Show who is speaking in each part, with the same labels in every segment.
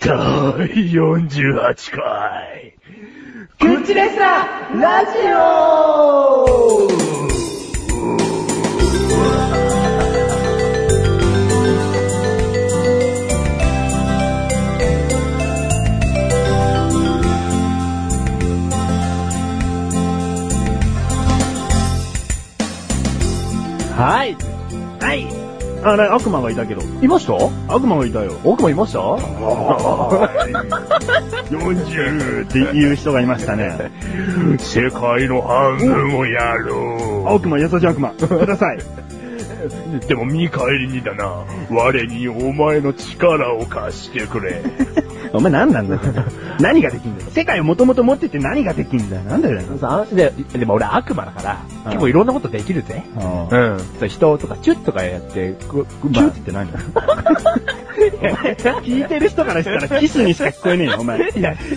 Speaker 1: 第48回。
Speaker 2: キッチレスラーラジオ
Speaker 1: はい。はい。あれ、悪魔がいたけど。いました悪魔がいたよ。悪魔いました
Speaker 3: 40
Speaker 1: っていう人がいました ね。
Speaker 3: 世界の半分をやろ
Speaker 1: 悪魔、優しい悪魔。ください。
Speaker 3: う。でも見返りにだな、我にお前の力を貸してくれ。
Speaker 1: お前何 なんだよ何ができんだよ世界をもともと持ってて何ができんだよなんだよ。
Speaker 4: あの人で、でも俺悪魔だから、
Speaker 1: うん
Speaker 4: 結構いろんなことできるぜ。
Speaker 1: キ
Speaker 4: うん。そう人とかチュッとかやって、こう
Speaker 1: ューって何だよ 聞いてる人からしたらキスにしか聞こえねえよ、お前。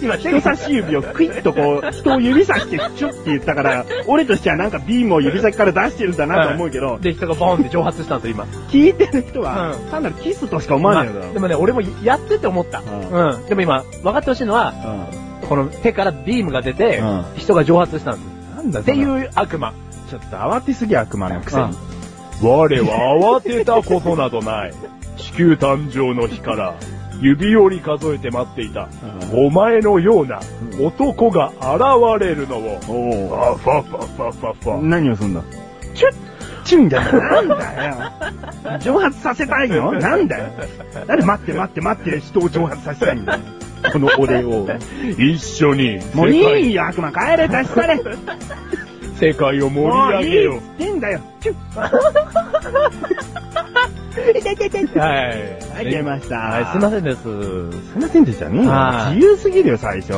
Speaker 1: 今、人差し指をクイッとこう、人を指さしてチュッって言ったから、俺としてはなんかビームを指先から出してるんだなと思うけど、
Speaker 4: で、人がボーンって蒸発したんですよ、今。
Speaker 1: 聞いてる人は
Speaker 4: う、
Speaker 1: 単なるキスとしか思わないよ
Speaker 4: まあでもね、俺もやってて思った。
Speaker 1: うん
Speaker 4: うん。でも今、分かってほしいのは、
Speaker 1: な。うん
Speaker 4: この手からビームが出て
Speaker 1: う、
Speaker 4: 人が蒸発したんです。
Speaker 1: なんだ。
Speaker 4: っていうう悪魔。
Speaker 1: ちょっと慌てすぎ悪魔のくせに。
Speaker 3: 我は慌てたことなどない。地球誕生の日から、指折り数えて待っていた、お前のような男が現れるのを、ファ
Speaker 1: お
Speaker 3: ファファファファファ。
Speaker 1: 何をすんだチュッチュンじゃない。なんだよ。蒸発させたいのなんだよ。なんで待って待って待って人を蒸発させたいんだよ。この俺を。
Speaker 3: 一緒に
Speaker 1: もう
Speaker 3: 世
Speaker 1: いい
Speaker 3: 界
Speaker 1: よ、悪魔。帰れ、出したれ。も
Speaker 3: 世界を盛
Speaker 1: う
Speaker 3: り
Speaker 1: い
Speaker 3: 上げ
Speaker 1: い
Speaker 3: よ
Speaker 1: っ
Speaker 3: う
Speaker 1: つ。ってんだよ。チュッ。
Speaker 4: はい。
Speaker 1: はい、出ました。
Speaker 4: はい、すいませんです。
Speaker 1: すいませんでしたね。
Speaker 4: はい
Speaker 1: 自由すぎるよ、最初。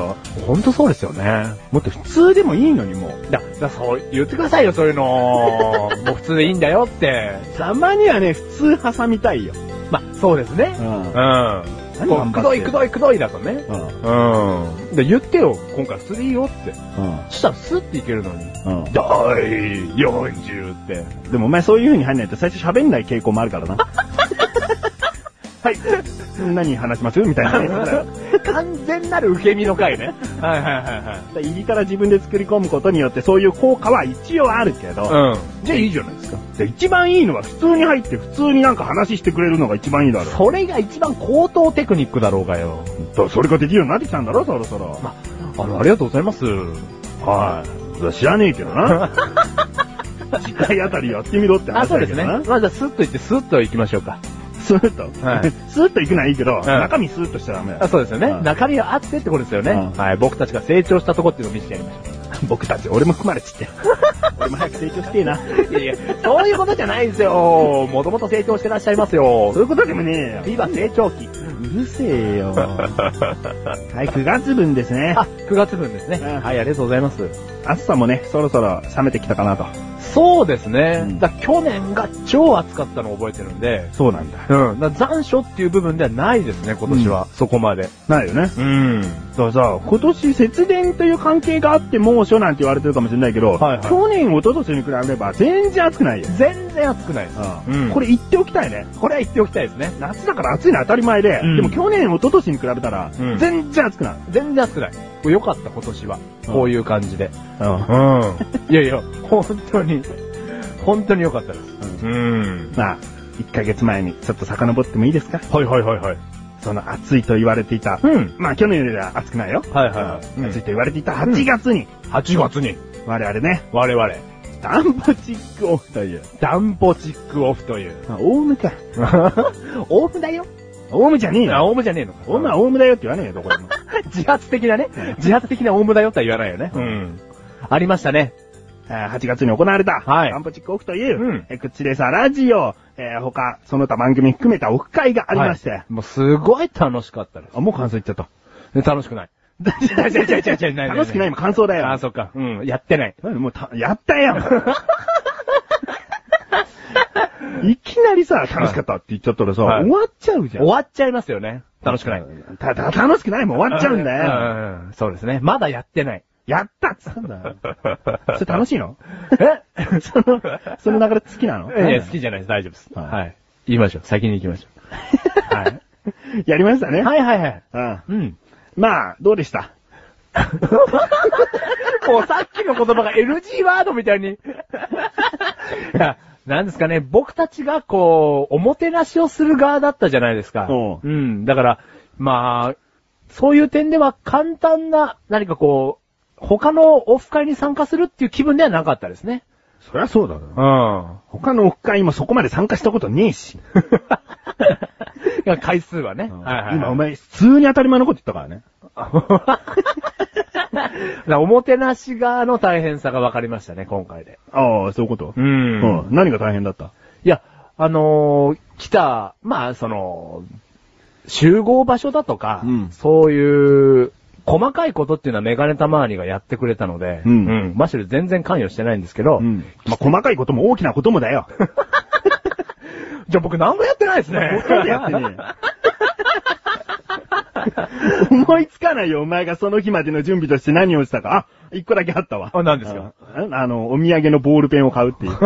Speaker 4: ほんとそうですよね。
Speaker 1: もっと普通でもいいのに、もう。
Speaker 4: だ、だ、そう、言ってくださいよ、そう いうの。もう普通でいいんだよって。
Speaker 1: たまにはね、普通挟みたいよ。
Speaker 4: まあ、そうですね。
Speaker 1: ん
Speaker 4: う。ん。こうくどいくどいくどいだとね。
Speaker 1: うん。うん。
Speaker 4: うん。で、言ってよ、今回普通でいいよって。
Speaker 1: う
Speaker 4: そしたらスッていけるのに。
Speaker 1: ん。
Speaker 3: 第40って。
Speaker 1: でもお前そういう風に入んないと最初喋んない傾向もあるからな。 はい。何話しますみたいな。 だか
Speaker 4: 完全なる受け身の回ね。はいはいは
Speaker 1: ら入りから自分で作り込むことによってそういう効果は一応あるけど、
Speaker 4: はい。うん。じゃあいいじゃないですか。
Speaker 1: で一番いいのは普通に入って普通になんか話してくれるのが一番いいだろ
Speaker 4: それが一番高等テクニックだろうがよ。
Speaker 1: う。それができるようになってきたんだろ、そろそろ。
Speaker 4: あの、ありがとうございます。
Speaker 1: はい。それは知らねえけどな。次回あたりやってみろって
Speaker 4: あ、
Speaker 1: 話
Speaker 4: そう
Speaker 1: だけ
Speaker 4: です
Speaker 1: ど
Speaker 4: ね。
Speaker 1: な。
Speaker 4: まずはスッと行ってスッと行きましょうか。
Speaker 1: スーッと。
Speaker 4: はい
Speaker 1: スーッと行くのはいいけど、
Speaker 4: ん
Speaker 1: 中身スーッとしちゃダメだ
Speaker 4: あ
Speaker 1: よ。
Speaker 4: そうですよね。
Speaker 1: うん
Speaker 4: 中身があってってことですよね。
Speaker 1: うん
Speaker 4: はい。僕たちが成長したとこっていうのを見せてやりまし ょ
Speaker 1: 僕たち、俺も含まれ ちって。俺も早く成長してえな。
Speaker 4: う。いやいや、そういうことじゃないですよ。 もともと成長してらっしゃいますよ
Speaker 1: そ。ういうことでもねえよ。
Speaker 4: 今成長期。
Speaker 1: うるせえよ。はい、9月分です ね
Speaker 4: あ、。9月分ですね。
Speaker 1: うん
Speaker 4: はい、ありがとうございます。
Speaker 1: 暑さもね、そろそろ冷めてきたかなと。
Speaker 4: そうですね。
Speaker 1: うん
Speaker 4: だから去年が超暑かったのを覚えてるんで、
Speaker 1: そうなんだ。
Speaker 4: うん。だから残暑っていう部分ではないですね、今年は。そこまで。
Speaker 1: ないよね。
Speaker 4: うん。
Speaker 1: だからさ、今年節電という関係があって猛暑なんて言われてるかもしれないけど、
Speaker 4: はいはい
Speaker 1: 去年、一昨年に比べれば全然暑くないよ。
Speaker 4: 全然暑くないです。
Speaker 1: うん
Speaker 4: うん
Speaker 1: これ言っておきたいね。
Speaker 4: これは言っておきたいですね。
Speaker 1: 夏だから暑いのは当たり前で、
Speaker 4: うん
Speaker 1: でも去年、一昨年に比べたら、
Speaker 4: うん
Speaker 1: 全然暑くない。
Speaker 4: 全然暑くない。これ良かった、今年は。
Speaker 1: うん
Speaker 4: こういう感じで。
Speaker 1: うん
Speaker 3: うん。
Speaker 4: いやいや、本当に、本当に良かったです。
Speaker 3: うん。
Speaker 1: まあ、1ヶ月前にちょっと遡ってもいいですか
Speaker 3: はいはいはいはい。
Speaker 1: その暑いと言われていた、
Speaker 4: うん。
Speaker 1: まあ去年よりは暑くないよ。
Speaker 4: はいはいはい。
Speaker 1: 暑いと言われていた8月に、
Speaker 3: 8月に、
Speaker 1: 我々ね、
Speaker 3: 我々、
Speaker 1: ダンボチックオフという。
Speaker 4: ダンボチックオフという。
Speaker 1: あ、オウム か。
Speaker 4: オウムだよ。
Speaker 1: オウムじゃねえ
Speaker 4: あ、
Speaker 1: よ。
Speaker 4: オウムじゃねえのか。
Speaker 1: オウムはオウムだよって言わねえよ、どこ でも。
Speaker 4: 自発的なね。自発的なオウムだよとは言わないよね。
Speaker 3: うん。
Speaker 4: ありましたね。
Speaker 1: あ8月に行われた、
Speaker 4: はい
Speaker 1: ダンボチックオフという、
Speaker 4: うん
Speaker 1: えー、クッチレーサーラジオ、えー他、その他番組含めたオフ会がありまして、
Speaker 4: はいもうすごい楽しかったです。
Speaker 1: あ、もう感想言っちゃった。
Speaker 4: で楽しくない。
Speaker 1: 楽
Speaker 4: 楽
Speaker 1: しくないも感想だよ
Speaker 4: あ、。そっか。うん。やってない。
Speaker 1: なんでもうた、やったよ いきなりさ、楽しかったって言っちゃったらさ、
Speaker 4: はい
Speaker 1: 終わっちゃうじゃん
Speaker 4: 終。わっちゃいますよね。楽しくない。
Speaker 1: ただ楽しくないもん終わっちゃうんだよ。
Speaker 4: うんうんそうですね。まだやって ない。
Speaker 1: やったっつったんだよ。それ楽しいの
Speaker 4: え
Speaker 1: その、その流れ好きなの
Speaker 4: いや、好きじゃないです。大丈夫です。
Speaker 1: はい
Speaker 4: はい。言いましょう。先に行きましょう。はい。
Speaker 1: やりましたね。
Speaker 4: はいはいはい。
Speaker 1: うん。
Speaker 4: うん。
Speaker 1: まあ、どうでした
Speaker 4: もうさっきの言葉が NG ワードみ たいに。いや、なんですかね、僕たちがこう、おもてなしをする側だったじゃないですか。
Speaker 1: うん
Speaker 4: ん。だから、まあ、そういう点では簡単な、何かこう、他のオフ会に参加するっていう気分ではなかったですね。
Speaker 1: そりゃそうだな。
Speaker 4: うん。
Speaker 1: 他のオフ会もそこまで参加したことねえし。
Speaker 4: いや 回数はね。はいはいはい
Speaker 1: 今 お前、普通に当たり前のこと言ったからね。
Speaker 4: だからおもてなし側の大変さが分かりましたね、今回で。
Speaker 1: ああ、そういうこと。
Speaker 4: ん
Speaker 1: 何が大変だった
Speaker 4: いや、あのー来た、まあ、その、集合場所だとか、
Speaker 1: うん
Speaker 4: そういう、細かいことっていうのはメガネたまわりがやってくれたので、
Speaker 1: うん
Speaker 4: マシュル全然関与してないんですけど、
Speaker 1: うん。まあ、細かいことも大きなこともだよ。
Speaker 4: じゃあ僕何もやってないですね。
Speaker 1: そうやって ね。思いつかないよ、お前がその日までの準備として何をしたか。あ、一個だけあったわ。
Speaker 4: あ何ですか
Speaker 1: ああの、お土産のボールペンを買うっていう。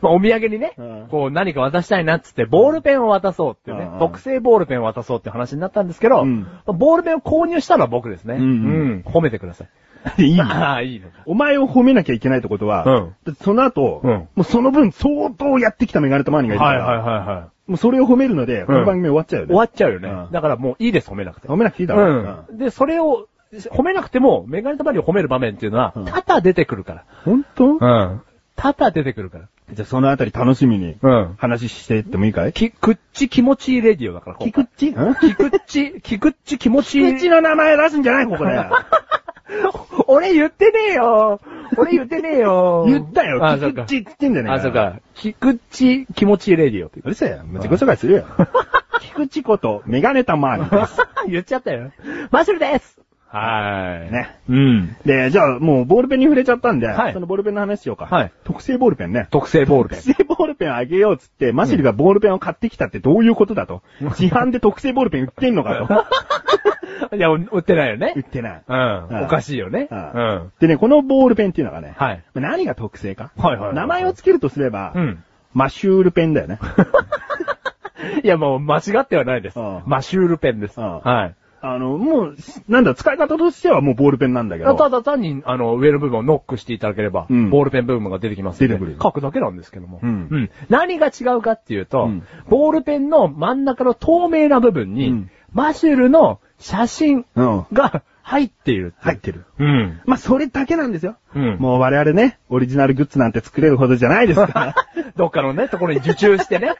Speaker 4: まあ、お土産にね、
Speaker 1: うん
Speaker 4: こう何か渡したいなっつって、ボールペンを渡そうっていうね、
Speaker 1: うん
Speaker 4: 特製ボールペンを渡そうって話になったんですけど、
Speaker 1: うん
Speaker 4: まあボールペンを購入したのは僕ですね。
Speaker 1: うん
Speaker 4: うん褒めてくださ い。
Speaker 1: いい の
Speaker 4: ああ、いいの。
Speaker 1: お前を褒めなきゃいけないってことは、
Speaker 4: うん
Speaker 1: だってその後、
Speaker 4: うん
Speaker 1: もうその分相当やってきたメガネとマーニがいるから、
Speaker 4: は
Speaker 1: もうそれを褒めるので、この番組終わっちゃうよね。
Speaker 4: 終わっちゃうよね。
Speaker 1: うん
Speaker 4: だからもういいです、褒めなくて。
Speaker 1: 褒めなくていいだろ。うん
Speaker 4: で、それを、褒めなくても、メガネたまりを褒める場面っていうのは、
Speaker 1: うん
Speaker 4: 多々出てくるか
Speaker 1: 本当
Speaker 4: ら。うん。多々出てくるから。
Speaker 1: じゃあそのあたり楽しみに、
Speaker 4: うん。
Speaker 1: 話してってもいいかい
Speaker 4: き、くっち気持ちいいレディオだから、今回
Speaker 1: ちん
Speaker 4: きくっち、きくっち気持ちいい。
Speaker 1: 菊池の名前出すんじゃないここで。
Speaker 4: 俺言ってねえよ俺言ってねえよ
Speaker 1: 言ったよ
Speaker 4: あ、そ
Speaker 1: 菊
Speaker 4: うか。
Speaker 1: 池って言ってんじゃねえ
Speaker 4: あ、そう。か。きくっち気持ちいいレディオって
Speaker 1: うるせえよ。もう自己紹介す るよ。菊池こと、メガネたまーです。
Speaker 4: 言っちゃったよ。マッシュルですはーい。
Speaker 1: ね。
Speaker 4: うん。
Speaker 1: で、じゃあもうボールペンに触れちゃったんで、
Speaker 4: はい
Speaker 1: そのボールペンの話しようか。
Speaker 4: はい
Speaker 1: 特製ボールペンね。
Speaker 4: 特製ボールペン
Speaker 1: 特。製ボールペンあげようっつって、マシルがボールペンを買ってきたってどういうことだと。市販で特製ボールペン売ってんの か
Speaker 4: いや、売ってないよね
Speaker 1: と。売。ってない。
Speaker 4: うん。
Speaker 1: ん
Speaker 4: おかしいよね。う
Speaker 1: うん
Speaker 4: ん。
Speaker 1: でね、このボールペンっていうのがね、
Speaker 4: はい。
Speaker 1: まあ何が特性か。
Speaker 4: はいはいはい
Speaker 1: 名前を付けるとすれば、
Speaker 4: うん。
Speaker 1: マシュールペンだよね。
Speaker 4: いや、もう間違ってはないです。
Speaker 1: うん
Speaker 4: マシュールペンです。
Speaker 1: うん
Speaker 4: はい。
Speaker 1: あの、もう、なんだ、使い方としてはもうボールペンなんだけど。
Speaker 4: ただ単に、あの、上の部分をノックしていただければ、
Speaker 1: うん
Speaker 4: ボールペン部分が出てきますんで
Speaker 1: 出てくるよ
Speaker 4: 書くだけなんですけども。
Speaker 1: うん
Speaker 4: 何が違うかっていうと、
Speaker 1: うん
Speaker 4: ボールペンの真ん中の透明な部分に、
Speaker 1: うん
Speaker 4: マシュールの写真
Speaker 1: うん。
Speaker 4: が入っている。
Speaker 1: 入ってる。
Speaker 4: うん。
Speaker 1: まあ、それだけなんですよ。
Speaker 4: うん
Speaker 1: もう我々ね、オリジナルグッズなんて作れるほどじゃないですから。
Speaker 4: どっかのね、ところに受注して ね、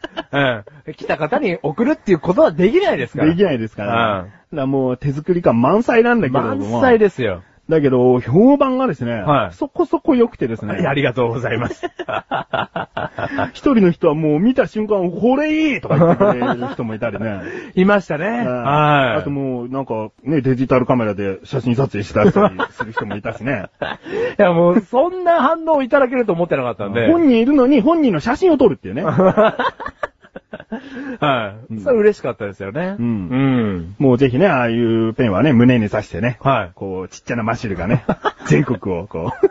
Speaker 4: うん。来た方に送るっていうことはできないですから。
Speaker 1: できないですから。
Speaker 4: うん
Speaker 1: だからもう手作り感満載なんだけれども。
Speaker 4: 満載ですよ。
Speaker 1: だけど、評判がですね、
Speaker 4: はい
Speaker 1: そこそこ良くてですね、
Speaker 4: ありがとうございます。
Speaker 1: 一人の人はもう見た瞬間、これいいとか言ってくれる人もいた りね。
Speaker 4: いましたね。
Speaker 1: うん
Speaker 4: はい。
Speaker 1: あともう、なんか、ね、デジタルカメラで写真撮影したりする人もいたし ね。
Speaker 4: いやもう、そんな反応をいただけると思ってなかったんで。
Speaker 1: 本人いるのに本人の写真を撮るっていう ね。
Speaker 4: はい。
Speaker 1: うん
Speaker 4: それ嬉しかったですよね。
Speaker 1: うん
Speaker 4: うん。
Speaker 1: もうぜひね、ああいうペンはね、胸に刺してね。
Speaker 4: は
Speaker 1: こう、ちっちゃなマシュルが ね、全国をこ
Speaker 4: い。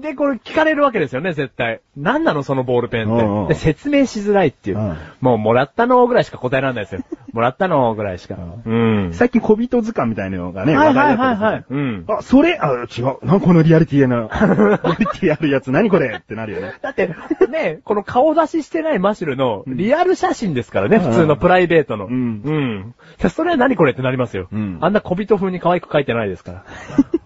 Speaker 4: で、これ聞かれるわけですよね、絶対。何なの、そのボールペンっ
Speaker 1: うんうん
Speaker 4: て。で、説明しづらいっていう
Speaker 1: うん。
Speaker 4: もう、もらったのぐらいしか答えられないですよ。もらったのぐらいしか。うん
Speaker 1: う、。最近小人図鑑みたいなのがね、
Speaker 4: はい
Speaker 1: 話
Speaker 4: は
Speaker 1: 題
Speaker 4: い
Speaker 1: にな
Speaker 4: は
Speaker 1: っ
Speaker 4: い
Speaker 1: てま
Speaker 4: は
Speaker 1: す
Speaker 4: い
Speaker 1: ね。。
Speaker 4: うん。
Speaker 1: あ、それあ、違う。なんかこのリアリティや な。リアリティあるやつ、何これってなるよね。
Speaker 4: だって、ね、この顔出ししてないマシュルのリアル写真ですからね、
Speaker 1: うん
Speaker 4: 普通のプライベートの。
Speaker 1: うん
Speaker 4: うん。じゃそれは何これってなりますよ。
Speaker 1: うん
Speaker 4: あんな小人風に可愛く描いてないです から。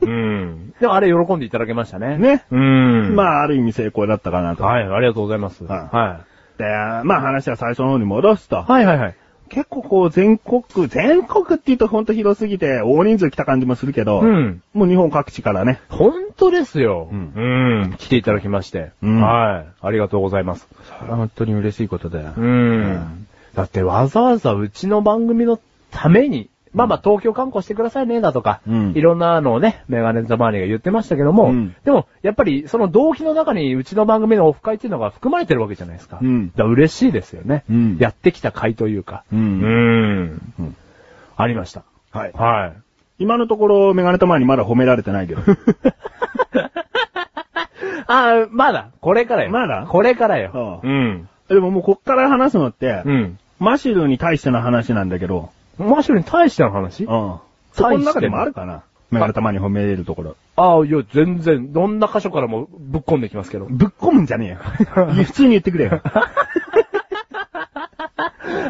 Speaker 4: うん。でもあれ喜んでいただけましたね。
Speaker 1: ね
Speaker 4: うん。
Speaker 1: ま
Speaker 4: あ。
Speaker 1: あ、ある意味成功だったかなと。
Speaker 4: はい、ありがとうございます。
Speaker 1: ん
Speaker 4: は
Speaker 1: で、まあ話は最初の方に戻すと。
Speaker 4: い。はいはいはい。
Speaker 1: 結構こう全国、全国って言うとほんと広すぎて大人数来た感じもするけど、
Speaker 4: うん
Speaker 1: もう日本各地からね、
Speaker 4: 本当ですよ。
Speaker 1: うん
Speaker 4: うん。来ていただきまして。
Speaker 1: うん
Speaker 4: はい。ありがとうございます。
Speaker 1: 本当に嬉しいことだよ。
Speaker 4: うん。だってわざわざうちの番組のために、まあまあ東京観光してくださいね、だとか、
Speaker 1: うん
Speaker 4: いろんなのをね、メガネザマーニが言ってましたけども、
Speaker 1: うん
Speaker 4: でも、やっぱりその動機の中にうちの番組のオフ会っていうのが含まれてるわけじゃないですか。
Speaker 1: うん
Speaker 4: だから嬉しいですよね、
Speaker 1: うん
Speaker 4: やってきた会というか。
Speaker 1: うん
Speaker 4: ん
Speaker 1: うん
Speaker 4: ありました。
Speaker 1: はい。
Speaker 4: はい。
Speaker 1: 今のところメガネたまにまだ褒められて ないけど。
Speaker 4: ああ、まだ、これからよ。
Speaker 1: まだ
Speaker 4: これからよ。。
Speaker 1: うんでももうこっから話すのって、
Speaker 4: うん。
Speaker 1: マシルに対しての話なんだけど、
Speaker 4: マシュルに対しての話
Speaker 1: うん。そこの中でもあるかな。メガネたまに褒めれるところ。
Speaker 4: ああ、いや、全然、どんな箇所からもぶっ込んできますけど。
Speaker 1: ぶっ込むんじゃねえよ。普通に言ってく れよ。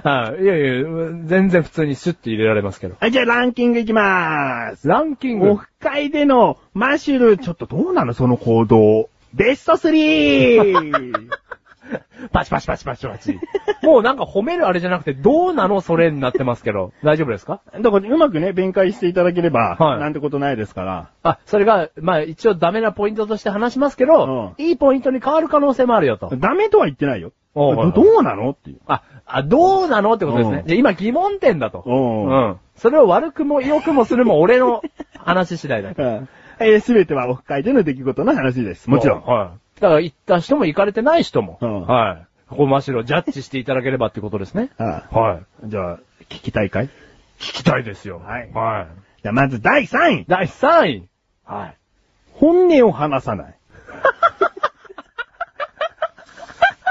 Speaker 4: ああ、いやいや、全然普通にシュッて入れられますけど。
Speaker 1: はい、じゃあランキングいきまーす。
Speaker 4: ランキン
Speaker 1: オ
Speaker 4: グ
Speaker 1: フ、会でのマシュル、ちょっとどうなのその行動。ベスト 3!
Speaker 4: パチパチパチパチパチ。もうなんか褒めるあれじゃなくて、どうなのそれになってますけど。大丈夫ですか
Speaker 1: だからうまくね、弁解していただければ、
Speaker 4: はい
Speaker 1: なんてことないですから。
Speaker 4: あ、それが、まあ一応ダメなポイントとして話しますけど、いいポイントに変わる可能性もあるよと。
Speaker 1: ダメとは言ってないよ。
Speaker 4: おう
Speaker 1: どどうなのっていう。
Speaker 4: あ、あ、どうなのってことですね
Speaker 1: う。ん
Speaker 4: じゃあ今疑問点だと。
Speaker 1: うん
Speaker 4: うん。それを悪くも良くもするも俺の話次第 だ。
Speaker 1: うんえすべてはオフ会での出来事の話です。もちろん。
Speaker 4: はい。だから行った人も行かれてない人も。
Speaker 1: うん
Speaker 4: はい。ここ真っ白、ジャッジしていただければってことですね。
Speaker 1: あ
Speaker 3: はい。
Speaker 1: あじゃあ、聞きたいかい
Speaker 3: 聞きたいですよ。
Speaker 1: はい
Speaker 3: は
Speaker 1: じゃあまず第3位。
Speaker 4: 第3位。はい。
Speaker 1: 本音を話さない。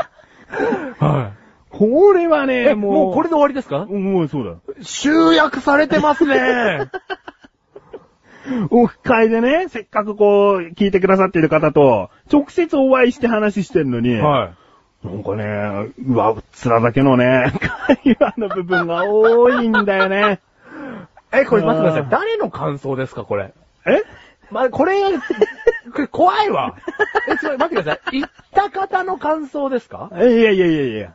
Speaker 4: は。
Speaker 1: これはいね、
Speaker 4: え、
Speaker 1: もう。
Speaker 4: もうこれで終わりですか
Speaker 1: もうそう
Speaker 4: 集約されてますね。
Speaker 1: だ。オフ会でね、せっかくこう、聞いてくださっている方と、直接お会いして話してるのに、
Speaker 3: はい。
Speaker 1: なんかね、うわ、うっつらだけのね、会話の部分が多いんだよね。
Speaker 4: え、これ待ってくださ
Speaker 1: あ
Speaker 4: い。
Speaker 1: ー
Speaker 4: 誰の感想ですか、これ。
Speaker 1: え
Speaker 4: まあ、これ、これ怖いわ。え、ちょ、待ってください。行った方の感想ですか
Speaker 1: いやいやいやいや。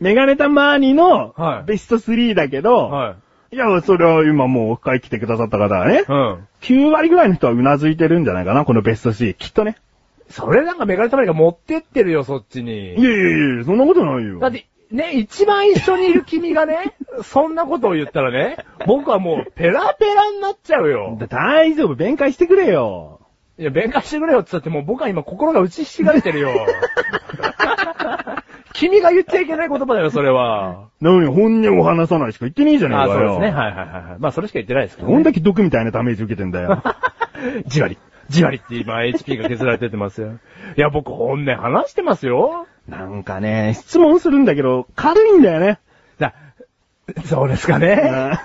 Speaker 1: メガネタマーニの
Speaker 3: はい
Speaker 1: ベスト3だけど、
Speaker 3: はい。
Speaker 1: い、や、それは今もう一回来てくださった方はね、
Speaker 3: うん。
Speaker 1: 9割ぐらいの人はうなずいてるんじゃないかな、このベスト3。きっとね。
Speaker 4: それなんかメガネたまりが持ってってるよ、そっち
Speaker 1: い
Speaker 4: に。
Speaker 1: やいやいや、そんなことないよ。
Speaker 4: だって、ね、一番一緒にいる君がね、そんなことを言ったらね、僕はもうペラペラになっちゃうよ。
Speaker 1: だ大丈夫、弁解してくれよ。
Speaker 4: いや、弁解してくれよって言ってもう僕は今心が打ちひしがれ てるよ。君が言っちゃいけない言葉だよ、それは。
Speaker 1: なのに本音を話さないしか言ってねえじゃねえか
Speaker 4: あ、
Speaker 1: よ。
Speaker 4: そうですね。はいはいはいはい。まあ、それしか言ってないですけど、ね。
Speaker 1: どんだけ毒みたいなダメージ受けてんだよ。
Speaker 4: じわり。じわりって今 HP が削られててますよ。いや、僕本音話してますよ。
Speaker 1: なんかね、 質問するんだけど、軽いんだよね。
Speaker 4: だ、そうですか ね。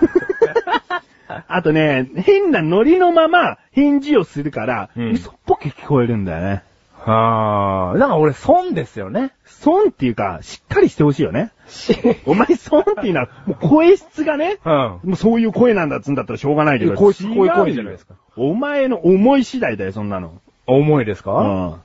Speaker 1: あとね、変なノリのまま返事をするから、
Speaker 4: うん
Speaker 1: 嘘っぽく聞こえるんだよね。
Speaker 4: はあ。だから俺損ですよね。
Speaker 1: 損っていうか、しっかりしてほしいよね。お前損っていうのは、もう声質がね、
Speaker 4: うん。
Speaker 1: もうそういう声なんだっつうんだったらしょうがないけど、
Speaker 4: いやこういう
Speaker 1: 違うよ
Speaker 4: こういう声じゃないですか。
Speaker 1: お前の思い次第だよ、そんなの。
Speaker 4: 重いですか、
Speaker 1: うん。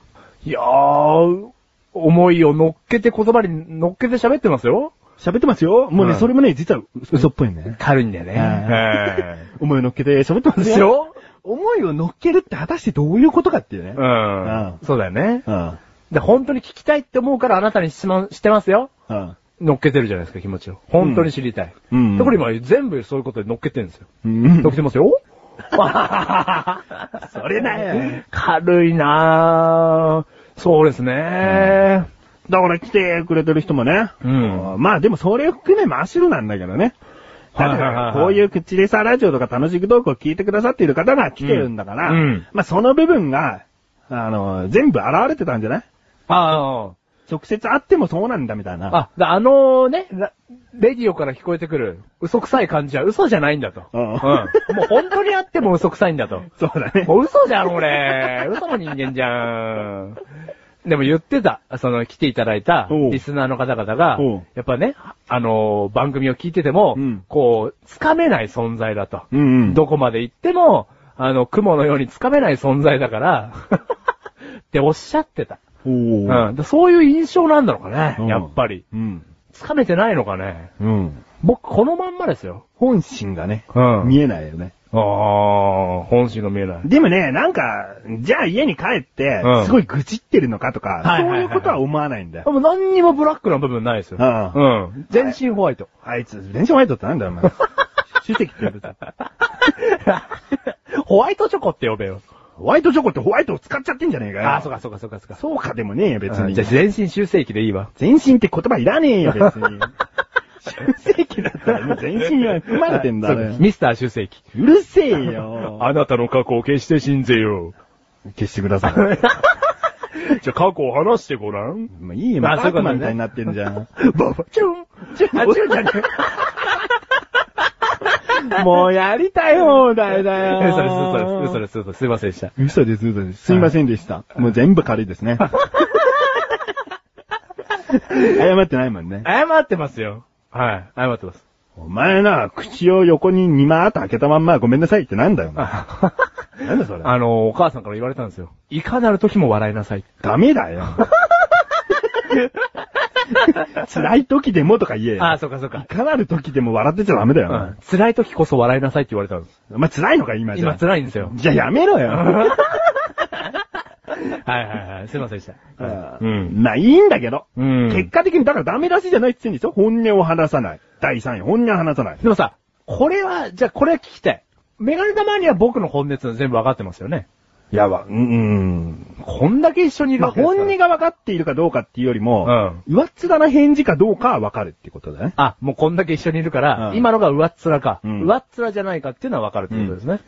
Speaker 4: いやー、思いを乗っけて言葉に乗っけて喋ってますよ。
Speaker 1: 喋ってますよ。もうね、
Speaker 4: うん
Speaker 1: それもね、実は嘘っぽいんだよね。
Speaker 4: 軽いんだよね。
Speaker 1: は
Speaker 4: へ
Speaker 1: 思いを乗っけて喋ってま
Speaker 4: ー
Speaker 1: す
Speaker 4: でし
Speaker 1: よ。
Speaker 4: ょ
Speaker 1: 思いを乗っけるって果たしてどういうことかっていうね。
Speaker 4: うん。
Speaker 1: うん
Speaker 4: そうだよね。
Speaker 1: うん。
Speaker 4: で、本当に聞きたいって思うからあなたに質問してますよ。
Speaker 1: うん。
Speaker 4: 乗っけてるじゃないですか、気持ちを。本当に知りたい。
Speaker 1: うん
Speaker 4: で、これ今全部そういうことで乗っけてるんですよ。
Speaker 1: うん
Speaker 4: 乗っけてますよ。
Speaker 1: それだよ。
Speaker 4: 軽いなぁ。そうですね、
Speaker 1: だから来てくれてる人もね。
Speaker 4: うん
Speaker 1: まあでもそれを含め真っ白なんだけどね。だか
Speaker 4: はいはいは
Speaker 1: ら
Speaker 4: い
Speaker 1: こういう口レサラジオとか楽しくトークを聞いてくださっている方が来てるんだから、
Speaker 4: うんうん
Speaker 1: まあその部分が、あの、全部現れてたんじゃない
Speaker 4: あ
Speaker 1: 直接会ってもそうなんだみたい
Speaker 4: あ、
Speaker 1: な。
Speaker 4: あ、だあのね、ラレディオから聞こえてくる嘘くさい感じは嘘じゃないんだと。
Speaker 1: うん
Speaker 4: もう本当にあっても嘘くさいんだと。
Speaker 1: そうだね。
Speaker 4: もう嘘じゃん、俺。嘘の人間じゃん。でも言ってた、その来ていただいた
Speaker 1: おう
Speaker 4: リスナーの方々が
Speaker 1: おう、
Speaker 4: やっぱね、あのー番組を聞いてても、
Speaker 1: うん
Speaker 4: こう、つかめない存在だと。
Speaker 1: うんうん。
Speaker 4: どこまで行っても、あの、雲のようにつかめない存在だから、 っておっしゃってた。
Speaker 1: お
Speaker 4: う
Speaker 1: ー
Speaker 4: ん、だからそういう印象なんだろうか
Speaker 1: うん
Speaker 4: ね、やっぱり。
Speaker 1: うん。
Speaker 4: つかめてないのかね。
Speaker 1: うん。
Speaker 4: 僕、このまんまですよ。
Speaker 1: 本心がね、
Speaker 4: うん
Speaker 1: 見えないよね。
Speaker 4: ああ、本心が見えない。
Speaker 1: でもね、なんか、じゃあ家に帰って
Speaker 4: う、ん
Speaker 1: すごい愚痴ってるのかとか、
Speaker 4: はいはい
Speaker 1: そう
Speaker 4: はいいう
Speaker 1: ことは思わないんだよ。
Speaker 4: でも何にもブラックな部分ないですよ。
Speaker 1: うん
Speaker 4: うん。全身ホワイト。
Speaker 1: あいつ、電車ワイトってなんだよ、お 前。主席って呼ぶた。
Speaker 4: ホワイトチョコって呼べよ。
Speaker 1: ホワイトチョコってホワイトを使っちゃってんじゃねえかよ。
Speaker 4: ああ、そうかそうかそうかそうか。
Speaker 1: そうかでもねえよ、別
Speaker 4: うん
Speaker 1: に。
Speaker 4: じゃあ全身修正期でいいわ。
Speaker 1: 全身って言葉いらねえよ、別に。修正期だったらもう全身は含まれてんだ
Speaker 4: そうです
Speaker 1: ね。
Speaker 4: ミスター修正期。
Speaker 1: うるせえよ。
Speaker 3: あなたの過去を消して信ぜよう。
Speaker 1: 消してください。
Speaker 3: じゃあ過去を話してごらん。
Speaker 1: まあ、いいよ、
Speaker 4: まあ
Speaker 1: まあ、そういうこ
Speaker 4: そうい
Speaker 1: み
Speaker 4: うことね
Speaker 1: たいになってんじゃん。
Speaker 3: ババちゃん。
Speaker 4: あ、違うじゃねえもうやりたい放題だよ。
Speaker 1: 嘘
Speaker 4: 嘘です、嘘です、嘘です。すいませんでした。
Speaker 1: 嘘です、嘘です。すいませんでした。もう全部軽いですね。謝ってないもんね。
Speaker 4: 謝ってますよ。はい、謝って ます。
Speaker 1: お前な、口を横に2マーっと開けたまんまごめんなさいってなんだよ。お前
Speaker 4: あ
Speaker 1: なんだそれ。
Speaker 4: あの、お母さんから言われたんですよ。いかなる時も笑いなさい。
Speaker 1: ダメだよ。 辛い時でもとか言えよ。
Speaker 4: あ、そうかそうか
Speaker 1: い。かなる時でも笑ってちゃダメだよ。お前
Speaker 4: うん辛い時こそ笑いなさいって言われたんです。
Speaker 1: お前辛いのか今じゃ。
Speaker 4: 今辛いんですよ。
Speaker 1: じゃあやめろよ。
Speaker 4: はいはいはい。すいませんでした。
Speaker 1: う。
Speaker 4: うんん
Speaker 1: まあいいんだけど。
Speaker 4: うん
Speaker 1: 結果的にだからダメ出しじゃないって言ってんでしょ本音を話さない。第3位、本音を話さない。
Speaker 4: でもさ、これは、じゃあこれは聞きたい。メガネ玉には僕の本音ってのは全部わかってますよね。
Speaker 1: いやば、うん。
Speaker 4: こんだけ一緒にいる
Speaker 1: まあ
Speaker 4: わけですから
Speaker 1: 本音が分かっているかどうかっていうよりも、上っ面な返事かどうかは分かるってことだね。
Speaker 4: あ、もうこんだけ一緒にいるから、
Speaker 1: うん
Speaker 4: 今のが上っ面か、
Speaker 1: うん
Speaker 4: 上っ面じゃないかっていうのはわかるってことですね。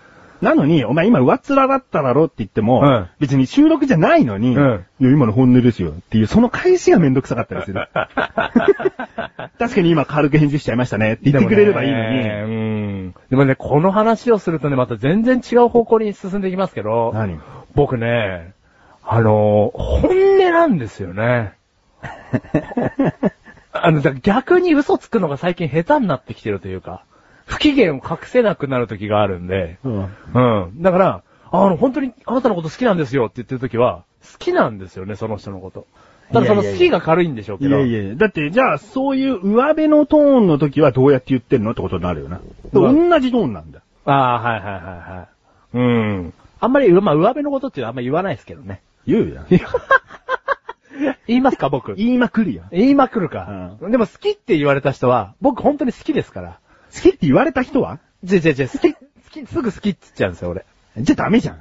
Speaker 1: なのに、お前今上っ面だっただろって言っても、
Speaker 4: うん
Speaker 1: 別に収録じゃないのに、
Speaker 4: うん
Speaker 1: いや今の本音ですよっていう、その返しがめんどくさかったりす る。確かに今軽く返事しちゃいましたねって言ってくれればいいのに。
Speaker 4: でもねうん。でもね、この話をするとね、また全然違う方向に進んでいきますけど、
Speaker 1: 何
Speaker 4: 僕ね、あのー、本音なんです よね。あの、だから逆に嘘つくのが最近下手になってきてるというか、不機嫌を隠せなくなる時があるんで、
Speaker 1: うん
Speaker 4: うん。だから、あの、本当にあなたのこと好きなんですよって言ってる時は、好きなんですよね、その人のこと。ただその
Speaker 1: いやいやいや
Speaker 4: 好きが軽いんでしょうけ
Speaker 1: い
Speaker 4: ど。
Speaker 1: やいやいやだって、じゃあ、そういう上辺のトーンの時はどうやって言ってんのってことになるよな。同じトーンなんだ。
Speaker 4: ああ、はいはいはいはい。うん。あんまり、うまあ、上辺のことっていうのはあんまり言わないですけどね。
Speaker 1: 言うやん。
Speaker 4: 言います か、僕。
Speaker 1: 言いまくるよ。
Speaker 4: 言いまくるか。でも好きって言われた人は、僕本当に好きですから。
Speaker 1: 好きって言われた人は
Speaker 4: じゃじゃじゃ、好き、好き、すぐ好きって言っちゃうんですよ、俺。
Speaker 1: じゃあダメじゃん。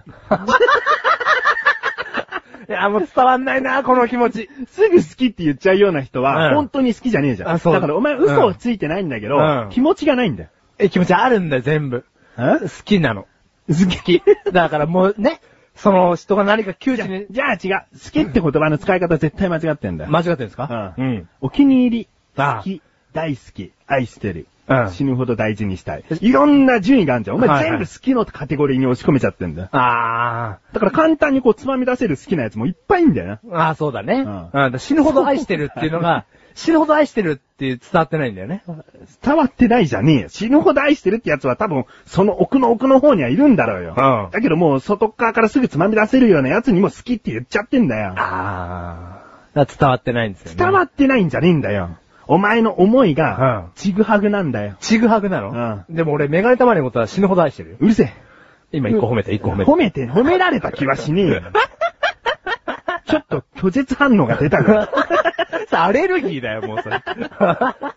Speaker 4: いや、もう伝わんないな、この気持ち。
Speaker 1: すぐ好きって言っちゃうような人は、
Speaker 4: うん
Speaker 1: 本当に好きじゃねえじゃん。
Speaker 4: あそう
Speaker 1: だからお前嘘をついてないんだけど、
Speaker 4: うん
Speaker 1: 気持ちがないんだよ。
Speaker 4: え、気持ちあるんだよ、全部。好きなの。好き。 だからもうね、その人が何か窮地に、
Speaker 1: じゃあ違う。好きって言葉の使い方絶対間違ってんだよ。
Speaker 4: 間違ってるんですか
Speaker 1: うん。お気に入り、
Speaker 4: ああ
Speaker 1: 好き、大好き、愛してる、
Speaker 4: うん
Speaker 1: 死ぬほど大事にしたい。いろんな順位があるじゃん。お前
Speaker 4: はいはい
Speaker 1: 全部好きのカテゴリーに押し込めちゃってんだよ。
Speaker 4: あ
Speaker 1: だから簡単にこうつまみ出せる好きなやつもいっぱいいんだよな。
Speaker 4: ー。ああ、そうだね。うんん。だから死ぬほど愛してるっていうの が、死ぬほど愛してるって伝わってないんだよね。
Speaker 1: 伝わってないじゃねえよ。死ぬほど愛してるってやつは多分、その奥の奥の方にはいるんだろうよ。
Speaker 4: うん
Speaker 1: だけどもう、外側からすぐつまみ出せるようなやつにも好きって言っちゃってんだよ。
Speaker 4: ああ。だから伝わってないんですよね。
Speaker 1: 伝わってないんじゃねえんだよ。お前の思い
Speaker 4: う
Speaker 1: が
Speaker 4: ん、
Speaker 1: ちぐはぐなんだよ。
Speaker 4: ちぐはぐなのでも俺、メガネ玉にことは死ぬほど愛してるよ。
Speaker 1: うるせえ。
Speaker 4: 今一個褒めた、一個褒めた。
Speaker 1: 褒めて、褒められた気はしねえ よ。ちょっと拒絶反応が出たから。
Speaker 4: さ、アレルギーだよ、もうそれ。あ、だか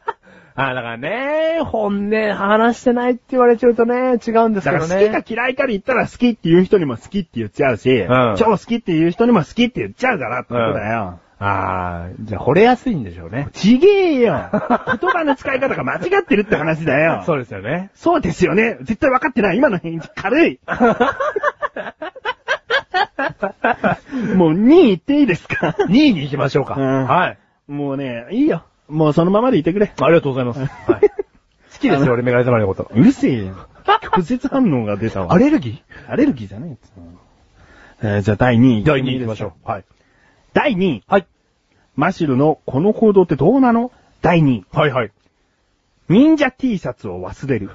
Speaker 4: らね、本音話してないって言われちゃうとね、違うんです
Speaker 1: だか
Speaker 4: け
Speaker 1: ら
Speaker 4: ど
Speaker 1: 好
Speaker 4: ね。
Speaker 1: きか嫌いから言ったら好きっていう人にも好きって言っちゃうし、
Speaker 4: ん
Speaker 1: 超好きっていう人にも好きって言っちゃうからってことだよ。
Speaker 4: ああ、じゃあ惚れやすいんでしょうね。
Speaker 1: ちげえよ言葉の使い方が間違ってるって話だよ。
Speaker 4: そうですよね。
Speaker 1: そうですよね。絶対分かってない。今の返事軽 い。もう2位言っていいですか
Speaker 4: 2位に行きましょうか。
Speaker 1: うん
Speaker 4: はい。
Speaker 1: もうね、いいよ。もうそのままでいてくれ。
Speaker 4: ありがとうございま す。はい、好きですよ、俺、メガネ玉のこと。
Speaker 1: うるせえよ。拒絶反応が出たわ。
Speaker 4: アレルギ
Speaker 1: アレルギーじゃないやつ。えーじゃあ第2位。
Speaker 4: ー第2位行きましょう。はい。
Speaker 1: 第2位。
Speaker 4: はい。
Speaker 1: マシルのこの行動ってどうなの第2位。
Speaker 4: はいはい。
Speaker 1: 忍者 T シャツを忘 れる。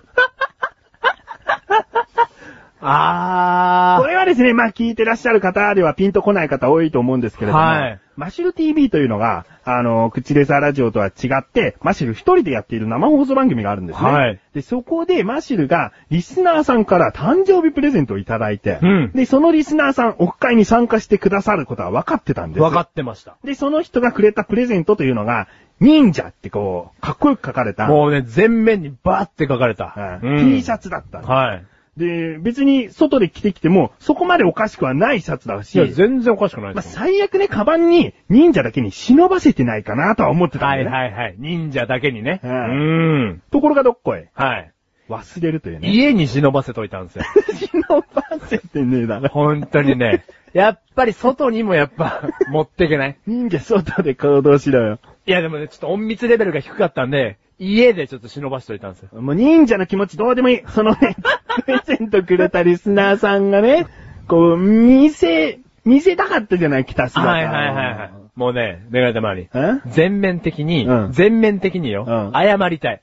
Speaker 4: あ
Speaker 1: これはですね、まあ聞いてらっしゃる方ではピンとこない方多いと思うんですけれども、
Speaker 4: はい
Speaker 1: マシル TV というのが、あの、口レザーラジオとは違って、マシル一人でやっている生放送番組があるんですね。
Speaker 4: はい
Speaker 1: で、そこでマシルがリスナーさんから誕生日プレゼントをいただいて、
Speaker 4: うん
Speaker 1: で、そのリスナーさん、オフ会に参加してくださることは分かってたんです。
Speaker 4: わかってました。
Speaker 1: で、その人がくれたプレゼントというのが、忍者ってこう、かっこよく書かれた、
Speaker 4: もうね、全面にバーって書かれた。
Speaker 1: うん T シャ
Speaker 4: ツ。
Speaker 1: ツだったんです
Speaker 4: はい。
Speaker 1: で、別に外で着てきても、そこまでおかしくはないシャツだし、
Speaker 4: いや、全然おかしくない
Speaker 1: まあ、
Speaker 4: ですよ。
Speaker 1: 最悪ね、カバンに忍者だけに忍ばせてないかなとは思ってたん
Speaker 4: は
Speaker 1: だ
Speaker 4: い
Speaker 1: よ、ね。い。
Speaker 4: はいはい。忍者だけにね。
Speaker 1: う
Speaker 4: うんん。
Speaker 1: ところがどっこい。
Speaker 4: はい。
Speaker 1: 忘れるというね。
Speaker 4: 家に忍ばせといたんですよ。
Speaker 1: 忍ばせてねえだろ。
Speaker 4: 本当にね。やっぱり外にもやっぱ、持ってけない。
Speaker 1: 人間外で行動しろよ。
Speaker 4: いやでもね、ちょっと隠密レベルが低かったんで、家でちょっと忍ばしといたんですよ。
Speaker 1: もう忍者の気持ちどうでもいい。そのね、 プレゼントくれたリスナーさんがね、こう、見せ、見せたかったじゃない、北姿。
Speaker 4: はいはいはいはい。もうね、メガネたまり。
Speaker 1: え
Speaker 4: 全面的に、
Speaker 1: うん
Speaker 4: 全面的によ、
Speaker 1: うん
Speaker 4: 謝り たい。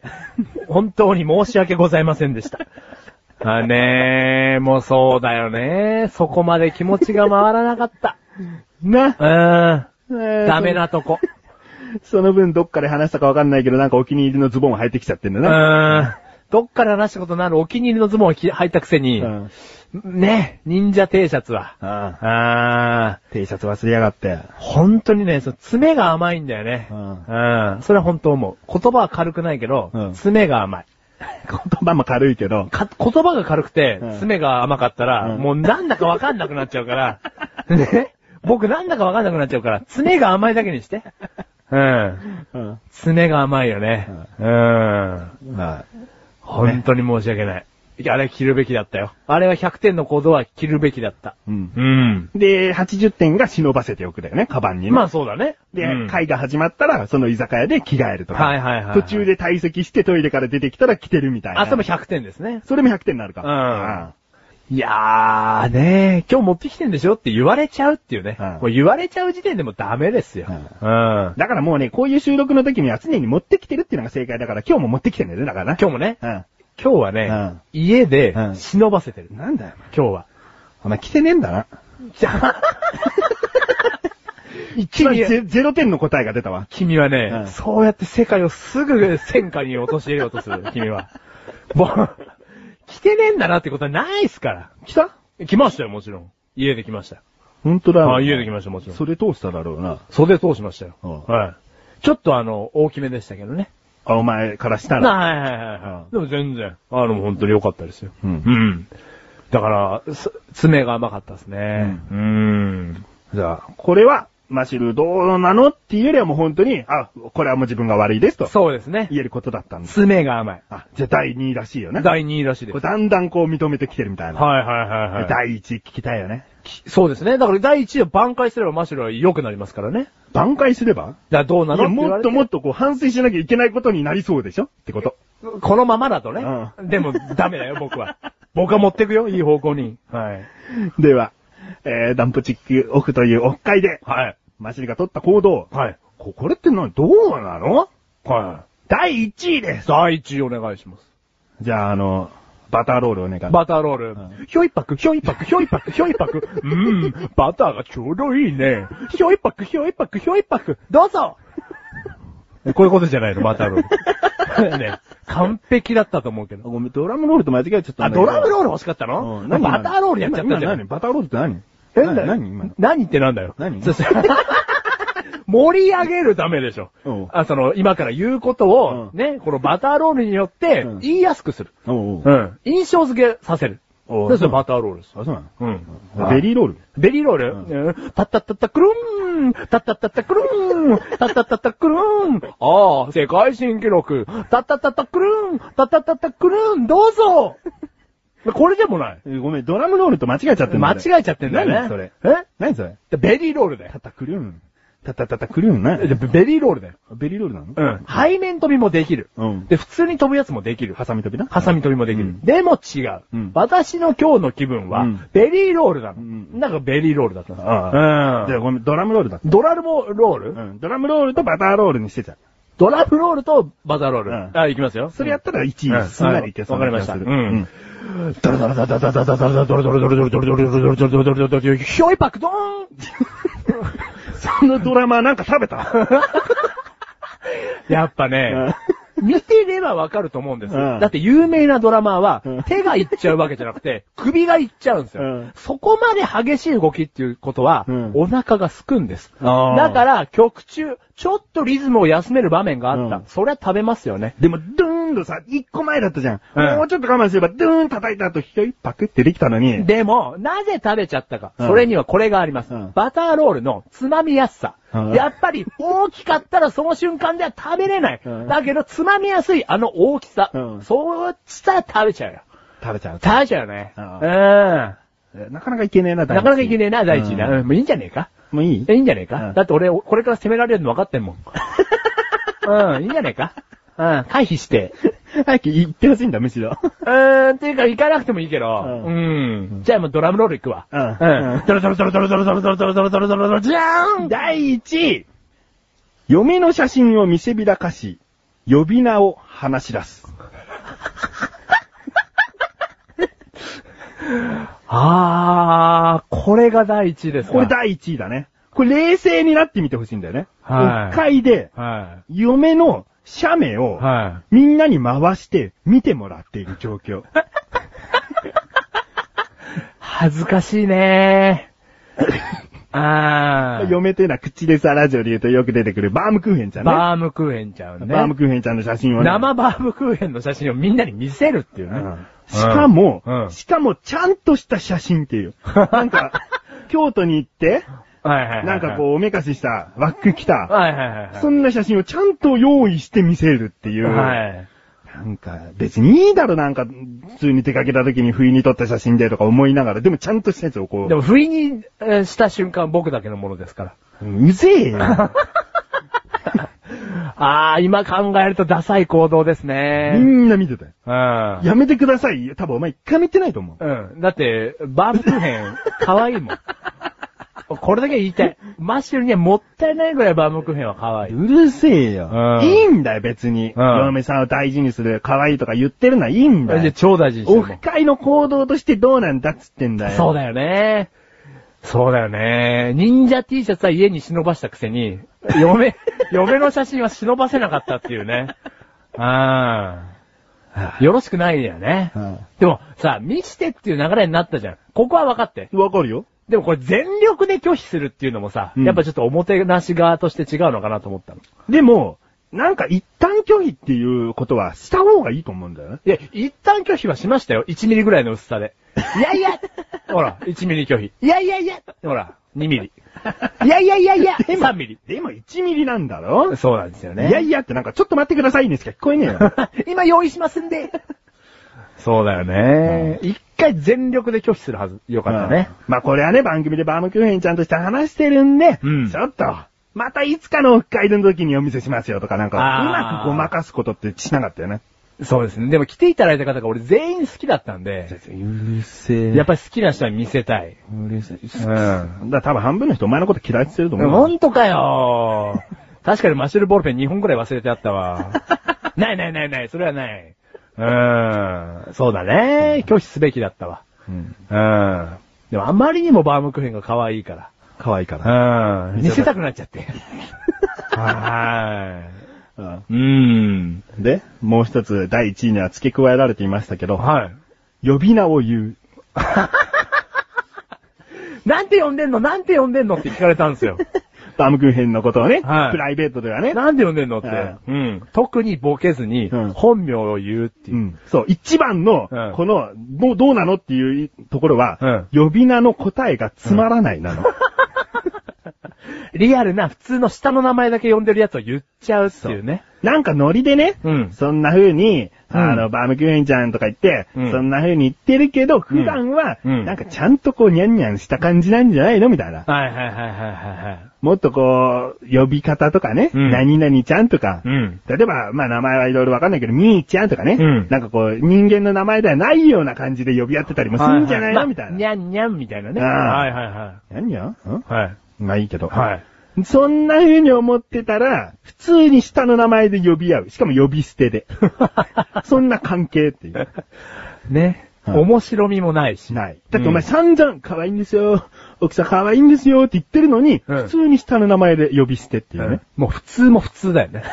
Speaker 4: 本当に申し訳ございませんでした。あねえ、もうそうだよね。そこまで気持ちが回らなか った。
Speaker 1: な、
Speaker 4: う
Speaker 1: え
Speaker 4: ー
Speaker 1: ー
Speaker 4: ん。ダメな。とこ。
Speaker 1: その分どっから話したかわかんないけど、なんかお気に入りのズボン入ってきちゃってんだ
Speaker 4: う
Speaker 1: な。
Speaker 4: ーん。どっから話したことのあるお気に入りのズボンを着入ったくせに、
Speaker 1: うん
Speaker 4: ね、忍者 T シャツは。
Speaker 1: ああ
Speaker 4: あー
Speaker 1: T シャツ忘れやがって。
Speaker 4: 本当にね、その爪が甘いんだよね。
Speaker 1: うん
Speaker 4: うん。それは本当思う。言葉は軽くないけど、
Speaker 1: うん
Speaker 4: 爪が甘い。
Speaker 1: 言葉も軽いけど。
Speaker 4: か、言葉が軽くて
Speaker 1: うん、
Speaker 4: 爪が甘かったら、
Speaker 1: うん
Speaker 4: もうなんだかわかんなくなっちゃうから、 ね僕なんだかわかんなくなっちゃうから、爪が甘いだけに して。うん。
Speaker 1: うん。
Speaker 4: 爪が甘いよね。うん。
Speaker 1: は
Speaker 4: 本当に申し訳ない。いやあれ切るべきだったよ。あれは100点の行動は切るべきだった。
Speaker 1: い。うん。
Speaker 4: うん。
Speaker 1: で、80点が忍ばせておくだよね、カバンにね。
Speaker 4: まあそうだね。
Speaker 1: で、
Speaker 4: うん
Speaker 1: 会が始まったら、その居酒屋で着替えるとか。
Speaker 4: はいはいはいはい
Speaker 1: 途中で退席してトイレから出てきたら着てるみたいな。
Speaker 4: あ、それも100点ですね。
Speaker 1: それも100点になるか。
Speaker 4: うんいやーねー、今日持ってきてんでしょって言われちゃうっていうね。
Speaker 1: うん
Speaker 4: もう言われちゃう時点でもうダメですよ。うん
Speaker 1: だからもうね、こういう収録の時には常に持ってきてるっていうのが正解だから、今日も持ってきてんだよね、だからな。
Speaker 4: 今日もね、
Speaker 1: 日。
Speaker 4: 今日はね、
Speaker 1: うん
Speaker 4: 家で
Speaker 1: うん
Speaker 4: 忍ばせてる。
Speaker 1: うん。なんだよ、お前
Speaker 4: 今日は。
Speaker 1: お前着てねえんだな。
Speaker 4: じゃあ
Speaker 1: 一番
Speaker 4: 君
Speaker 1: ゼゼロ点の答えが出たわ。
Speaker 4: 君はね、
Speaker 1: うん
Speaker 4: そうやって世界をすぐ戦火に陥れようとする、君は。もう、来てねえんだなってことはないっすから。
Speaker 1: 着た
Speaker 4: 来ましたよ、もちろん。家で来ましたよ。
Speaker 1: 本当だよ。
Speaker 4: あ家で来ました、もちろん。
Speaker 1: それ通しただろうな。
Speaker 4: 袖通しましたよ。
Speaker 1: うん
Speaker 4: はい。ちょっとあの、大きめでしたけどね。
Speaker 1: あ、お前からしたら。
Speaker 4: はいはいはいはい。でも全然、あの、本当に良かったですよ。
Speaker 1: うん
Speaker 4: うん。だから、す爪が甘かったですね。うん。
Speaker 1: じゃあ、これは、マシルどうなのっていうよりはもう本当に、あ、これはもう自分が悪いですと。
Speaker 4: そうですね。
Speaker 1: 言えることだったんです。
Speaker 4: 爪が甘い。
Speaker 1: あ、じゃあ第2位らしいよね。
Speaker 4: 第2位らしいで
Speaker 1: こ
Speaker 4: す。
Speaker 1: れだんだんこう認めてきてるみたいな。
Speaker 4: はいはいはいはい。
Speaker 1: 第1位聞きたいよね。
Speaker 4: そうですね。だから第1位を挽回すればマシュルは良くなりますからね。
Speaker 1: 挽回すれば
Speaker 4: だからどうないの
Speaker 1: や、もっと
Speaker 4: って
Speaker 1: もっとこう反省しなきゃいけないことになりそうでしょって こと。
Speaker 4: 言われてこのままだとね。でもダメだよ、僕は。 僕は持ってくよ、いい方向に。はい。
Speaker 1: では、えー、ダンプチックオフというオフ会で、
Speaker 4: はい。
Speaker 1: マシルが取った行動。
Speaker 4: はい。
Speaker 1: ここれって何どうなの
Speaker 4: は
Speaker 1: 第1位で
Speaker 4: い。
Speaker 1: す
Speaker 4: 第1位お願いします。
Speaker 1: じゃあ、あの、バターロールお願い。
Speaker 4: バターロール。
Speaker 1: う
Speaker 4: ひょいぱく、ひょいぱく、ひょいぱく、ひょいぱく。うん、バターがちょうどいいね。ひょいぱく、ひょいぱく、ひょいぱく。どうぞ こういうことじゃないの、バターロール。 ね、完璧だったと思うけど。
Speaker 1: ごめん、ドラムロールと間違えちゃった
Speaker 4: あ、ドラム
Speaker 1: ー
Speaker 4: ロール欲しかったの、
Speaker 1: うん、
Speaker 4: バターロールやっちゃったじ
Speaker 1: 今今
Speaker 4: ゃ
Speaker 1: 何
Speaker 4: ん。
Speaker 1: バターロールって何
Speaker 4: だ
Speaker 1: な何今の
Speaker 4: 何ってなんだよ。
Speaker 1: 何
Speaker 4: そして盛り上げるためでしょ
Speaker 1: うん。
Speaker 4: あ、その、今から言うことを、
Speaker 1: うん
Speaker 4: ね、このバターロールによって
Speaker 1: うん、
Speaker 4: 言いやすくする。
Speaker 1: おうおう
Speaker 4: うん。印象付けさせる。
Speaker 1: おう
Speaker 4: そうするとバターロールです。
Speaker 1: あ、そうなの
Speaker 4: うん。
Speaker 1: ベリーロール
Speaker 4: ベリーロール、うん、タッタッタッタクルーンタッタッタッタクルーンタッタッタッタクルーンああ、世界新記録タッタッタッタクルーンタッタッタッタクルーンどうぞこれでもない。
Speaker 1: えごめん、ドラムロールと間違えちゃってん
Speaker 4: 間
Speaker 1: だ。
Speaker 4: 違えちゃってんだよね。
Speaker 1: 何それ。
Speaker 4: え
Speaker 1: 何それ
Speaker 4: ベリーロールだよ
Speaker 1: タ。タクルーン。タタタタクルーンな。
Speaker 4: ベベリーロールだよ。
Speaker 1: ベリーロールなの
Speaker 4: うん。背面飛びもできる。
Speaker 1: うん
Speaker 4: で、普通に飛ぶやつもできる。
Speaker 1: ハサミ飛びな
Speaker 4: ハサミ飛びもできる。
Speaker 1: うん
Speaker 4: でも違う、
Speaker 1: うん
Speaker 4: 私の今日の気分は、
Speaker 1: うん
Speaker 4: ベリーロールなの、
Speaker 1: うん
Speaker 4: なんかベリーロールだったの。
Speaker 1: あ
Speaker 4: うん
Speaker 1: じゃあごめん、ドラムロールだ。
Speaker 4: ドラルもロール、
Speaker 1: うん。ドラムロールとバターロールにしてちゃう。
Speaker 4: ドラムロールとバターロール。
Speaker 1: うん
Speaker 4: あ、いきますよ。
Speaker 1: それやったら
Speaker 4: う
Speaker 1: 1位、すんなりいけそうな気がする。
Speaker 4: わかりまドロドロドロドロドロドロドロドロドロドロドロドロドロドロドロドロドロドロひょい ぱくどーん
Speaker 1: うん。そのドラマーなんか食べた
Speaker 4: やっぱね、見てればわかると思うんです。
Speaker 1: うん
Speaker 4: だって有名なドラマーは
Speaker 1: うん、
Speaker 4: 手がいっちゃうわけじゃなく て、首がいっちゃうんですよ。
Speaker 1: うん
Speaker 4: そこまで激しい動きっていうことは、
Speaker 1: うん
Speaker 4: お腹がすくんです。
Speaker 1: あー
Speaker 4: だから、曲中、ちょっとリズムを休める場面があった。
Speaker 1: うん
Speaker 4: そりゃ食べますよね。
Speaker 1: でも、ドゥーンとさ、1個前だったじゃん。
Speaker 4: うん
Speaker 1: もうちょっと我慢すれば、ドゥーン叩いた後、ひょいパクってできたのに。
Speaker 4: でも、なぜ食べちゃったか。
Speaker 1: うん
Speaker 4: それにはこれがあります。
Speaker 1: うん
Speaker 4: バターロールのつまみやすさ。
Speaker 1: うん
Speaker 4: やっぱり大きかったらその瞬間では食べれない。
Speaker 1: うん
Speaker 4: だけど、つまみやすいあの大きさ。
Speaker 1: うん
Speaker 4: そうしたら食べちゃうよ。
Speaker 1: 食べちゃう。
Speaker 4: 食べちゃうよね。
Speaker 1: う
Speaker 4: うんん。
Speaker 1: えなかなかいけねえな、
Speaker 4: なかなかいけねえな、第一な。
Speaker 1: うん
Speaker 4: うんもういいんじゃねえか
Speaker 1: もういい
Speaker 4: えいいんじゃねえか、
Speaker 1: うん
Speaker 4: だって俺、これから攻められるの分かってん もん。うん、いいんじゃねえかうん、回避して。
Speaker 1: 早く行ってほしいんだ、むしろ。
Speaker 4: うーん、っていうか、行かなくてもいいけど。
Speaker 1: うん
Speaker 4: うん。じゃあもうドラムロール行くわ。
Speaker 1: うん
Speaker 4: うん。ドロドロドロドロドロドロドロドロドロドロドロじゃーん
Speaker 1: 第一位嫁の写真を見せびらかし、呼び名を話し出す。
Speaker 4: あー、これが第一位ですか
Speaker 1: これ第一位だね。これ冷静になってみてほしいんだよね。
Speaker 4: はい
Speaker 1: 一回で、
Speaker 4: は
Speaker 1: 嫁の写メ
Speaker 4: い。
Speaker 1: を、
Speaker 4: は
Speaker 1: みんなに回して見てもらっている状況。
Speaker 4: い。恥ずかしいね ー。あー。
Speaker 1: 嫁というのは口でさ、ラジオで言うとよく出てくるバームクーヘンちゃんね。
Speaker 4: バームクーヘンちゃうね。
Speaker 1: バームクーヘンちゃんの写真をね。
Speaker 4: 生バームクーヘンの写真をみんなに見せるっていうね。
Speaker 1: しかも、
Speaker 4: うん
Speaker 1: しかもちゃんとした写真っていう。 なんか、京都に行って、
Speaker 4: はいはいはい。
Speaker 1: なんかこう、おめかしした、ワック着
Speaker 4: う
Speaker 1: た、
Speaker 4: はいはいはいはい。
Speaker 1: そんな写真をちゃんと用意して見せるっていう。
Speaker 4: はい。
Speaker 1: なんか、別にいいだろ、なんか、普通に出かけた時に不意に撮った写真でとか思いながら、でもちゃんとしたやつをこ
Speaker 4: でも、不意にえーした瞬間僕だけのものですか
Speaker 1: う、うぜえ よ。
Speaker 4: ら。あー、今考えるとダサい行動です
Speaker 1: み
Speaker 4: ね。
Speaker 1: んな見てたよ。
Speaker 4: うん。
Speaker 1: やめてくださいよ。多分お前一回も言ってないと思う。
Speaker 4: うん。だって、バームクーヘ ン、可愛いもん。これだけ言いたい。マッシュルにはもったいないぐらいバームクーヘンは可愛い。
Speaker 1: うるせえよ。
Speaker 4: うん
Speaker 1: いいんだよ、別に。
Speaker 4: うん
Speaker 1: 嫁さんを大事にする、可愛いとか言ってるのはいいんだ
Speaker 4: で
Speaker 1: よ。
Speaker 4: 超大事にして
Speaker 1: オ
Speaker 4: るも
Speaker 1: フ
Speaker 4: ん。
Speaker 1: 会の行動としてどうなんだっつってんだよ。
Speaker 4: そうだよね。そうだよね。忍者 T シャツは家に忍ばしたくせに、嫁、嫁の写真は忍ばせなかったっていうね。あ
Speaker 1: は
Speaker 4: あ。よろしくないんだよね。
Speaker 1: は
Speaker 4: でも、さ、見してっていう流れになったじゃん。ここは分かって。
Speaker 1: い。わかるよ。
Speaker 4: でもこれ全力で拒否するっていうのもさ、
Speaker 1: うん
Speaker 4: やっぱちょっとおもてなし側として違うのかなと思ったの。
Speaker 1: でも、なんか一旦拒否っていうことはした方がいいと思うんだよね。
Speaker 4: いや、一旦拒否はしましたよ。1ミリぐらいの薄さで。いやいやほら、1ミリ拒否。いやいやいやほら、2ミリ。いやいやいやいや !3 ミリ。
Speaker 1: でも1ミリなんだろ
Speaker 4: そうなんですよね。
Speaker 1: いやいやってなんかちょっと待ってくださいにしか聞こえねえよ。
Speaker 4: 今用意しますんで。そうだよね。一回全力で拒否するはず。よかったね。
Speaker 1: うんまあこれはね、番組でバームクーヘンちゃんとして話してるんで、
Speaker 4: うん
Speaker 1: ちょっと、またいつかのオフ会の時にお見せしますよとかなんか、う
Speaker 4: あー
Speaker 1: まくごまかすことってしなかったよね。
Speaker 4: そうですね。でも来ていただいた方が俺全員好きだったんで、
Speaker 1: うるせ
Speaker 4: やっぱり好きな人に見せたい。
Speaker 1: うるせえ。だ
Speaker 4: う
Speaker 1: か
Speaker 4: ん。
Speaker 1: ら多分半分の人お前のこと嫌いにしてると思う。
Speaker 4: ほんとかよ確かにマッシュルボールペン2本くらい忘れてあったわ。 ないないないない、それはない。うーん。そうだね。拒否すべきだったわ。
Speaker 1: うん。
Speaker 4: うん。でもあまりにもバームクーヘンが可愛いか
Speaker 1: 可愛いから。
Speaker 4: ら。うん。見せたくなっちゃって。は
Speaker 1: うん
Speaker 4: ーい。うん。
Speaker 1: で、もう一つ第一位には付け加えられていましたけど、
Speaker 4: はい。
Speaker 1: 呼び名を言う。
Speaker 4: なんて呼んでんのなんて呼んでんのって聞かれたんです よ。
Speaker 1: バームクーヘンのことをね、
Speaker 4: はい
Speaker 1: プライベートではね、
Speaker 4: なんて呼んでんのって
Speaker 1: は。
Speaker 4: うん。特にボケずに
Speaker 1: うん、
Speaker 4: 本名を言うっていうう。
Speaker 1: んそう、一番の
Speaker 4: うん、
Speaker 1: この、どう、どうなのっていうところは、呼び名の答えがつまらないなの。
Speaker 4: リアルな普通の下の名前だけ呼んでるやつを言っちゃうっていうね。
Speaker 1: なんかノリでね、
Speaker 4: うん
Speaker 1: そんな風に、
Speaker 4: うん
Speaker 1: あの、バームクーヘンちゃんとか言って、
Speaker 4: うん
Speaker 1: そんな風に言ってるけど、普段は、
Speaker 4: うん
Speaker 1: なんかちゃんとこう、ニャンニャンした感じなんじゃないのみたいな。
Speaker 4: はいはいはいはいはいはい。
Speaker 1: もっとこう、呼び方とかね、
Speaker 4: うん
Speaker 1: 何々ちゃんとか、
Speaker 4: うん。
Speaker 1: 例えば、まあ名前はいろいろわかんないけど、みーちゃんとかね、
Speaker 4: うん
Speaker 1: なんかこう、人間の名前ではないような感じで呼び合ってたりもするんじゃないの、みたい
Speaker 4: に
Speaker 1: な。
Speaker 4: ゃんにゃんみたいなね。
Speaker 1: ああ
Speaker 4: はいはいは
Speaker 1: 何やん
Speaker 4: い。はい。
Speaker 1: まあいいけど。
Speaker 4: はい。
Speaker 1: そんな風に思ってたら、普通に下の名前で呼び合う。しかも呼び捨て で。そんな関係っていう。
Speaker 4: ね。
Speaker 1: はい
Speaker 4: 面白みもないし。
Speaker 1: ない。だってお前散々可愛いんですよ。奥さん可愛いんですよって言ってるのに、
Speaker 4: うん
Speaker 1: 普通に下の名前で呼び捨てっていうね。
Speaker 4: もう普通も普通だよ ね。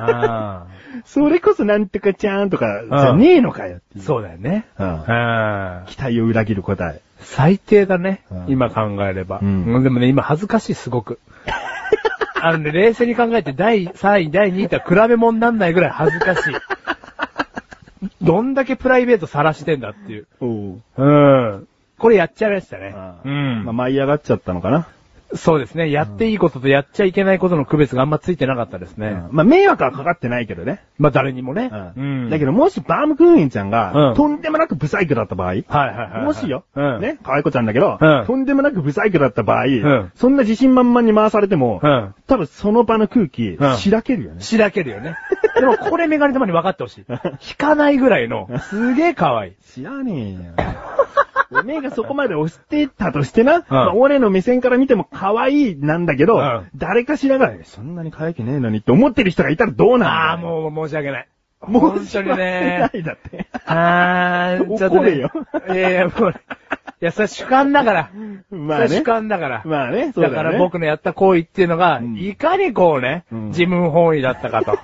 Speaker 4: あ
Speaker 1: それこそなんとかちゃんとかじゃ
Speaker 4: うん
Speaker 1: ねえのかよって
Speaker 4: あ
Speaker 1: いう。
Speaker 4: そうだよね。
Speaker 1: うん
Speaker 4: ああ
Speaker 1: 期待を裏切る答え。
Speaker 4: 最低だね
Speaker 1: うん。
Speaker 4: 今考えれば。
Speaker 1: うん
Speaker 4: うんでもね、今恥ずかしい、すごく。 あのね、冷静に考えて、第3位、第2位とは比べ物になんないぐらい恥ずかしい。どんだけプライベート晒してんだっていう。
Speaker 1: おう
Speaker 4: うん。これやっちゃいましたね。
Speaker 1: ま
Speaker 4: うん。
Speaker 1: あ舞い上がっちゃったのかな。
Speaker 4: そうですね。やっていいこととやっちゃいけないことの区別があんまついてなかったですね。
Speaker 1: うんまあ、迷惑はかかってないけどね。
Speaker 4: まあ誰にもね。
Speaker 1: うん。だけ
Speaker 4: ど、
Speaker 1: ど、もしバームクーヘンちゃん
Speaker 4: う
Speaker 1: が
Speaker 4: ん、
Speaker 1: とんでもなくブサイクだった場合、
Speaker 4: はいはい はいはい。
Speaker 1: もしよ、
Speaker 4: うん。
Speaker 1: ね、可愛い子ちゃんだけど、
Speaker 4: うん
Speaker 1: とんでもなくブサイクだった場合、
Speaker 4: ん
Speaker 1: そんな自信満々に回されても、
Speaker 4: うん。
Speaker 1: 多分その場の空気、
Speaker 4: うん
Speaker 1: しらけるよね。
Speaker 4: しらけ るよね。でもこれメガネ玉に分かってほしい。引かないぐらいの、すげえ 可愛い。
Speaker 1: 知らね えよ。おめえがそこまで押してたとしてな、まあ、俺の目線から見ても可愛いなんだけど、
Speaker 4: うん
Speaker 1: 誰かしらが、そんなに可愛くねえのにって思ってる人がいたらどう
Speaker 4: あ
Speaker 1: な
Speaker 4: あ、
Speaker 1: んだ
Speaker 4: もう申し訳ない。
Speaker 1: う、もう
Speaker 4: 本当にね
Speaker 1: な。いだって。
Speaker 4: あー、ちょっと、
Speaker 1: 怒れ
Speaker 4: ね
Speaker 1: よ。
Speaker 4: いやいや、もう、いや、それ主観だから。
Speaker 1: ま
Speaker 4: そ
Speaker 1: あ
Speaker 4: れ主
Speaker 1: ね。
Speaker 4: 観だから。
Speaker 1: まあね、そうだ,、
Speaker 4: だ
Speaker 1: ね、
Speaker 4: から僕のやった行為っていうのが、
Speaker 1: うん
Speaker 4: いかにこうね、
Speaker 1: うん
Speaker 4: 自分本位だったかと。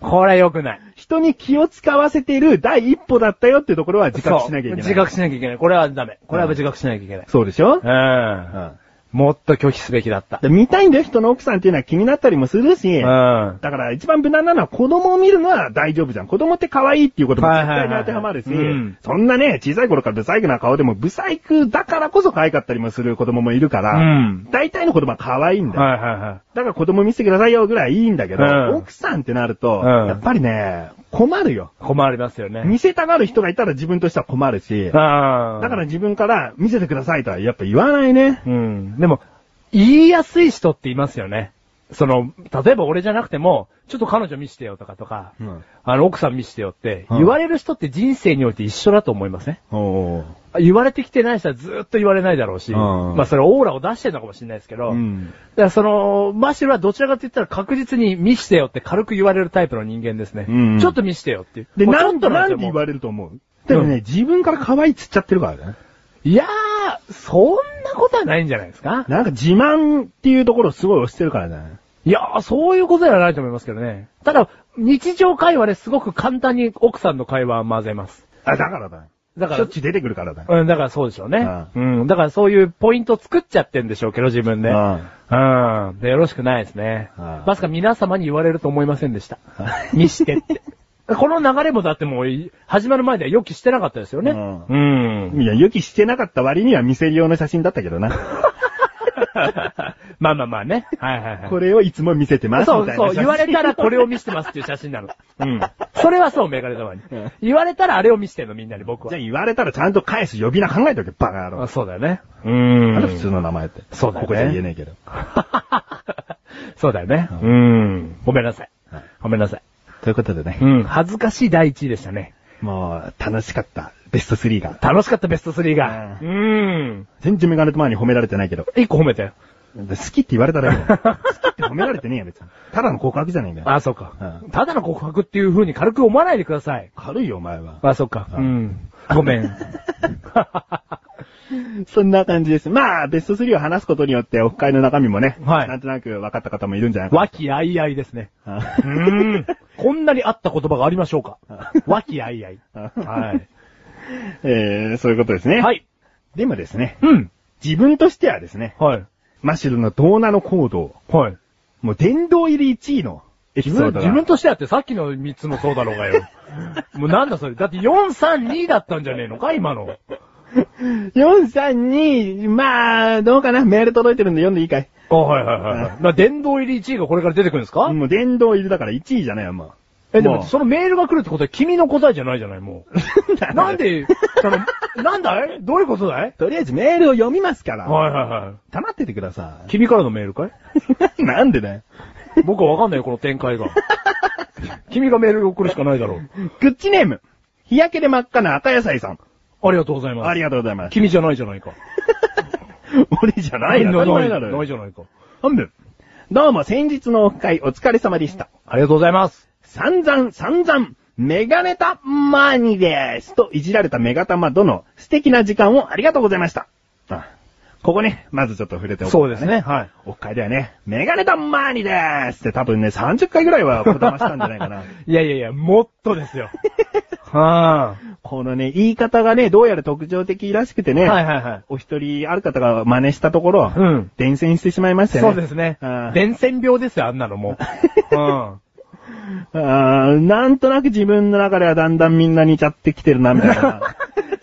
Speaker 4: これは良くない。
Speaker 1: 人に気を使わせている第一歩だったよっていうところは自覚しなきゃいけない。
Speaker 4: そう自覚しなきゃいけない。これはダメ。これは自覚しなきゃいけない。
Speaker 1: そうでしょ、
Speaker 4: うん。
Speaker 1: ん
Speaker 4: もっと拒否すべきだった。
Speaker 1: で見たいんだよ、人の奥さんっていうのは気になったりもするし、
Speaker 4: う
Speaker 1: だ
Speaker 4: ん。
Speaker 1: から一番無難なのは子供を見るのは大丈夫じゃん。子供って可愛いっていうことも
Speaker 4: はい
Speaker 1: 絶
Speaker 4: はいはい
Speaker 1: 対に当てはまるし
Speaker 4: うん、
Speaker 1: そんなね、小さい頃からブサイクな顔でも、ブサイクだからこそ可愛かったりもする子供もいるか
Speaker 4: う
Speaker 1: ら、
Speaker 4: ん。
Speaker 1: 大体の子供は可愛いんだよ。
Speaker 4: はいはいはい。
Speaker 1: だから子供見せてくださいよぐらいいいんだけど、
Speaker 4: うん
Speaker 1: 奥さんってなると、
Speaker 4: うん
Speaker 1: やっぱりね、困るよ。
Speaker 4: 困りますよね。
Speaker 1: 見せたがる人がいたら自分としては困るし、
Speaker 4: ああ。
Speaker 1: だから、自分から見せてくださいとはやっぱ言わないね。
Speaker 4: うん。でも、言いやすい人っていますよね。その、例えば俺じゃなくても、ちょっと彼女見してよとかとか、
Speaker 1: うん
Speaker 4: あの、奥さん見してよって、
Speaker 1: うん
Speaker 4: 言われる人って人生において一緒だと思いません、
Speaker 1: おう
Speaker 4: 言われてきてない人はずーっと言われないだろうし、
Speaker 1: うん
Speaker 4: まあそれオーラを出してるのかもしれないですけど、
Speaker 1: うん
Speaker 4: だからその、マシュルはどちらかと言ったら確実に見してよって軽く言われるタイプの人間ですね。
Speaker 1: うんうん
Speaker 4: ちょっと見してよっていう。
Speaker 1: で、
Speaker 4: もうち
Speaker 1: な
Speaker 4: ょっ
Speaker 1: ん
Speaker 4: と
Speaker 1: と
Speaker 4: な
Speaker 1: なんん
Speaker 4: で
Speaker 1: て
Speaker 4: すよ
Speaker 1: 言
Speaker 4: もう
Speaker 1: われると思うでもね、自分から可愛いっつっちゃってるからね。
Speaker 4: いやー、そんなことはないんじゃないですか
Speaker 1: なんか自慢っていうところをすごい押してるからね。
Speaker 4: いやー、そういうことではないと思いますけどね。ただ、日常会話ですごく簡単に奥さんの会話は混ぜます。
Speaker 1: あ、だからだ。
Speaker 4: だか
Speaker 1: しょ
Speaker 4: ら
Speaker 1: っ、ちゅう出てくるからだ。
Speaker 4: うん、だからそうでしょうね。
Speaker 1: う
Speaker 4: うん、だからそういうポイントを作っちゃってんでしょうけど、自分で。
Speaker 1: う
Speaker 4: うん。で、よろしくないですね。
Speaker 1: うん
Speaker 4: まさか皆様に言われると思いませんでした。見して って。この流れもだってもうい、始まる前では予期してなかったですよね。
Speaker 1: う
Speaker 4: うん。
Speaker 1: ん。いや、予期してなかった割には見せる用の写真だったけどな。
Speaker 4: まあまあまあね。はいはいはい。
Speaker 1: これをいつも見せてます
Speaker 4: そ
Speaker 1: み
Speaker 4: う
Speaker 1: たいな写真。
Speaker 4: そう、言われたらこれを見せてますっていう写真な の。
Speaker 1: うん。じゃ
Speaker 4: それはそう、メガネ玉に
Speaker 1: うん。
Speaker 4: 言われたらあれを見せてんの、みんなに僕
Speaker 1: あ
Speaker 4: は。
Speaker 1: 言われたらちゃんと返す呼び名考えておけ、バカ野
Speaker 4: あ
Speaker 1: 郎。
Speaker 4: そうだよね。う
Speaker 1: なんだ普通
Speaker 4: ん。
Speaker 1: の名前って。
Speaker 4: そうだよね
Speaker 1: ここじゃ言えねえけど。
Speaker 4: そうだよね。
Speaker 1: う
Speaker 4: うん。ごめんなさい
Speaker 1: はい。
Speaker 4: ごめんなさい。
Speaker 1: ということでね
Speaker 4: う、ん。恥ずかしい第一位でしたね。
Speaker 1: もう楽しかった。ベスト3が。
Speaker 4: 楽しかったベスト3が。
Speaker 1: う
Speaker 4: うん。
Speaker 1: 全然メガネと前に褒められてないけど。
Speaker 4: 一個褒めたよ。
Speaker 1: 好きって言われただけだよ。好きって褒められてねえよ、別に。ただの告白じゃねえかよ。
Speaker 4: あ、そうか
Speaker 1: う。
Speaker 4: ただの告白っていう風に軽く思わないでください。
Speaker 1: 軽いよ、お前は。
Speaker 4: あ、そうか。
Speaker 1: う
Speaker 4: うん。ごめ ん。
Speaker 1: そんな感じです。まあ、ベスト3を話すことによって、オフ会の中身もね、
Speaker 4: はい
Speaker 1: なんとなく分かった方もいるんじゃないか
Speaker 4: 和気あいあいですね。
Speaker 1: な。
Speaker 4: うーん。こんなにあった言葉がありましょうか
Speaker 1: あ。
Speaker 4: 和気あいあい。
Speaker 1: あ
Speaker 4: はい。
Speaker 1: えー、そういうことですね。
Speaker 4: はい。
Speaker 1: でもですね、
Speaker 4: うん。
Speaker 1: 自分としてはですね、
Speaker 4: はい。
Speaker 1: マシュルの動画の行動、
Speaker 4: はい。
Speaker 1: もう殿堂入り1位のエピ
Speaker 4: 自
Speaker 1: ソー
Speaker 4: 分、
Speaker 1: ドが
Speaker 4: 自分としてだってさっきの3つもそうだろうがよ。もうなんだそれ。だって432だったんじゃねえのか今の。
Speaker 1: 432、まあ、どうかなメール届いてるんで読んでいいかい
Speaker 4: あ、はいはいはいはい。な、殿堂入り1位がこれから出てくるんですか
Speaker 1: もう殿堂入りだから1位じゃないよ、もう。
Speaker 4: え、で
Speaker 1: う
Speaker 4: も、そのメールが来るってことは君の答えじゃないじゃない、 もう。なんで、その、なんだいどういうことだい
Speaker 1: とりあえずメールを読みますから。
Speaker 4: はいはいは
Speaker 1: 黙っててくださ
Speaker 4: い。君からのメールかい
Speaker 1: い。 なんでだよ。
Speaker 4: 僕はわかんないよ、この展開 が。君がメールを送るしかないだろう。
Speaker 1: グッチネーム。日焼けで真っ赤な赤野菜さん。
Speaker 4: ありがとうございます。
Speaker 1: ありがとうございます。
Speaker 4: 君じゃないじゃないか。
Speaker 1: 俺じゃない
Speaker 4: な
Speaker 1: な。
Speaker 4: い、ない、
Speaker 1: だ
Speaker 4: ない
Speaker 1: ろ。
Speaker 4: じゃないか。
Speaker 1: 本部。どうも先日のオフ会お疲れ様でした。
Speaker 4: ありがとうございます。
Speaker 1: 散々散々、メガネタマーニです。といじられたメガタマ殿、素敵な時間をありがとうございました。あここね、まずちょっと触れておこ
Speaker 4: そうですね、はい。
Speaker 1: オフ会ではね、メガネタマーニですって多分ね、30回ぐらいはこだましたんじゃないか な。
Speaker 4: いやいやいや、もっとですよ。 は
Speaker 1: このね、言い方がね、どうやら特徴的らしくて
Speaker 4: い
Speaker 1: ね、
Speaker 4: はいはいはい。
Speaker 1: お一人ある方が真似したところ、
Speaker 4: うん
Speaker 1: 伝染してしまいましたよ
Speaker 4: そう
Speaker 1: ね。
Speaker 4: ですね
Speaker 1: うん。
Speaker 4: 伝染病ですよ、あんなのも う。うん。
Speaker 1: あーなんとなく自分の中ではだんだんみんな似ちゃってきてるな、みたいな。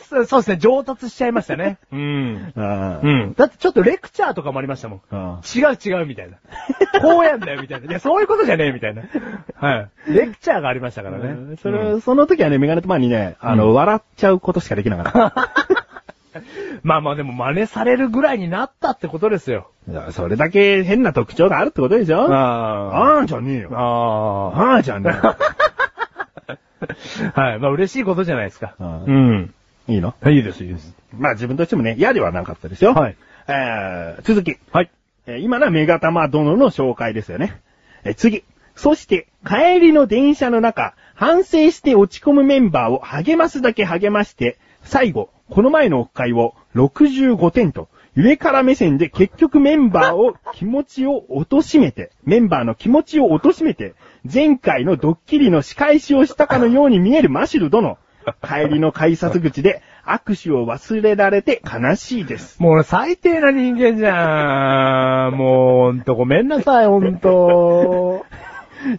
Speaker 4: そそうですね、上達しちゃいましたね。
Speaker 3: うん。
Speaker 1: あ
Speaker 3: う
Speaker 1: ー
Speaker 3: ん。
Speaker 4: だってちょっとレクチャーとかもありましたもん。
Speaker 1: あー。
Speaker 4: 違う違うみたいな。こうやんだよみたい な。いや、そういうことじゃねえみたいな。はい。レクチャーがありましたからね。
Speaker 1: それ、その時はね、メガネとマンにね、あの、笑っちゃうことしかできなかった。
Speaker 4: まあまあでも真似されるぐらいになったってことですよ。
Speaker 1: いやそれだけ変な特徴があるってことでしょ
Speaker 4: あ
Speaker 1: あーじゃねえ
Speaker 4: あ。
Speaker 1: よ。
Speaker 4: あ
Speaker 1: あーじゃね えよ。
Speaker 4: あ。はい。まあ嬉しいことじゃないですか。
Speaker 1: あー
Speaker 4: うん。
Speaker 1: いいの
Speaker 4: いいです、いいです。
Speaker 1: まあ自分としてもね、嫌ではなかったですよ。
Speaker 4: はい。
Speaker 1: えー、続き。
Speaker 4: はい。
Speaker 1: えー今のはメガタマ殿の紹介ですよね。えー次。そして、帰りの電車の中、反省して落ち込むメンバーを励ますだけ励まして、最後、この前のオフ会を65点と、上から目線で結局メンバーを気持ちを貶めて、メンバーの気持ちを貶めて、前回のドッキリの仕返しをしたかのように見えるマシル殿。帰りの改札口で握手を忘れられて悲しいです。
Speaker 4: もう俺最低な人間じゃん。もう、ほんとごめんなさい、ほんと。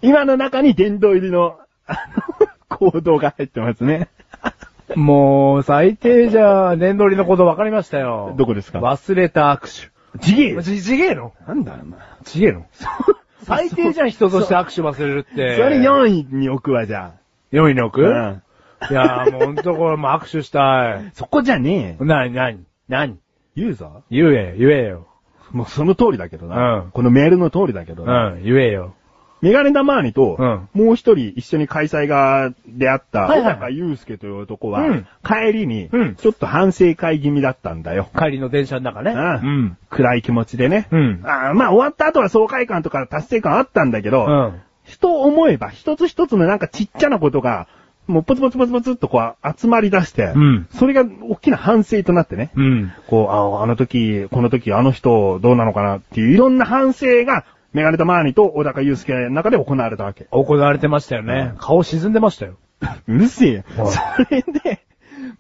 Speaker 1: 今の中に殿堂入りの、あの、行動が入ってますね。
Speaker 4: もう、最低じゃん。年取りのこと分かりましたよ。
Speaker 1: どこですか
Speaker 4: 忘れた握
Speaker 1: ちげえ
Speaker 4: 手。
Speaker 1: よ
Speaker 4: ち、ちげえの
Speaker 1: なんだろうな。
Speaker 4: ちげえの最低じゃん、人として握手忘れるって。
Speaker 1: それ4位に置くわ、じゃ
Speaker 4: 4位に置
Speaker 1: あ。
Speaker 4: く、いやーもうほんとこれもう握手した い。
Speaker 1: そこじゃねえ。
Speaker 4: なになになに
Speaker 1: ユーザー
Speaker 4: 言え、言えよ。
Speaker 1: もうその通りだけどな。
Speaker 4: うん
Speaker 1: このメールの通りだけど
Speaker 4: う
Speaker 1: な。
Speaker 4: ん、言えよ。
Speaker 1: メガネダマーニと、
Speaker 4: うん
Speaker 1: もう一人一緒に開催が出会った、
Speaker 4: はいはい
Speaker 1: 小高祐介という男は、
Speaker 4: うん
Speaker 1: 帰りに
Speaker 4: うん、
Speaker 1: ちょっと反省会気味だったんだよ。
Speaker 4: 帰りの電車の中ね。
Speaker 1: うん暗い気持ちでね。
Speaker 4: うん
Speaker 1: あーまあ終わった後は爽快感とか達成感あったんだけど、
Speaker 4: うん。うん。
Speaker 1: 人を思えば一つ一つのなんかちっちゃなことが、もうポツポツポツポツっとこう集まり出して、
Speaker 4: うん
Speaker 1: それが大きな反省となってね、
Speaker 4: うん。
Speaker 1: こう、ああの時、この時、あの人どうなのかなっていういろんな反省が、メガネとマーニと小高祐介の中で行われたわけ。
Speaker 4: 行われてましたよね。顔沈んでましたよ。
Speaker 1: うるせえよ
Speaker 4: はい
Speaker 1: それで、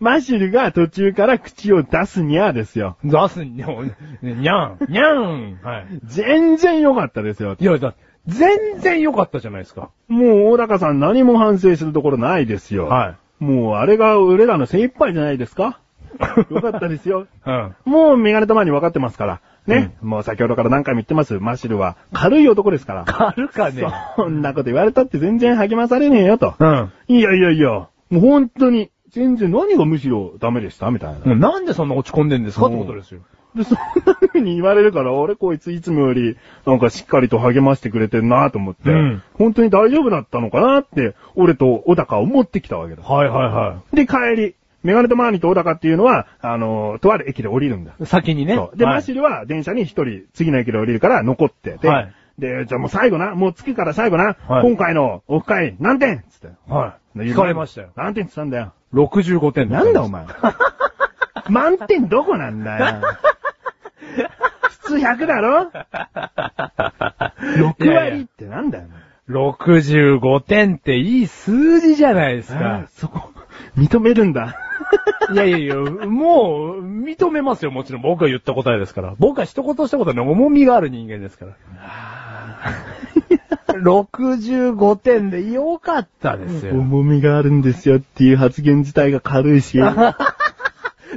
Speaker 1: マシュルが途中から口を出すにゃーですよ。
Speaker 4: 出すに、もうにゃん、にゃん。はい。
Speaker 1: 全然良かったですよ
Speaker 4: い。や、だ全然良かったじゃないですか。
Speaker 1: もう小高さん何も反省するところないですよ。
Speaker 4: はい。
Speaker 1: もうあれが俺らの精一杯じゃないです かよかったですよ。
Speaker 4: うん。
Speaker 1: もうメガネたまに分かってますから。ね。もう先ほどから何回も言ってます。マシルは軽い男ですから。
Speaker 4: 軽かね。
Speaker 1: そんなこと言われたって全然励まされねえよと。
Speaker 4: うん。
Speaker 1: いやいやいや、もう本当に、全然何がむしろダメでしたみたいな。
Speaker 4: もうなんでそんな落ち込んでんですかってことですよ。
Speaker 1: で、そんな風に言われるから、俺こいついつもより、なんかしっかりと励ましてくれてんなと思って、
Speaker 4: うん
Speaker 1: 本当に大丈夫だったのかなって、俺と小高は思ってきたわけだ。
Speaker 4: はいはいは
Speaker 1: で、帰り、メガネとマーニと小高っていうのは、あの、とある駅で降りるんだ。
Speaker 4: い。先にね。
Speaker 1: そうで、
Speaker 4: はい
Speaker 1: マシルは電車に一人、次の駅で降りるから残ってて、
Speaker 4: はい
Speaker 1: で、じゃあもう最後な、もう月から最後な、
Speaker 4: はい
Speaker 1: 今回のオフ会何点つって。
Speaker 4: はい。
Speaker 1: で
Speaker 4: 聞かれましたよ。
Speaker 1: 何点つったんだよ。
Speaker 4: 65点
Speaker 1: なんだお。 前。満点どこなんだよ。普通100だ ろ ?6 割ってなんだよ。
Speaker 4: 65点っていい数字じゃないです
Speaker 1: ああ
Speaker 4: か。
Speaker 1: そこ、認めるんだ。
Speaker 4: いやいやいや、もう、認めますよ、もちろん。僕が言った答えですから。僕は一言したことに重みがある人間です から。65点で良かったですよ。
Speaker 1: 重みがあるんですよっていう発言自体が軽いし。
Speaker 4: だ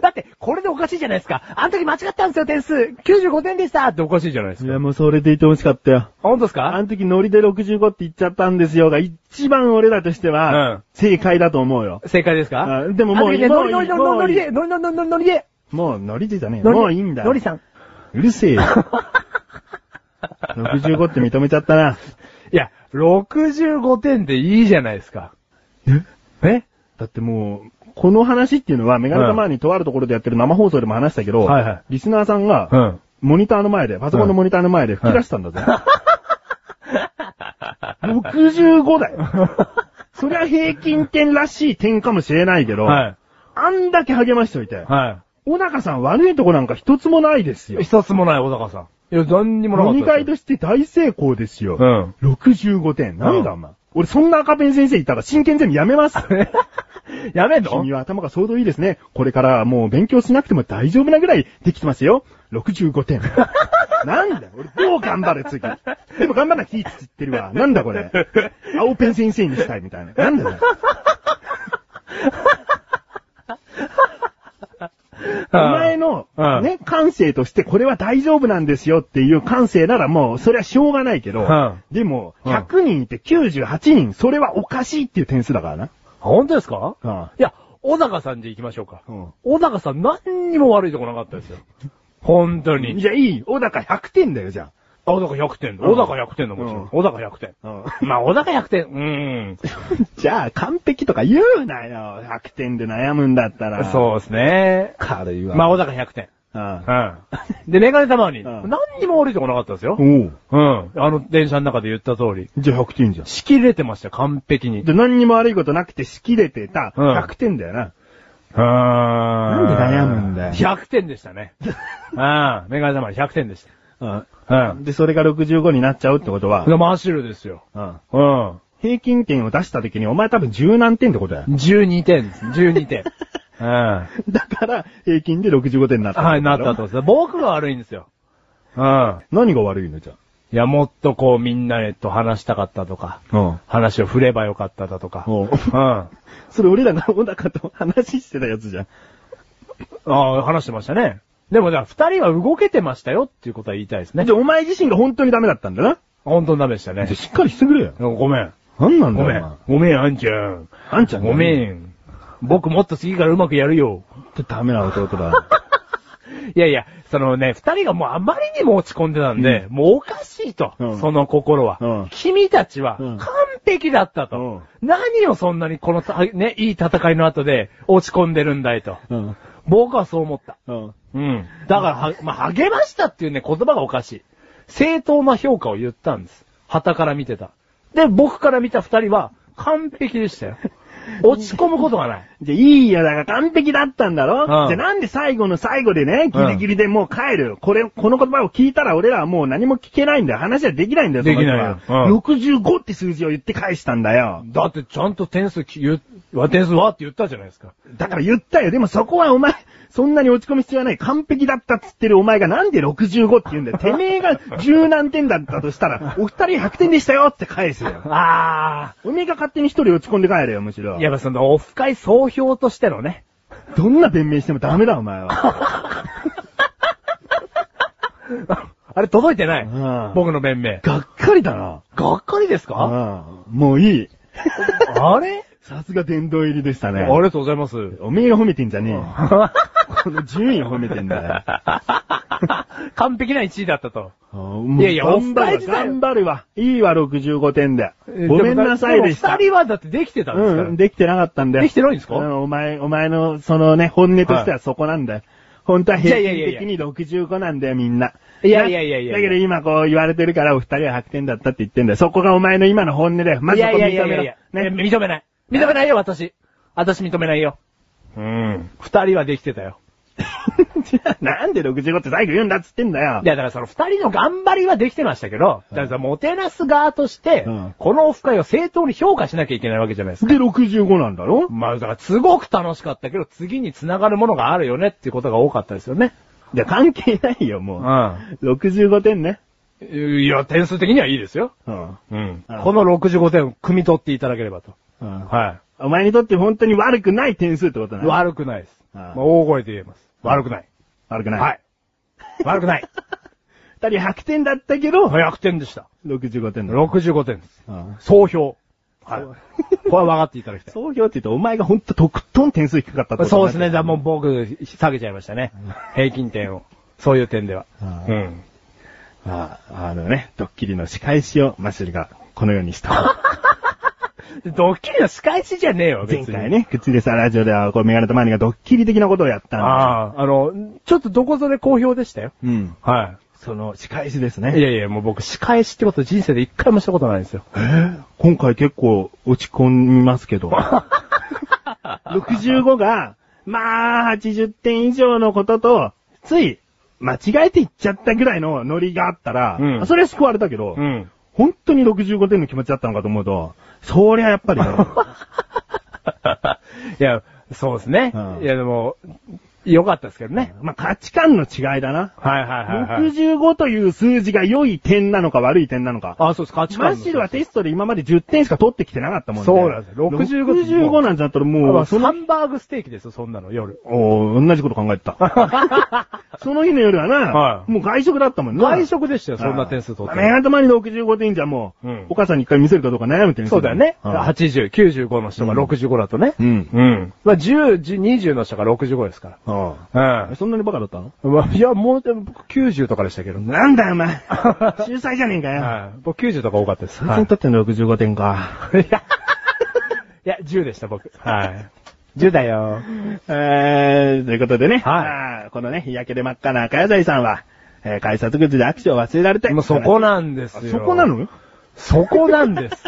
Speaker 4: って、これでおかしいじゃないですか。あの時間違ったんですよ、点数。95点でしたっておかしいじゃないです
Speaker 1: い
Speaker 4: か。
Speaker 1: や、もうそれでいてほしかったよ。
Speaker 4: 本当ですか
Speaker 1: あの時ノリで65って言っちゃったんですよが、一番俺らとして
Speaker 4: う
Speaker 1: は
Speaker 4: ん、
Speaker 1: 正解だと思うよ。
Speaker 4: 正解ですか
Speaker 1: あでももう
Speaker 4: あの時ね
Speaker 1: も
Speaker 4: ノ
Speaker 1: うい
Speaker 4: リ
Speaker 1: い
Speaker 4: ノリノリノリノリで、ノリノリノリノリノリで。
Speaker 1: もうノリでじゃねえ。
Speaker 4: ノリ
Speaker 1: もういいんだ。
Speaker 4: ノリさん。
Speaker 1: うる せえよ。65って認めちゃったな。
Speaker 4: いや、65点でいいじゃないですか。え
Speaker 1: だってもう、この話っていうのは、メガネたまにとあるところでやってる生放送でも話したけど、
Speaker 4: はいはい
Speaker 1: リスナーさん
Speaker 4: う
Speaker 1: が、
Speaker 4: ん。
Speaker 1: モニターの前で、パソコンのモニターの前で吹き出したんだぜ。65だよ。 そりゃ平均点らしい点かもしれないけど、
Speaker 4: は
Speaker 1: あんだけ励ましといて
Speaker 4: い。、は
Speaker 1: 小高さん悪いとこなんか一つもないですよ
Speaker 4: い。。一つもない、小高さん。いや、何にもなか
Speaker 1: 飲
Speaker 4: った。
Speaker 1: み会として大成功ですよ。
Speaker 4: うん。
Speaker 1: 65点。なんだ
Speaker 4: うん
Speaker 1: お前。俺そんな赤ペン先生いたら真剣ゼミやめます。
Speaker 4: やめんの
Speaker 1: 君は頭が相当いいですね。これからはもう勉強しなくても大丈夫なぐらいできてますよ。65点。なんだよ俺どう頑張る次。でも頑張らなきゃいいって言ってるわ。なんだこれ。青ペン先生にしたいみたいな。なんだよ。お前の
Speaker 4: う、ん
Speaker 1: ね、感性としてこれは大丈夫なんですよっていう感性ならもう、それはしょうがないけど
Speaker 4: うん、
Speaker 1: でも、
Speaker 4: うん
Speaker 1: 100人いて98人、それはおかしいっていう点数だからな。
Speaker 4: 本当ですか
Speaker 1: ああ
Speaker 4: いや、小高さんで行きましょうか
Speaker 1: うん。
Speaker 4: 小高さん何にも悪いとこなかったですよ。本当に。
Speaker 1: じゃあいい小高100点だよ、じゃ
Speaker 4: あ小高100点だ。
Speaker 1: うん
Speaker 4: 小高100点だもちろ
Speaker 1: うん
Speaker 4: ん。小高100点。
Speaker 1: あ。
Speaker 4: まあ、小高100点。う
Speaker 1: じゃあ、完璧とか言うなよ。100点で悩むんだったら。
Speaker 4: ーん。そうですね。
Speaker 1: う。軽いわ。
Speaker 4: まあ、小高100点。
Speaker 1: ああ
Speaker 4: うん。で、メガネたまに、
Speaker 1: うん
Speaker 4: 何にも悪いとこなかったですよ。
Speaker 1: おう。
Speaker 4: うん。あの、電車の中で言った通り。
Speaker 1: じゃあ100点じゃん。
Speaker 4: 仕切れてましたよ、完璧に。う
Speaker 1: で、何にも悪いことなくて仕切れてた、
Speaker 4: うん
Speaker 1: 100点だよな。
Speaker 4: ーん。
Speaker 1: なんで悩むんだよ
Speaker 4: 100点でし たね。うん。メガネたまに100点でし
Speaker 1: うん。
Speaker 4: た。うん。
Speaker 1: で、それが65になっちゃうってことは、
Speaker 4: マッシュルですよ。
Speaker 1: うん。
Speaker 4: うん。
Speaker 1: 平均点を出した時にお前多分10何点ってことだよ。
Speaker 4: 12点です。12点。 うん。は
Speaker 1: だから、平均で65点になった。
Speaker 4: い、なったと。。僕が悪いんですよ。うん。
Speaker 1: 何が悪いのじゃ
Speaker 4: いや、もっとこうみんなと話したかったとか、
Speaker 1: あ。うん。
Speaker 4: 話を振ればよかっただとか。
Speaker 1: おう
Speaker 4: うん。あ
Speaker 1: それ俺らが小高と話してたやつじゃん。
Speaker 4: あ、話してましたね。でもじゃあ、二人は動けてましたよっていうことは言いたいですね
Speaker 1: じ。ゃあお前自身が本当にダメだったんだな。
Speaker 4: 本当にダメでしたね
Speaker 1: じゃあ。しっかりしてくれよ。
Speaker 4: ごめん。
Speaker 1: なんなんだ
Speaker 4: ご
Speaker 1: よ。
Speaker 4: め
Speaker 1: お前
Speaker 4: ん。ごめん、あんちゃん。
Speaker 1: あんちゃん
Speaker 4: ごめ
Speaker 1: ん。
Speaker 4: ん。僕もっと次からうまくやるよ。
Speaker 1: ってダメな弟だ。
Speaker 4: いやいや、そのね、二人がもうあまりにも落ち込んでたんで、もうおかしいと、
Speaker 1: うん
Speaker 4: その心は、
Speaker 1: うん
Speaker 4: 君たちは
Speaker 1: うん
Speaker 4: 完璧だったと。何をそんなにこのた、ね、いい戦いの後で落ち込んでるんだいと。
Speaker 1: うん。
Speaker 4: 僕はそう思った。
Speaker 1: うん。
Speaker 4: うん。だからは、まあ、励ましたっていうね、言葉がおかしい。正当な評価を言ったんです。旗から見てた。で、僕から見た二人は完璧でしたよ。 落ち込むことがない。
Speaker 1: じゃあ、いいよ、だから完璧だったんだろ、
Speaker 4: うん
Speaker 1: じゃあ、なんで最後の最後でね、ギリギリでもう帰る。これ、この言葉を聞いたら俺らはもう何も聞けないんだよ。話はできないんだよ、その人は
Speaker 4: できないようん
Speaker 1: 65って数字を言って返したんだよ。
Speaker 4: だってちゃんと点数き言う、点数はって言ったじゃないですか。
Speaker 1: だから言ったよ。でもそこはお前、そんなに落ち込む必要はない。完璧だったっつってるお前がなんで65って言うんだよ。てめえが十何点だったとしたら、お二人100点でしたよって返すよ。
Speaker 4: あ
Speaker 1: おめえが勝手に一人落ち込んで帰れよ、むしろ
Speaker 4: あ。。やっぱその、オフ会総評としてのね。
Speaker 1: どんな弁明してもダメだ、お前 は。
Speaker 4: あれ届いてない
Speaker 1: うん。
Speaker 4: 僕の弁明。
Speaker 1: がっかりだな。
Speaker 4: がっかりですか
Speaker 1: うんもういい。
Speaker 4: あれ
Speaker 1: さすが殿堂入りでしたね。
Speaker 4: ありがとうございます。
Speaker 1: おめえが褒めてんじゃねえよ。この順位を褒めてんだよ。
Speaker 4: 完璧な1位だったと。
Speaker 1: い
Speaker 4: いやいや
Speaker 1: 頑張
Speaker 4: お二人
Speaker 1: る
Speaker 4: 自
Speaker 1: わ、
Speaker 4: 体
Speaker 1: 頑張るわ。いいわ、65点で。ごめんなさいでした。
Speaker 4: 二人はだってできてたんですから。
Speaker 1: うん、できてなかったんだよ。
Speaker 4: できてないんですか
Speaker 1: うんお前、お前の、そのね、本音としてはそこなんだよ。本当は平均的に65なんだよ、みんな。
Speaker 4: いやいやいやいや
Speaker 1: だけど今こう言われてるから、お二人は100点だったって言ってんだよ。そこがお前の今の本音だよ。ま
Speaker 4: い
Speaker 1: ずそ
Speaker 4: や
Speaker 1: こ
Speaker 4: い
Speaker 1: 認
Speaker 4: や
Speaker 1: め
Speaker 4: いやいや
Speaker 1: ろ
Speaker 4: いや。
Speaker 1: ね。
Speaker 4: 認めない。認めないよ、私。私認めないよ。うん。二人はできてたよ。
Speaker 1: じゃあなんで65って最後言うんだっつってんだよ
Speaker 4: い。や、だからその二人の頑張りはできてましたけど、だからさ、もてなす側として
Speaker 1: うん、
Speaker 4: このオフ会を正当に評価しなきゃいけないわけじゃないですか。
Speaker 1: で、65なんだろ
Speaker 4: まあ、だから、すごく楽しかったけど、次に繋がるものがあるよねっていうことが多かったですよね。
Speaker 1: じゃあ関係ないよ、も
Speaker 4: う
Speaker 1: う。
Speaker 4: ん。
Speaker 1: 65点ね。
Speaker 4: いや、点数的にはいいですよ。
Speaker 1: うん。
Speaker 4: うん
Speaker 1: うん
Speaker 4: この65点を汲み取っていただければと。
Speaker 1: うん
Speaker 4: は
Speaker 1: お前にとって本当に悪くない点数ってこと
Speaker 4: い。
Speaker 1: なの
Speaker 4: 悪くないです。
Speaker 1: うん
Speaker 4: まあ、大声で言えます。悪くない。
Speaker 1: 悪くない。
Speaker 4: はい。。悪くない。
Speaker 1: 二人100点だったけど、
Speaker 4: 100点でした。
Speaker 1: 65点だ。
Speaker 4: 65点です。
Speaker 1: うん
Speaker 4: 総評。はい。これは分かっていただきたい。
Speaker 1: 総評って言うと、お前がほんととくっとん点数低かったってこと
Speaker 4: そうですね。
Speaker 1: だ
Speaker 4: じゃあもう僕、下げちゃいましたね。平均点を。そういう点では。
Speaker 1: あ
Speaker 4: う
Speaker 1: ー
Speaker 4: ん。
Speaker 1: あああのね、ドッキリの仕返しをマシルがこのようにした。
Speaker 4: ドッキリの仕返しじゃねえよ、
Speaker 1: 前回。ね、口でさラジオでは、こう、メガネとマニがドッキリ的なことをやったんだ。
Speaker 4: ああ、あの、ちょっとどこぞで好評でしたよ。
Speaker 1: うん。
Speaker 4: は
Speaker 1: その仕返しです
Speaker 4: い。い
Speaker 1: ね。
Speaker 4: やいや、もう僕、仕返しってこと人生で一回もしたことないんですよ。
Speaker 1: えー今回結構落ち込みますけ ど。65が、まあ、80点以上のことと、つい、間違えていっちゃったぐらいのノリがあったら、
Speaker 4: うん
Speaker 1: それは救われたけど、
Speaker 4: ん。
Speaker 1: 本当に65点の気持ちだったのかと思うと、そりゃやっぱりね、
Speaker 4: いや、そうですね。
Speaker 1: うん
Speaker 4: いや、でも、良かったですけ どね。
Speaker 1: まあ、価値観の違いだな。
Speaker 4: はいはいはい、はい。
Speaker 1: 65という数字が良い点なのか悪い点なのか。
Speaker 4: あ、そうです。価値
Speaker 1: マ
Speaker 4: 観の。
Speaker 1: シルはテストで今まで10点しか取ってきてなかったもんね。
Speaker 4: そうなんですよ65
Speaker 1: 65なんてなったらも
Speaker 4: あ
Speaker 1: う、そ
Speaker 4: ハ
Speaker 1: の、
Speaker 4: ンバーグステーキですよ、そんなの、夜。
Speaker 1: おー同じこと考えてた。 その日の夜はな、
Speaker 4: はい
Speaker 1: もう外食だったもんね。
Speaker 4: 外食でしたよ、そんな点数取っ
Speaker 1: メガ
Speaker 4: て。
Speaker 1: ネたまに65点じゃもう、
Speaker 4: うん
Speaker 1: お母さんに一回見せるかどうか悩むって
Speaker 4: そうだよね。
Speaker 1: はい
Speaker 4: 80、95の人が65だとね。
Speaker 1: うん。
Speaker 4: うん。まあ、10、20の人が65ですか
Speaker 1: あ
Speaker 4: ら。
Speaker 1: あそんなにバカだったの
Speaker 4: うん。まあいや、もう、でも僕90とかでしたけど。
Speaker 1: なんだよ、お前。秀才じゃねえかよ。
Speaker 4: はい。僕90とか多かったです。
Speaker 1: 最近取ってんの65点か。
Speaker 4: いや、いや、10でした、僕。はい。10だよ。
Speaker 1: えー、ということでね。
Speaker 4: はい
Speaker 1: あーこのね、日焼けで真っ赤な赤野菜さんは、えー改札口で握手を忘れられたい。
Speaker 4: もうそこなんです
Speaker 1: あ
Speaker 4: よ。
Speaker 1: そこなの
Speaker 4: そこなんです。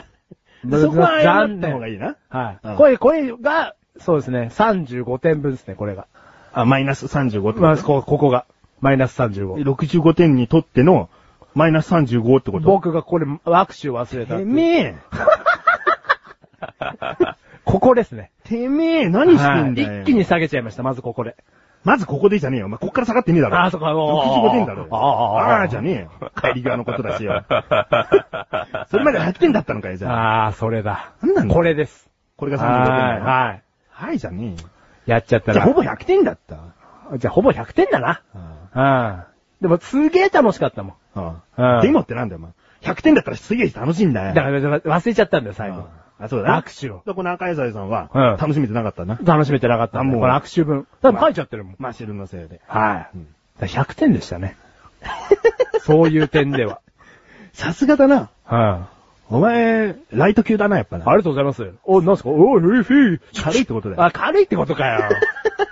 Speaker 1: そこは謝った方がい
Speaker 4: い。
Speaker 1: いな。
Speaker 4: は
Speaker 1: うん
Speaker 4: い。これ、これが、そうですね、35点分ですね、これが。
Speaker 1: あ、マイナス35点。
Speaker 4: まあ、こ、ここが。マイナス35。
Speaker 1: 65点にとっての、マイナス35ってこと
Speaker 4: 僕がこれ、握手を忘れたって
Speaker 1: て
Speaker 4: いう。
Speaker 1: めえ、
Speaker 4: ここですね。
Speaker 1: てめえ、何してんだよ。
Speaker 4: はい一気に下げちゃいました、まずここで。
Speaker 1: まずここでじゃねえよ。お前、こっから下がってねえだろ。
Speaker 4: あーそっかお
Speaker 1: 65
Speaker 4: ー
Speaker 1: 点だろ。
Speaker 4: あーあーあー
Speaker 1: あーじゃねえよ。帰り際のことだし よ。それまで8点だったのかよ、じゃあ。
Speaker 4: ああ、それだ。
Speaker 1: なんなんだ
Speaker 4: これです。
Speaker 1: これ
Speaker 4: は
Speaker 1: が
Speaker 4: い、
Speaker 1: 35点だよ。
Speaker 4: はい。
Speaker 1: はい、じゃねえよ。
Speaker 4: やっちゃった
Speaker 1: じゃ
Speaker 4: ら。
Speaker 1: あ、ほぼ100点だった。
Speaker 4: じゃあ、ほぼ100点だな。
Speaker 1: あ
Speaker 4: うん。でも、すげえ楽しかったもん。
Speaker 1: あ
Speaker 4: うん
Speaker 1: デモってなんだよ、お前。100点だったらすげえ楽しいんだよ。
Speaker 4: だから、忘れちゃったんだよ、最後。
Speaker 1: あ、そうだな。
Speaker 4: 握手を
Speaker 1: でこの赤野菜さん
Speaker 4: う
Speaker 1: は
Speaker 4: ん、
Speaker 1: 楽しめてなかったな。
Speaker 4: 楽しめてなかったんだよ。
Speaker 1: あもう
Speaker 4: この握手分。だから書いちゃってるもん。
Speaker 1: マシルのせいで。
Speaker 4: は
Speaker 1: う
Speaker 4: い
Speaker 1: ん。
Speaker 4: だから100点でし たね。そういう点では。
Speaker 1: さすがだな。
Speaker 4: うん。
Speaker 1: お前、ライト級だな、やっぱな。
Speaker 4: ありがとうございます。お、なんすかお、ルイフィ
Speaker 1: 軽いってことだよ
Speaker 4: あ、軽いってことかよ。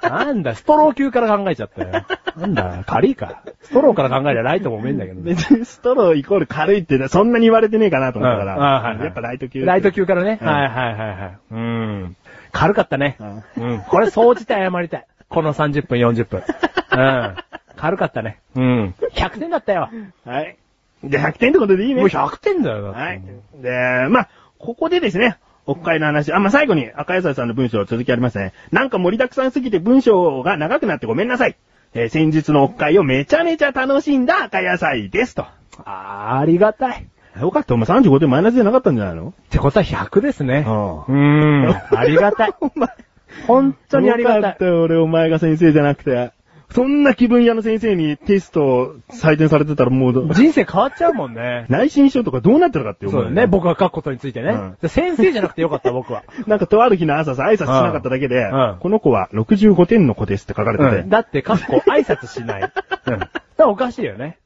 Speaker 4: なんだ、ストロー級から考えちゃった よ。なんだ、軽いか。ストローから考えりゃライトもめんだけどね。
Speaker 1: 別にストローイコール軽いってな、そんなに言われてねえかなと思ったか
Speaker 4: うんあはい
Speaker 1: ら、
Speaker 4: はい
Speaker 1: やっぱライト級。
Speaker 4: ライト級からね。
Speaker 1: うん
Speaker 4: はいはいはいはい。うん。軽かったね。
Speaker 1: う
Speaker 4: うん。これ総じて謝りたい。この30分、40分。 うん。軽かったね。うん。100点だったよ。
Speaker 1: はい。じゃあ100点ってことでいいね。
Speaker 4: もう100点だよ、だって
Speaker 1: はい。で、まあ、ここでですね、おっかいの話。あ、まあ、最後に赤野菜さんの文章続きありましたね。なんか盛りだくさんすぎて文章が長くなってごめんなさい。えー先日のおっかいをめちゃめちゃ楽しんだ赤野菜ですと。
Speaker 4: あーありがたい。
Speaker 1: よかった、お前35点マイナスじゃなかったんじゃないの
Speaker 4: ってことは100で すね。
Speaker 1: う
Speaker 4: うん。ありがたい。
Speaker 1: お前、
Speaker 4: 本当にありが
Speaker 1: よか
Speaker 4: た
Speaker 1: っ
Speaker 4: い
Speaker 1: た。よ、俺、お前が先生じゃなくて。そんな気分屋の先生にテストを採点されてたらもう、
Speaker 4: 人生変わっちゃうもんね。
Speaker 1: 内心書とかどうなってるかって思
Speaker 4: そうだね。。僕が書くことについてね。
Speaker 1: うん
Speaker 4: で先生じゃなくてよかった、僕は。
Speaker 1: なんか、とある日の朝さ、挨拶しなかっただけで、
Speaker 4: うんうん
Speaker 1: この子は65点の子ですって書かれてて、
Speaker 4: だって、かっこ挨拶し ない。うん。だからおかしいよね。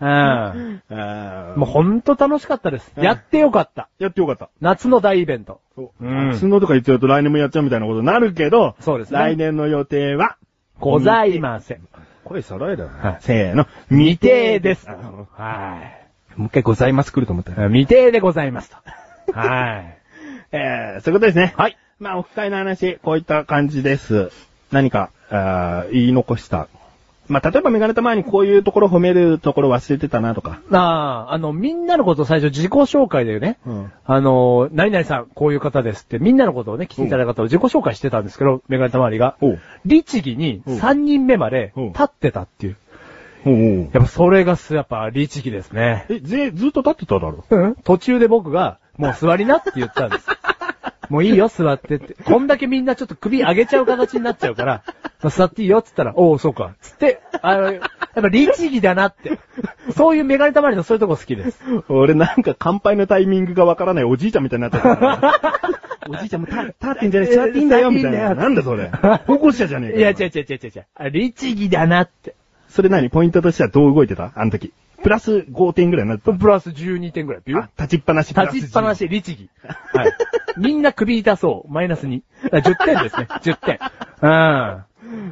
Speaker 4: うん。
Speaker 1: あー
Speaker 4: もうほんと楽しかったです。
Speaker 1: うん
Speaker 4: やってよかった。
Speaker 1: やってよかった。
Speaker 4: 夏の大イベント。うん
Speaker 1: スノとか言っちゃうと来年もやっちゃうみたいなことになるけど、
Speaker 4: そうですね
Speaker 1: 来年の予定は、
Speaker 4: ございません。
Speaker 1: 声揃えだ
Speaker 4: はい
Speaker 1: せーの、未
Speaker 4: 未定
Speaker 1: 定
Speaker 4: で。
Speaker 1: ですす。
Speaker 4: はい。
Speaker 1: もう一回ございます来ると思ったよ
Speaker 4: 未定でございますと。はい。
Speaker 1: えー、そういうことですね。
Speaker 4: はい。
Speaker 1: まあ、オフ会の話、こういった感じです。何か、あー言い残した。まあ、例えばメガネた前にこういうところ褒めるところ忘れてたなとか。
Speaker 4: なあ、あの、みんなのことを最初自己紹介だよね。
Speaker 1: うん
Speaker 4: あの、何々さん、こういう方ですって、みんなのことをね、聞いただいた方を自己紹介してたんですけど、メガネたまわりが
Speaker 1: おう。
Speaker 4: 律儀に
Speaker 1: おう
Speaker 4: 3人目まで
Speaker 1: おう
Speaker 4: 立ってたっていう。
Speaker 1: おう
Speaker 4: やっぱそれがす、やっぱ律儀ですね。
Speaker 1: え、ぜ、ずっと立ってただろ。
Speaker 4: うん途中で僕が、もう座りなって言ったんです。もういいよ、座ってって。こんだけみんなちょっと首上げちゃう形になっちゃうから、まあ座っていいよって言ったら、おお、そうか。つって、あの、やっぱ律儀だなって。そういうメガネたまりのそういうとこ好きです。
Speaker 1: 俺なんか乾杯のタイミングがわからないおじいちゃんみたいになっちゃったから。 おじいちゃんもう立立ってんじゃねえ、座っていいんだよ、みたい な。なんだそれ。保護者じゃねえか。
Speaker 4: いや、違う違う違う違う違う。あ律儀だなって。
Speaker 1: それ何ポイントとしてはどう動いてたあの時。プラス5点ぐらいになった。
Speaker 4: プラス12点ぐらい。
Speaker 1: あ立ちっぱなし。
Speaker 4: 立ちっぱなし、律儀。はい。みんな首痛そう。マイナス2。だから10点ですね。10点。うん。
Speaker 1: プラス10。
Speaker 4: だ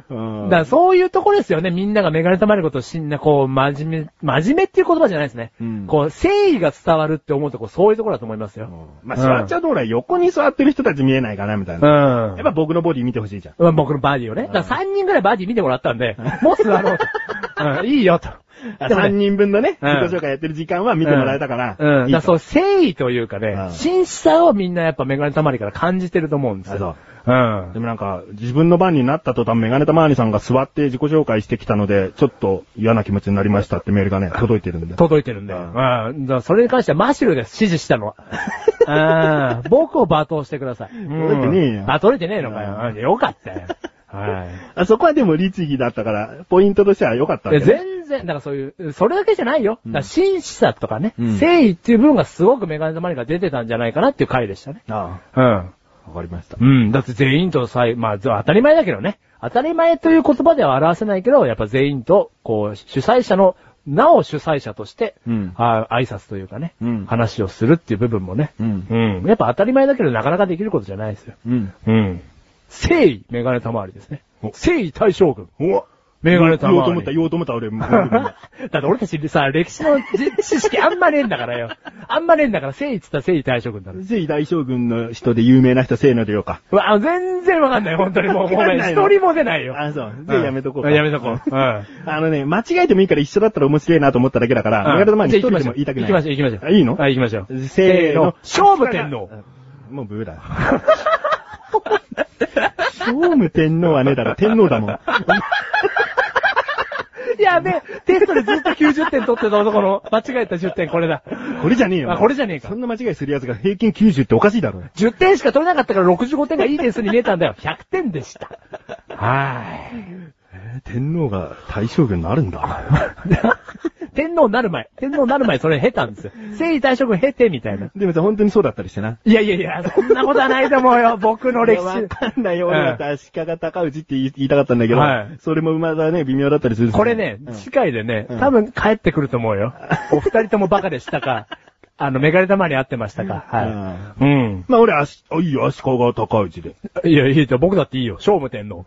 Speaker 1: うん
Speaker 4: からそういうところですよね。みんながメガネたまることをしんな、こう、真面目、真面目っていう言葉じゃないですね。
Speaker 1: うん
Speaker 4: こう、誠意が伝わるって思うとこ、そういうところだと思いますよ。
Speaker 1: まあ、座っちゃうと俺は横に座ってる人たち見えないかな、みたい
Speaker 4: うん。
Speaker 1: な。
Speaker 4: や
Speaker 1: やっぱ僕のボディ見てほしいじゃん。
Speaker 4: 僕のバーディーをね。だから3人ぐらいバーディー見てもらったんで、もう座ろうと。うん、いいよと。
Speaker 1: あ
Speaker 2: でもね
Speaker 1: 3人分のね、
Speaker 2: うん
Speaker 1: 自己紹介やってる時間は見てもらえたから。
Speaker 2: うん。だ
Speaker 1: いい
Speaker 2: からそう、
Speaker 1: と
Speaker 2: 誠意というか
Speaker 1: う
Speaker 2: ね
Speaker 1: ん、
Speaker 2: 真摯さをみんなやっぱメガネたまりから感じてると思うんです
Speaker 1: あそ
Speaker 2: よ
Speaker 1: う。
Speaker 2: うん
Speaker 1: で。もなんか、自分の番になった途端、メガネたまわりさんが座って自己紹介してきたので、ちょっと嫌な気持ちになりましたってメールがね、届いてるんで。
Speaker 2: 届いてるんだよ。う
Speaker 1: う
Speaker 2: んん。だからそれに関してはマシュルです、指示したの は。うん。僕を罵倒してください。
Speaker 1: 届いてねえよ
Speaker 2: あ、取れてねえのかよ。うんよかったよ。はい。
Speaker 1: あそこはでも律儀だったから、ポイントとしては良かったん
Speaker 2: いや
Speaker 1: だよね
Speaker 2: 全然、だからそういう、それだけじゃないよ。だから真摯さとかね、
Speaker 1: うん
Speaker 2: 誠意っていう部分がすごくメガネたまりが出てたんじゃないかなっていう回でしたね。
Speaker 1: あ
Speaker 2: うん。
Speaker 1: あ、わかりました。
Speaker 2: うん、だって全員とさい、まあ、ず当たり前だけどね。当たり前という言葉では表せないけど、やっぱ全員と、こう、主催者の、なお主催者として、
Speaker 1: うん
Speaker 2: あ挨拶というかね、
Speaker 1: うん
Speaker 2: 話をするっていう部分もね、
Speaker 1: うん
Speaker 2: うんやっぱ当たり前だけど、なかなかできることじゃないですよ。
Speaker 1: うん。
Speaker 2: うん。誠意、メガネたまわりですね。
Speaker 1: お
Speaker 2: 誠意大将軍。
Speaker 1: うわ
Speaker 2: メガネた
Speaker 1: 言おう
Speaker 2: まわ
Speaker 1: と思っ
Speaker 2: り
Speaker 1: た、。言おうと思った、俺。 も
Speaker 2: だって俺たちさ、歴史のじ知識あんまねえんだからよ。あんまねえんだから、誠意っつったら誠意大将軍だろ。
Speaker 1: う聖大将軍の人で有名な人、聖の量か。
Speaker 2: うわ、全然わかんない、本当にもう、もうね、
Speaker 1: わかんない
Speaker 2: 一
Speaker 1: の
Speaker 2: 人も出ないよ。
Speaker 1: あ、そう。じゃあやめとこうか。
Speaker 2: んやめとこう。うん。
Speaker 1: あのね、間違えてもいいから一緒だったら面白いなと思っただけだから、メガネ玉に一人でも言いたくない。
Speaker 2: 行きましょう、行きましょう。行きましょう
Speaker 1: あいいの
Speaker 2: はい、行きましょう。
Speaker 1: せーの
Speaker 2: 勝負天皇。
Speaker 1: もうブーだ。聖武天皇はねえだろ、天皇だもん。
Speaker 2: やべえ、テストでずっと90点取ってた男 の間違えた10点、これだ。
Speaker 1: これじゃねえよ。
Speaker 2: あこれじゃねえか
Speaker 1: そんな間違いする奴が平均90っておかしいだろ。
Speaker 2: 10点しか取れなかったから65点がいい点数に見えたんだよ。100点でした。 はい。
Speaker 1: 天皇が大将軍になるんだ。
Speaker 2: 天皇なる前。天皇なる前、それ経たんですよ。征夷大将軍経て、みたいな。
Speaker 1: でもさ、本当にそうだったりしてな。
Speaker 2: いやいやいや、そんなことはないと思うよ、僕の歴
Speaker 1: いやわ
Speaker 2: 史。
Speaker 1: かんないよ。俺だったら鹿が高氏って言い言いたかったんだけど、
Speaker 2: はい
Speaker 1: それもまだね、微妙だったりするし
Speaker 2: これね
Speaker 1: う、ん
Speaker 2: 次回でね、
Speaker 1: うん
Speaker 2: 多分帰ってくると思う よ。お二人ともバカでしたか、あの、メガネ玉に合ってましたか。はい。うん。
Speaker 1: まあ俺、足、あ、いいよ、足利が高氏 で。
Speaker 2: いや、いいと、僕だっていいよ。勝負天 皇。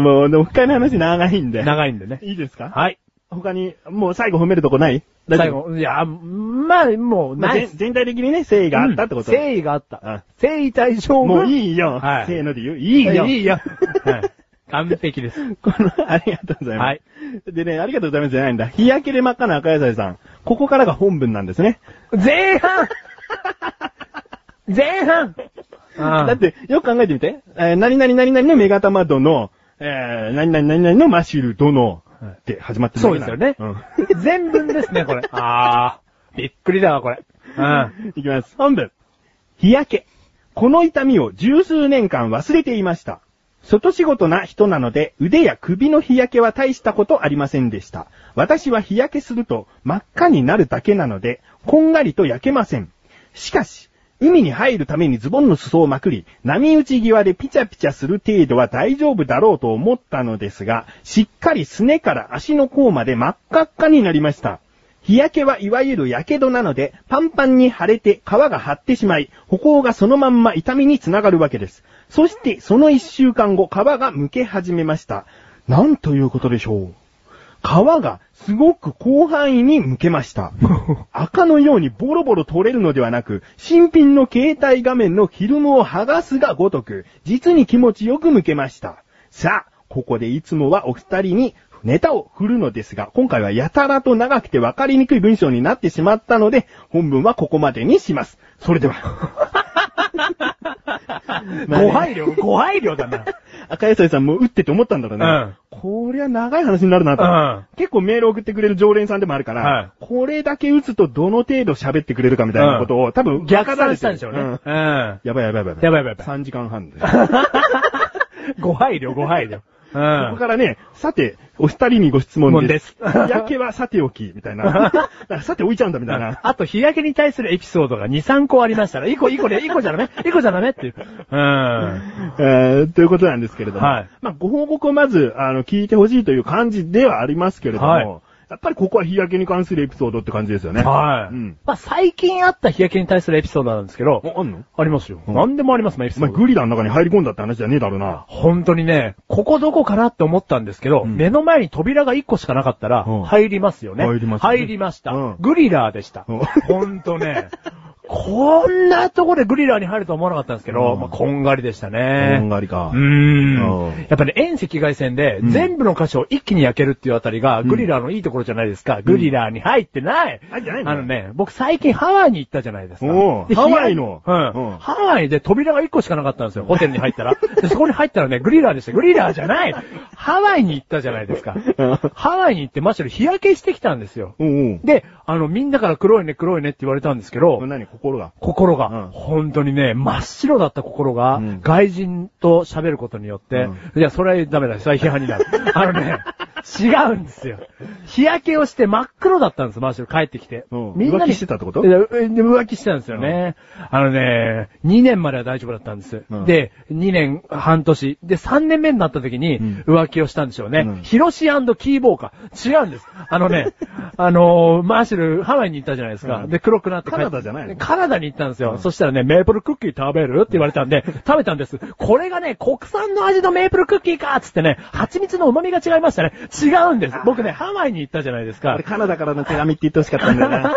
Speaker 1: もう、でも深い話長いんで。
Speaker 2: 長いんでね。
Speaker 1: いいですか
Speaker 2: はい。
Speaker 1: 他に、もう最後褒めるとこない大丈
Speaker 2: 最
Speaker 1: 夫
Speaker 2: 後、いや、まあ、もう、
Speaker 1: まあ
Speaker 2: ない
Speaker 1: 全
Speaker 2: っす。
Speaker 1: 全体的にね、誠意があったってこと、
Speaker 2: うん誠意があっ
Speaker 1: うん
Speaker 2: た。誠意対象
Speaker 1: もう
Speaker 2: い。
Speaker 1: いいよ。
Speaker 2: はい
Speaker 1: せーので言う。いいよ。
Speaker 2: いい よ。はい完璧です。
Speaker 1: この、ありがとうございます。
Speaker 2: はい
Speaker 1: でね、ありがとうございますじゃないんだ。日焼けで真っ赤な赤野菜さん。ここからが本文なんですね。
Speaker 2: 前半前半
Speaker 1: だっ、て、よく考えてみて。えー、何々何々のメガタマ殿、えー、何々何々のマシュル殿って始まってる
Speaker 2: そう
Speaker 1: わ
Speaker 2: で
Speaker 1: け
Speaker 2: す
Speaker 1: な
Speaker 2: よ
Speaker 1: の
Speaker 2: ね。全文ですね、これ。 あー、びっくりだわ、これ。うん。
Speaker 1: うん。いきます。本文。日焼け。この痛みを十数年間忘れていました。外仕事な人なので腕や首の日焼けは大したことありませんでした。私は日焼けすると真っ赤になるだけなので、こんがりと焼けません。しかし、海に入るためにズボンの裾をまくり、波打ち際でピチャピチャする程度は大丈夫だろうと思ったのですが、しっかりすねから足の甲まで真っ赤っかになりました。日焼けはいわゆる火傷なので、パンパンに腫れて皮が張ってしまい、歩行がそのまんま痛みにつながるわけです。そして、その一週間後、皮が剥け始めました。なんということでしょう。皮がすごく広範囲に向け ました。赤のようにボロボロ取れるのではなく、新品の携帯画面のフィルムを剥がすがごとく、実に気持ちよく向けました。さあ、ここでいつもはお二人にネタを振るのですが、今回はやたらと長くて分かりにくい文章になってしまったので、本文はここまでにします。それでは。
Speaker 2: ご配慮、ご配慮だ な。
Speaker 1: 赤野菜さんも打ってて思ったんだろうね。こりゃ長い話になるなと。
Speaker 2: うん
Speaker 1: 結構メール送ってくれる常連さんでもあるから、
Speaker 2: はい
Speaker 1: これだけ打つとどの程度喋ってくれるかみたいなことを、多分
Speaker 2: 逆算したんでしょうね。
Speaker 1: うん
Speaker 2: ん。
Speaker 1: やばいやばいやば
Speaker 2: や
Speaker 1: い。
Speaker 2: ばいやばいやばい
Speaker 1: 3時間半で。
Speaker 2: ご配慮、ご配慮。
Speaker 1: ここ
Speaker 2: う
Speaker 1: からね、さて、お二人にご質問です。
Speaker 2: 問です
Speaker 1: 焼けはさておき、みた いな。だからさて置いちゃうんだ、みたいな。
Speaker 2: あと、日焼けに対するエピソードが2、3個ありましたら、1個、1個で、1個じゃダメ ?1 個じゃダメっていう。うん。
Speaker 1: えーということなんですけれども。
Speaker 2: はい
Speaker 1: まあ、ご報告をまず、あの、聞いてほしいという感じではありますけれども、
Speaker 2: はい
Speaker 1: やっぱりここは日焼けに関するエピソードって感じですよね。
Speaker 2: は
Speaker 1: う
Speaker 2: い
Speaker 1: ん。
Speaker 2: まあ、最近あった日焼けに対するエピソードなんですけど、
Speaker 1: あんの
Speaker 2: ありますよ。
Speaker 1: うん
Speaker 2: 何でもありますね、エピソ
Speaker 1: お
Speaker 2: ー
Speaker 1: 前
Speaker 2: ド。
Speaker 1: グリラの中に入り込んだって話じゃねえだろうな。
Speaker 2: 本当にね、ここどこかなって思ったんですけど、
Speaker 1: うん
Speaker 2: 目の前に扉が1個しかなかったら
Speaker 1: うん、
Speaker 2: 入りますよね。
Speaker 1: 入ります
Speaker 2: 入りました、
Speaker 1: うん
Speaker 2: グリラーでした。
Speaker 1: うん
Speaker 2: ほんとね、こんなとこでグリラーに入るとは思わなかったんですけど、まあ、こんがりでしたね。
Speaker 1: こんがりか
Speaker 2: うーん
Speaker 1: うん。
Speaker 2: やっぱね、遠赤外線で
Speaker 1: ん
Speaker 2: 全部の箇所を一気に焼けるっていうあたりが、グリラーのいいところじゃないですか。グリラーに入ってない。
Speaker 1: 入ってないの
Speaker 2: あのね、僕最近ハワイに行ったじゃないですか。
Speaker 1: おう
Speaker 2: で
Speaker 1: ハワイの
Speaker 2: うん
Speaker 1: うん
Speaker 2: ハワイで扉が1個しかなかったんですよ。ホテルに入った ら。でそこに入ったらね、グリラーでした。グリラーじゃないハワイに行ったじゃないですか
Speaker 1: うん。
Speaker 2: ハワイに行ってました日焼けしてきたんですよ。
Speaker 1: うんうん。
Speaker 2: で、あの、みんなから黒いね、黒いねって言われたんですけど、
Speaker 1: 何心が。
Speaker 2: 心が、
Speaker 1: うん
Speaker 2: 本当にね、真っ白だった心が、
Speaker 1: うん
Speaker 2: 外人と喋ることによって、いや、それはダメだ、それは批判にな る。あのね、違うんですよ。日焼けをして真っ黒だったんです、マーシュル帰ってきて。
Speaker 1: うん
Speaker 2: みんな
Speaker 1: 浮
Speaker 2: に
Speaker 1: 気してたってこと
Speaker 2: いやう浮気してたんですよね。あのね、2年までは大丈夫だったんです。
Speaker 1: うん
Speaker 2: で、2年半年。で、3年目になった時に
Speaker 1: ん
Speaker 2: 浮気をしたんでしょうね。
Speaker 1: うん
Speaker 2: ヒロシキーボーか。違うんです。あの ね、あのーマーシュル、ハワイに行ったじゃないですか。
Speaker 1: うん
Speaker 2: で、黒くなって帰っ
Speaker 1: カナダじゃないの
Speaker 2: カナダに行ったんですよ。そしたらね、メープルクッキー食べるって言われたん で、食べたんです。これがね、国産の味のメープルクッキーかっつってね、蜂蜜の旨味が違いましたね。違うんです。僕ね、ハワイに行ったじゃないです
Speaker 1: あ
Speaker 2: か
Speaker 1: れ、。カナダからの手紙って言ってほしかったんだよな。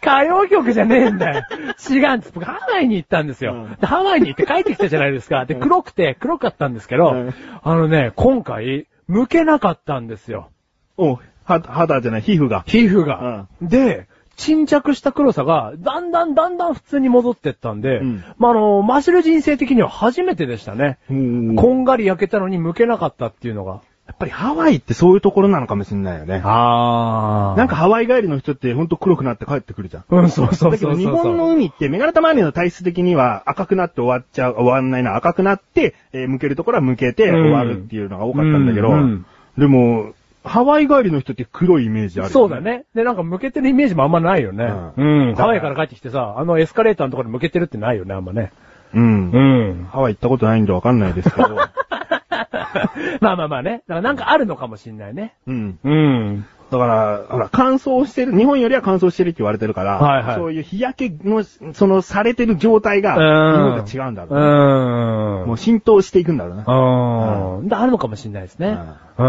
Speaker 2: 歌謡曲じゃねえんだよ。違うんです。僕、ハワイに行ったんですよ。
Speaker 1: うん
Speaker 2: でハワイに行って帰ってきたじゃないですか。で、黒くて、黒かったんですけど、
Speaker 1: うん
Speaker 2: あのね、今回、剥けなかったんですよ。
Speaker 1: おうは肌じゃない、皮膚が。
Speaker 2: 皮膚が。で、沈着した黒さが、だんだんだんだん普通に戻ってったんで、
Speaker 1: うん
Speaker 2: まあ、あの、マシル人生的には初めてでしたね。
Speaker 1: う
Speaker 2: こ
Speaker 1: ん
Speaker 2: んがり焼けたのに剥けなかったっていうのが。
Speaker 1: やっぱりハワイってそういうところなのかもしれないよね。
Speaker 2: あ
Speaker 1: なんか、ハワイ帰りの人ってほんと黒くなって帰ってくるじゃん。
Speaker 2: うん、そうそうそうそう
Speaker 1: だけど日本の海ってメガネタマーニの体質的には赤くなって終わっちゃう、終わんないな、赤くなって、えー向けるところは向けて
Speaker 2: うん
Speaker 1: 終わるっていうのが多かったんだけど、
Speaker 2: うんうん
Speaker 1: でも、ハワイ帰りの人って黒いイメージある、
Speaker 2: そうだ。ね。で、なんか向けてるイメージもあんまないよね。
Speaker 1: う
Speaker 2: うん。
Speaker 1: だから
Speaker 2: ハワイから帰ってきてさ、あのエスカレーターのところに向けてるってないよね、あんまね。
Speaker 1: うん。
Speaker 2: ん。
Speaker 1: ハワイ行ったことないんでわかんないですけ ど。
Speaker 2: まあまあまあね。だからなんかあるのかもしんないね。
Speaker 1: うん。
Speaker 2: うん。
Speaker 1: だから、ほら、乾燥してる、日本よりは乾燥してるって言われてるから、
Speaker 2: はいはい
Speaker 1: そういう日焼けの、その、されてる状態が、日本と違うんだろうね、
Speaker 2: う
Speaker 1: もう浸透していくんだろうな、
Speaker 2: ん。うん。だあるのかもしんないですね。
Speaker 1: う
Speaker 2: うんん。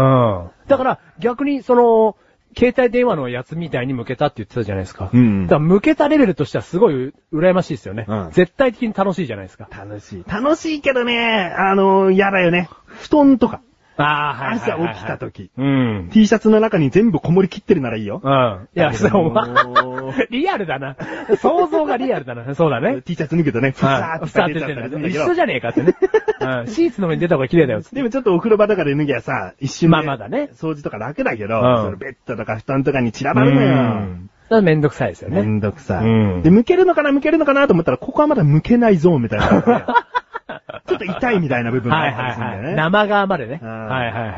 Speaker 2: だから、逆に、その、携帯電話のやつみたいに向けたって言ってたじゃないですか。
Speaker 1: うん
Speaker 2: だから向けたレベルとしてはすごい羨ましいですよね。
Speaker 1: うん
Speaker 2: 絶対的に楽しいじゃないですか。
Speaker 1: 楽しい。楽しいけどね、あの、嫌だよね。布団とか、
Speaker 2: ああ、はいはい
Speaker 1: 朝
Speaker 2: はいはい
Speaker 1: 起きた。時、
Speaker 2: うん。
Speaker 1: T シャツの中に全部こもりきってるならいいよ。
Speaker 2: うん。いや、
Speaker 1: だけど
Speaker 2: そう、 リアルだな。想像がリアルだな。そうだね。
Speaker 1: T シャツ脱ぐとね、ふさー
Speaker 2: ふ
Speaker 1: っ
Speaker 2: さ
Speaker 1: と
Speaker 2: っ
Speaker 1: 出
Speaker 2: て
Speaker 1: ちゃ
Speaker 2: て
Speaker 1: ったりするんだけ
Speaker 2: 一
Speaker 1: ど。
Speaker 2: 緒じゃねえかって ね。うん。シーツの上に出た方が綺麗だよ。
Speaker 1: でもちょっとお風呂場とかで脱ぎゃさ、一瞬で
Speaker 2: まあまだね
Speaker 1: 掃除とか楽だけど、
Speaker 2: うん
Speaker 1: そのベッドとか布団とかに散らばるのよ。
Speaker 2: だからめんどくさいですよ
Speaker 1: め
Speaker 2: ね。
Speaker 1: んどくさい。
Speaker 2: うん
Speaker 1: で、向けるのかな、向けるのかなと思ったら、ここはまだ向けないゾーンみた いなのがあって。ちょっと痛いみたいな部分が
Speaker 2: は
Speaker 1: あ
Speaker 2: い
Speaker 1: ったりするんだ
Speaker 2: はい
Speaker 1: よね。
Speaker 2: はい。生側までね。
Speaker 1: うん
Speaker 2: はいはいは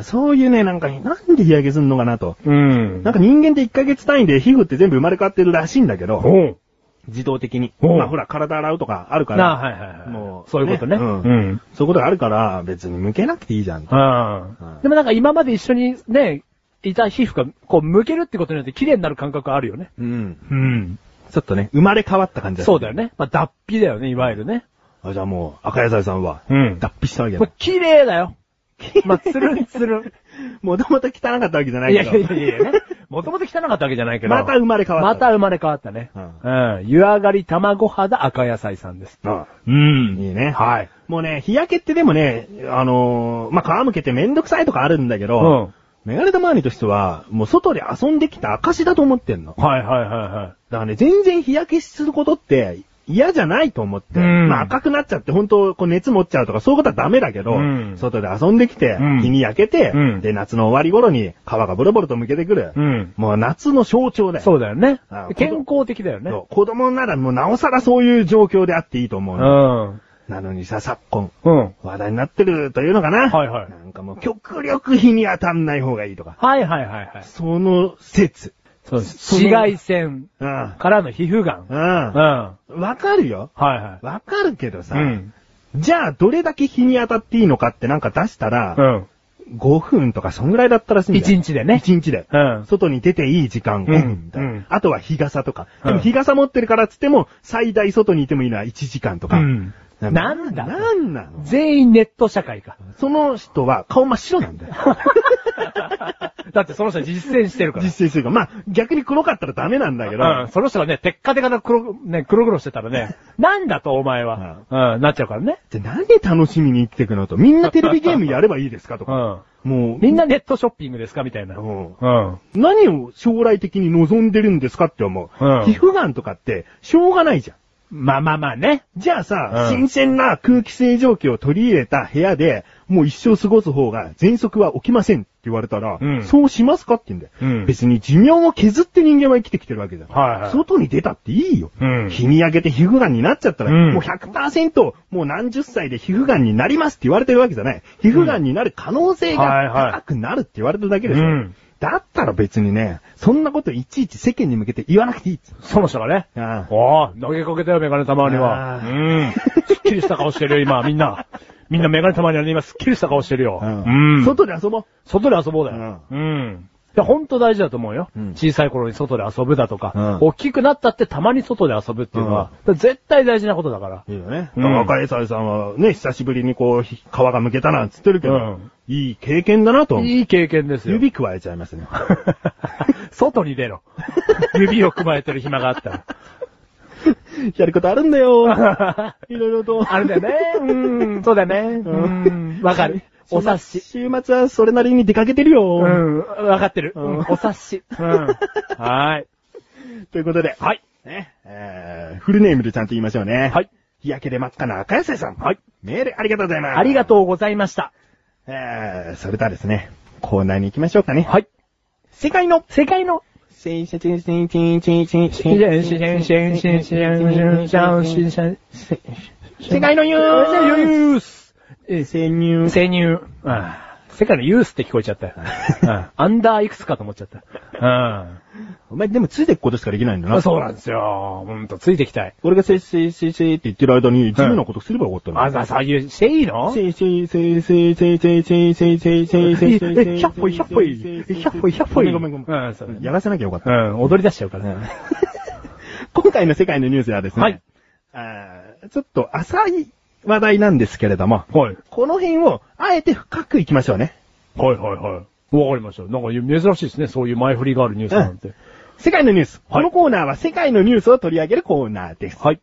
Speaker 2: い。
Speaker 1: そういうね、なんか、なんで日焼けすんのかなと。
Speaker 2: うん
Speaker 1: なんか人間って1ヶ月単位で皮膚って全部生まれ変わってるらしいんだけど、
Speaker 2: おう
Speaker 1: 自動的に。
Speaker 2: おう
Speaker 1: まあほら、体洗うとかあるか
Speaker 2: なあ、
Speaker 1: ら、
Speaker 2: はいはいはい。
Speaker 1: もう
Speaker 2: そういうことね。
Speaker 1: ねうん
Speaker 2: うん。
Speaker 1: そういうことがあるから、別に向けなくていいじゃん。
Speaker 2: うん。でもなんか今まで一緒にね、いた皮膚が、こう、向けるってことによって綺麗になる感覚あるよね。
Speaker 1: うん。
Speaker 2: うん。
Speaker 1: ちょっとね、生まれ変わった感じ
Speaker 2: そうだよ
Speaker 1: ね。
Speaker 2: ね。まあ、脱皮だよね、いわゆるね。
Speaker 1: あじゃあもう、赤野菜さんは、
Speaker 2: うん
Speaker 1: 脱皮したわけ
Speaker 2: こ
Speaker 1: だ
Speaker 2: れ。綺麗だ よ。まあ、つるんつるん。
Speaker 1: もともと汚かったわけじゃない
Speaker 2: い
Speaker 1: け
Speaker 2: や
Speaker 1: ど。
Speaker 2: いやいやいやね。もともと汚かったわけじゃないけど。
Speaker 1: また生まれ変わった
Speaker 2: また生まれ変わったね。うん。湯上がり卵肌赤野菜さんです。
Speaker 1: ああ
Speaker 2: うん
Speaker 1: いいね。
Speaker 2: はい。
Speaker 1: もうね、日焼けってでもね、あのーまあ、皮むけてめんどくさいとかあるんだけ
Speaker 2: う
Speaker 1: ど、
Speaker 2: ん。
Speaker 1: メガネタ周りとしては、もう外で遊んできた証だと思ってんの。
Speaker 2: はいはいはいはい。
Speaker 1: だからね、全然日焼けすることって嫌じゃないと思って。
Speaker 2: うん
Speaker 1: まあ赤くなっちゃって本当こう熱持っちゃうとかそういうことはダメだけど、
Speaker 2: うん
Speaker 1: 外で遊んできて、
Speaker 2: うん
Speaker 1: 日に焼けて、
Speaker 2: うん
Speaker 1: で夏の終わり頃に皮がボロボロと剥けてくる。
Speaker 2: うん
Speaker 1: もう夏の象徴だよ。
Speaker 2: そうだよね
Speaker 1: あ。
Speaker 2: 健康的だよね。
Speaker 1: そう子供ならもうなおさらそういう状況であっていいと思う
Speaker 2: う
Speaker 1: の。
Speaker 2: ん。
Speaker 1: なのにさ、昨今、
Speaker 2: うん。
Speaker 1: 話題になってるというのかな。
Speaker 2: はいはい
Speaker 1: なんかもう極力日に当たんない方がいいとか。
Speaker 2: はいはいはいはい。
Speaker 1: その説。
Speaker 2: そうで
Speaker 1: そ
Speaker 2: す。紫
Speaker 1: の
Speaker 2: 外線
Speaker 1: うん。
Speaker 2: からの皮膚がん。
Speaker 1: う
Speaker 2: うん。
Speaker 1: ん。
Speaker 2: は
Speaker 1: わかるよ。
Speaker 2: いは
Speaker 1: わかるけど
Speaker 2: い。
Speaker 1: さ、
Speaker 2: うん。
Speaker 1: じゃあどれだけ日に当たっていいのかってなんか出した
Speaker 2: う
Speaker 1: ら、
Speaker 2: ん。
Speaker 1: 5分とかそんぐらいだったらしいんだよ。
Speaker 2: 一日でね。
Speaker 1: 1日で。
Speaker 2: うん。
Speaker 1: 外に出ていい時間5分みたいな。
Speaker 2: うんうん
Speaker 1: あとは日傘とか。
Speaker 2: うん
Speaker 1: でも日傘持ってるからっつっても、最大外にいてもいいのは1時間とか。
Speaker 2: うん
Speaker 1: なん
Speaker 2: だ
Speaker 1: なんなの
Speaker 2: 全員ネット社会か。
Speaker 1: その人は顔真っ白なんだよ。
Speaker 2: だってその人は実践してるから。
Speaker 1: 実践するから。まあ、逆に黒かったらダメなんだけど、
Speaker 2: うん、その人がね、テッカテカな黒、ね、黒々してたらね、なんだとお前は、うん、なっちゃうからね。
Speaker 1: じゃあなんで楽しみに生きていくのと。みんなテレビゲームやればいいですかと
Speaker 2: う
Speaker 1: か。
Speaker 2: ん。
Speaker 1: もう、
Speaker 2: みんなネットショッピングですかみたいな。
Speaker 1: う
Speaker 2: うん。
Speaker 1: ん
Speaker 2: うん。
Speaker 1: 何を将来的に望んでるんですかって思う。
Speaker 2: うん
Speaker 1: 皮膚がんとかって、しょうがないじゃん。
Speaker 2: まあまあまあね。
Speaker 1: じゃあさ、
Speaker 2: うん
Speaker 1: 新鮮な空気清浄機を取り入れた部屋で、もう一生過ごす方が喘息は起きませんって言われたら、
Speaker 2: うん
Speaker 1: そうしますかって言うんだよ、
Speaker 2: うん
Speaker 1: 別に寿命を削って人間は生きてきてるわけじゃん。
Speaker 2: はいはい
Speaker 1: 外に出たっていいよ。
Speaker 2: うん
Speaker 1: 日に焼けて皮膚がんになっちゃったら、
Speaker 2: うん
Speaker 1: もう100%もう何十歳で皮膚がんになりますって言われてるわけじゃない。皮膚がんになる可能性
Speaker 2: はいはい
Speaker 1: が高くなるって言われてるだけでしょ。
Speaker 2: うん
Speaker 1: だったら別にね、そんなこといちいち世間に向けて言わなくていいっつう
Speaker 2: その人がね。
Speaker 1: のああ
Speaker 2: おー、投げかけたよ、メガネたまには。
Speaker 1: あ
Speaker 2: う
Speaker 1: ー
Speaker 2: ん。すっきりした顔してるよ、今、みんな。みんなメガネたまにはね、今、すっきりした顔してるよ。うん。
Speaker 1: 外で遊ぼう。
Speaker 2: 外で遊ぼうだよ。うん。いや、ほんと大事だと思うよ。
Speaker 1: うん
Speaker 2: 小さい頃に外で遊ぶだとか、
Speaker 1: うん
Speaker 2: 大きくなったってたまに外で遊ぶっていうのは、絶対大事なことだから。
Speaker 1: いいよね。
Speaker 2: うん
Speaker 1: 若いさいさんはね、久しぶりにこう、ひ皮がむけたなんつってるけど、
Speaker 2: うん
Speaker 1: いい経験だなと思う。
Speaker 2: いい経験ですよ。
Speaker 1: 指くわえちゃいますね。
Speaker 2: 外に出ろ。 指をくまえてる暇があったら。
Speaker 1: やることあるんだ よ。いろいろと。
Speaker 2: あれだよね。うん、そうだよね。うん、わかる。お察し。
Speaker 1: 週末はそれなりに出かけてるよ。
Speaker 2: うん、わかってる。
Speaker 1: うん
Speaker 2: お察し。うん。はーい。
Speaker 1: ということで、
Speaker 2: はい。
Speaker 1: ね、えー、フルネームでちゃんと言いましょうね。
Speaker 2: はい。
Speaker 1: 日焼けで真っ赤な赤野菜さん。
Speaker 2: はい。
Speaker 1: メールありがとうございます。
Speaker 2: ありが
Speaker 1: う。
Speaker 2: とうございました。
Speaker 1: えー、それではですね、コーナーに行きましょうかね。
Speaker 2: はい。
Speaker 1: 世界の
Speaker 2: 世界の、
Speaker 1: せいせいせいせいせいせいせいせい世界のユー
Speaker 2: ユース。
Speaker 1: ス潜入
Speaker 2: 生乳。世界のユースって聞こえちゃったよ。うんアンダーいくつかと思っちゃった。うん。
Speaker 1: お前でもついていくことしかできないんだな。
Speaker 2: そうなんですよ。ほんと、ついてきたい。
Speaker 1: 俺がせいせいせいせいって言ってる間に、自由なことすればよかったの。
Speaker 2: あざさ、言う、していいの
Speaker 1: せいせいせいせいせいせいせいせいせいせいせいせいせいせいせいせい
Speaker 2: 百歩い、百歩い、百歩い、百歩い。
Speaker 1: ごめんごめんごめん。
Speaker 2: うん、そう
Speaker 1: やらせなきゃよかった
Speaker 2: う。ん、踊り出しちゃうからね。
Speaker 1: 今回の世界のニュースはですね、
Speaker 2: はい
Speaker 1: あーちょっと浅い話題なんですけれども、
Speaker 2: はい。
Speaker 1: この辺をあえて深くいきましょうね。
Speaker 2: はいはいはい。わかりました。なんか珍しいですね。そういう前振りがあるニュースなんて。
Speaker 1: 世界のニュース。
Speaker 2: はい
Speaker 1: このコーナーは世界のニュースを取り上げるコーナーです。
Speaker 2: はい。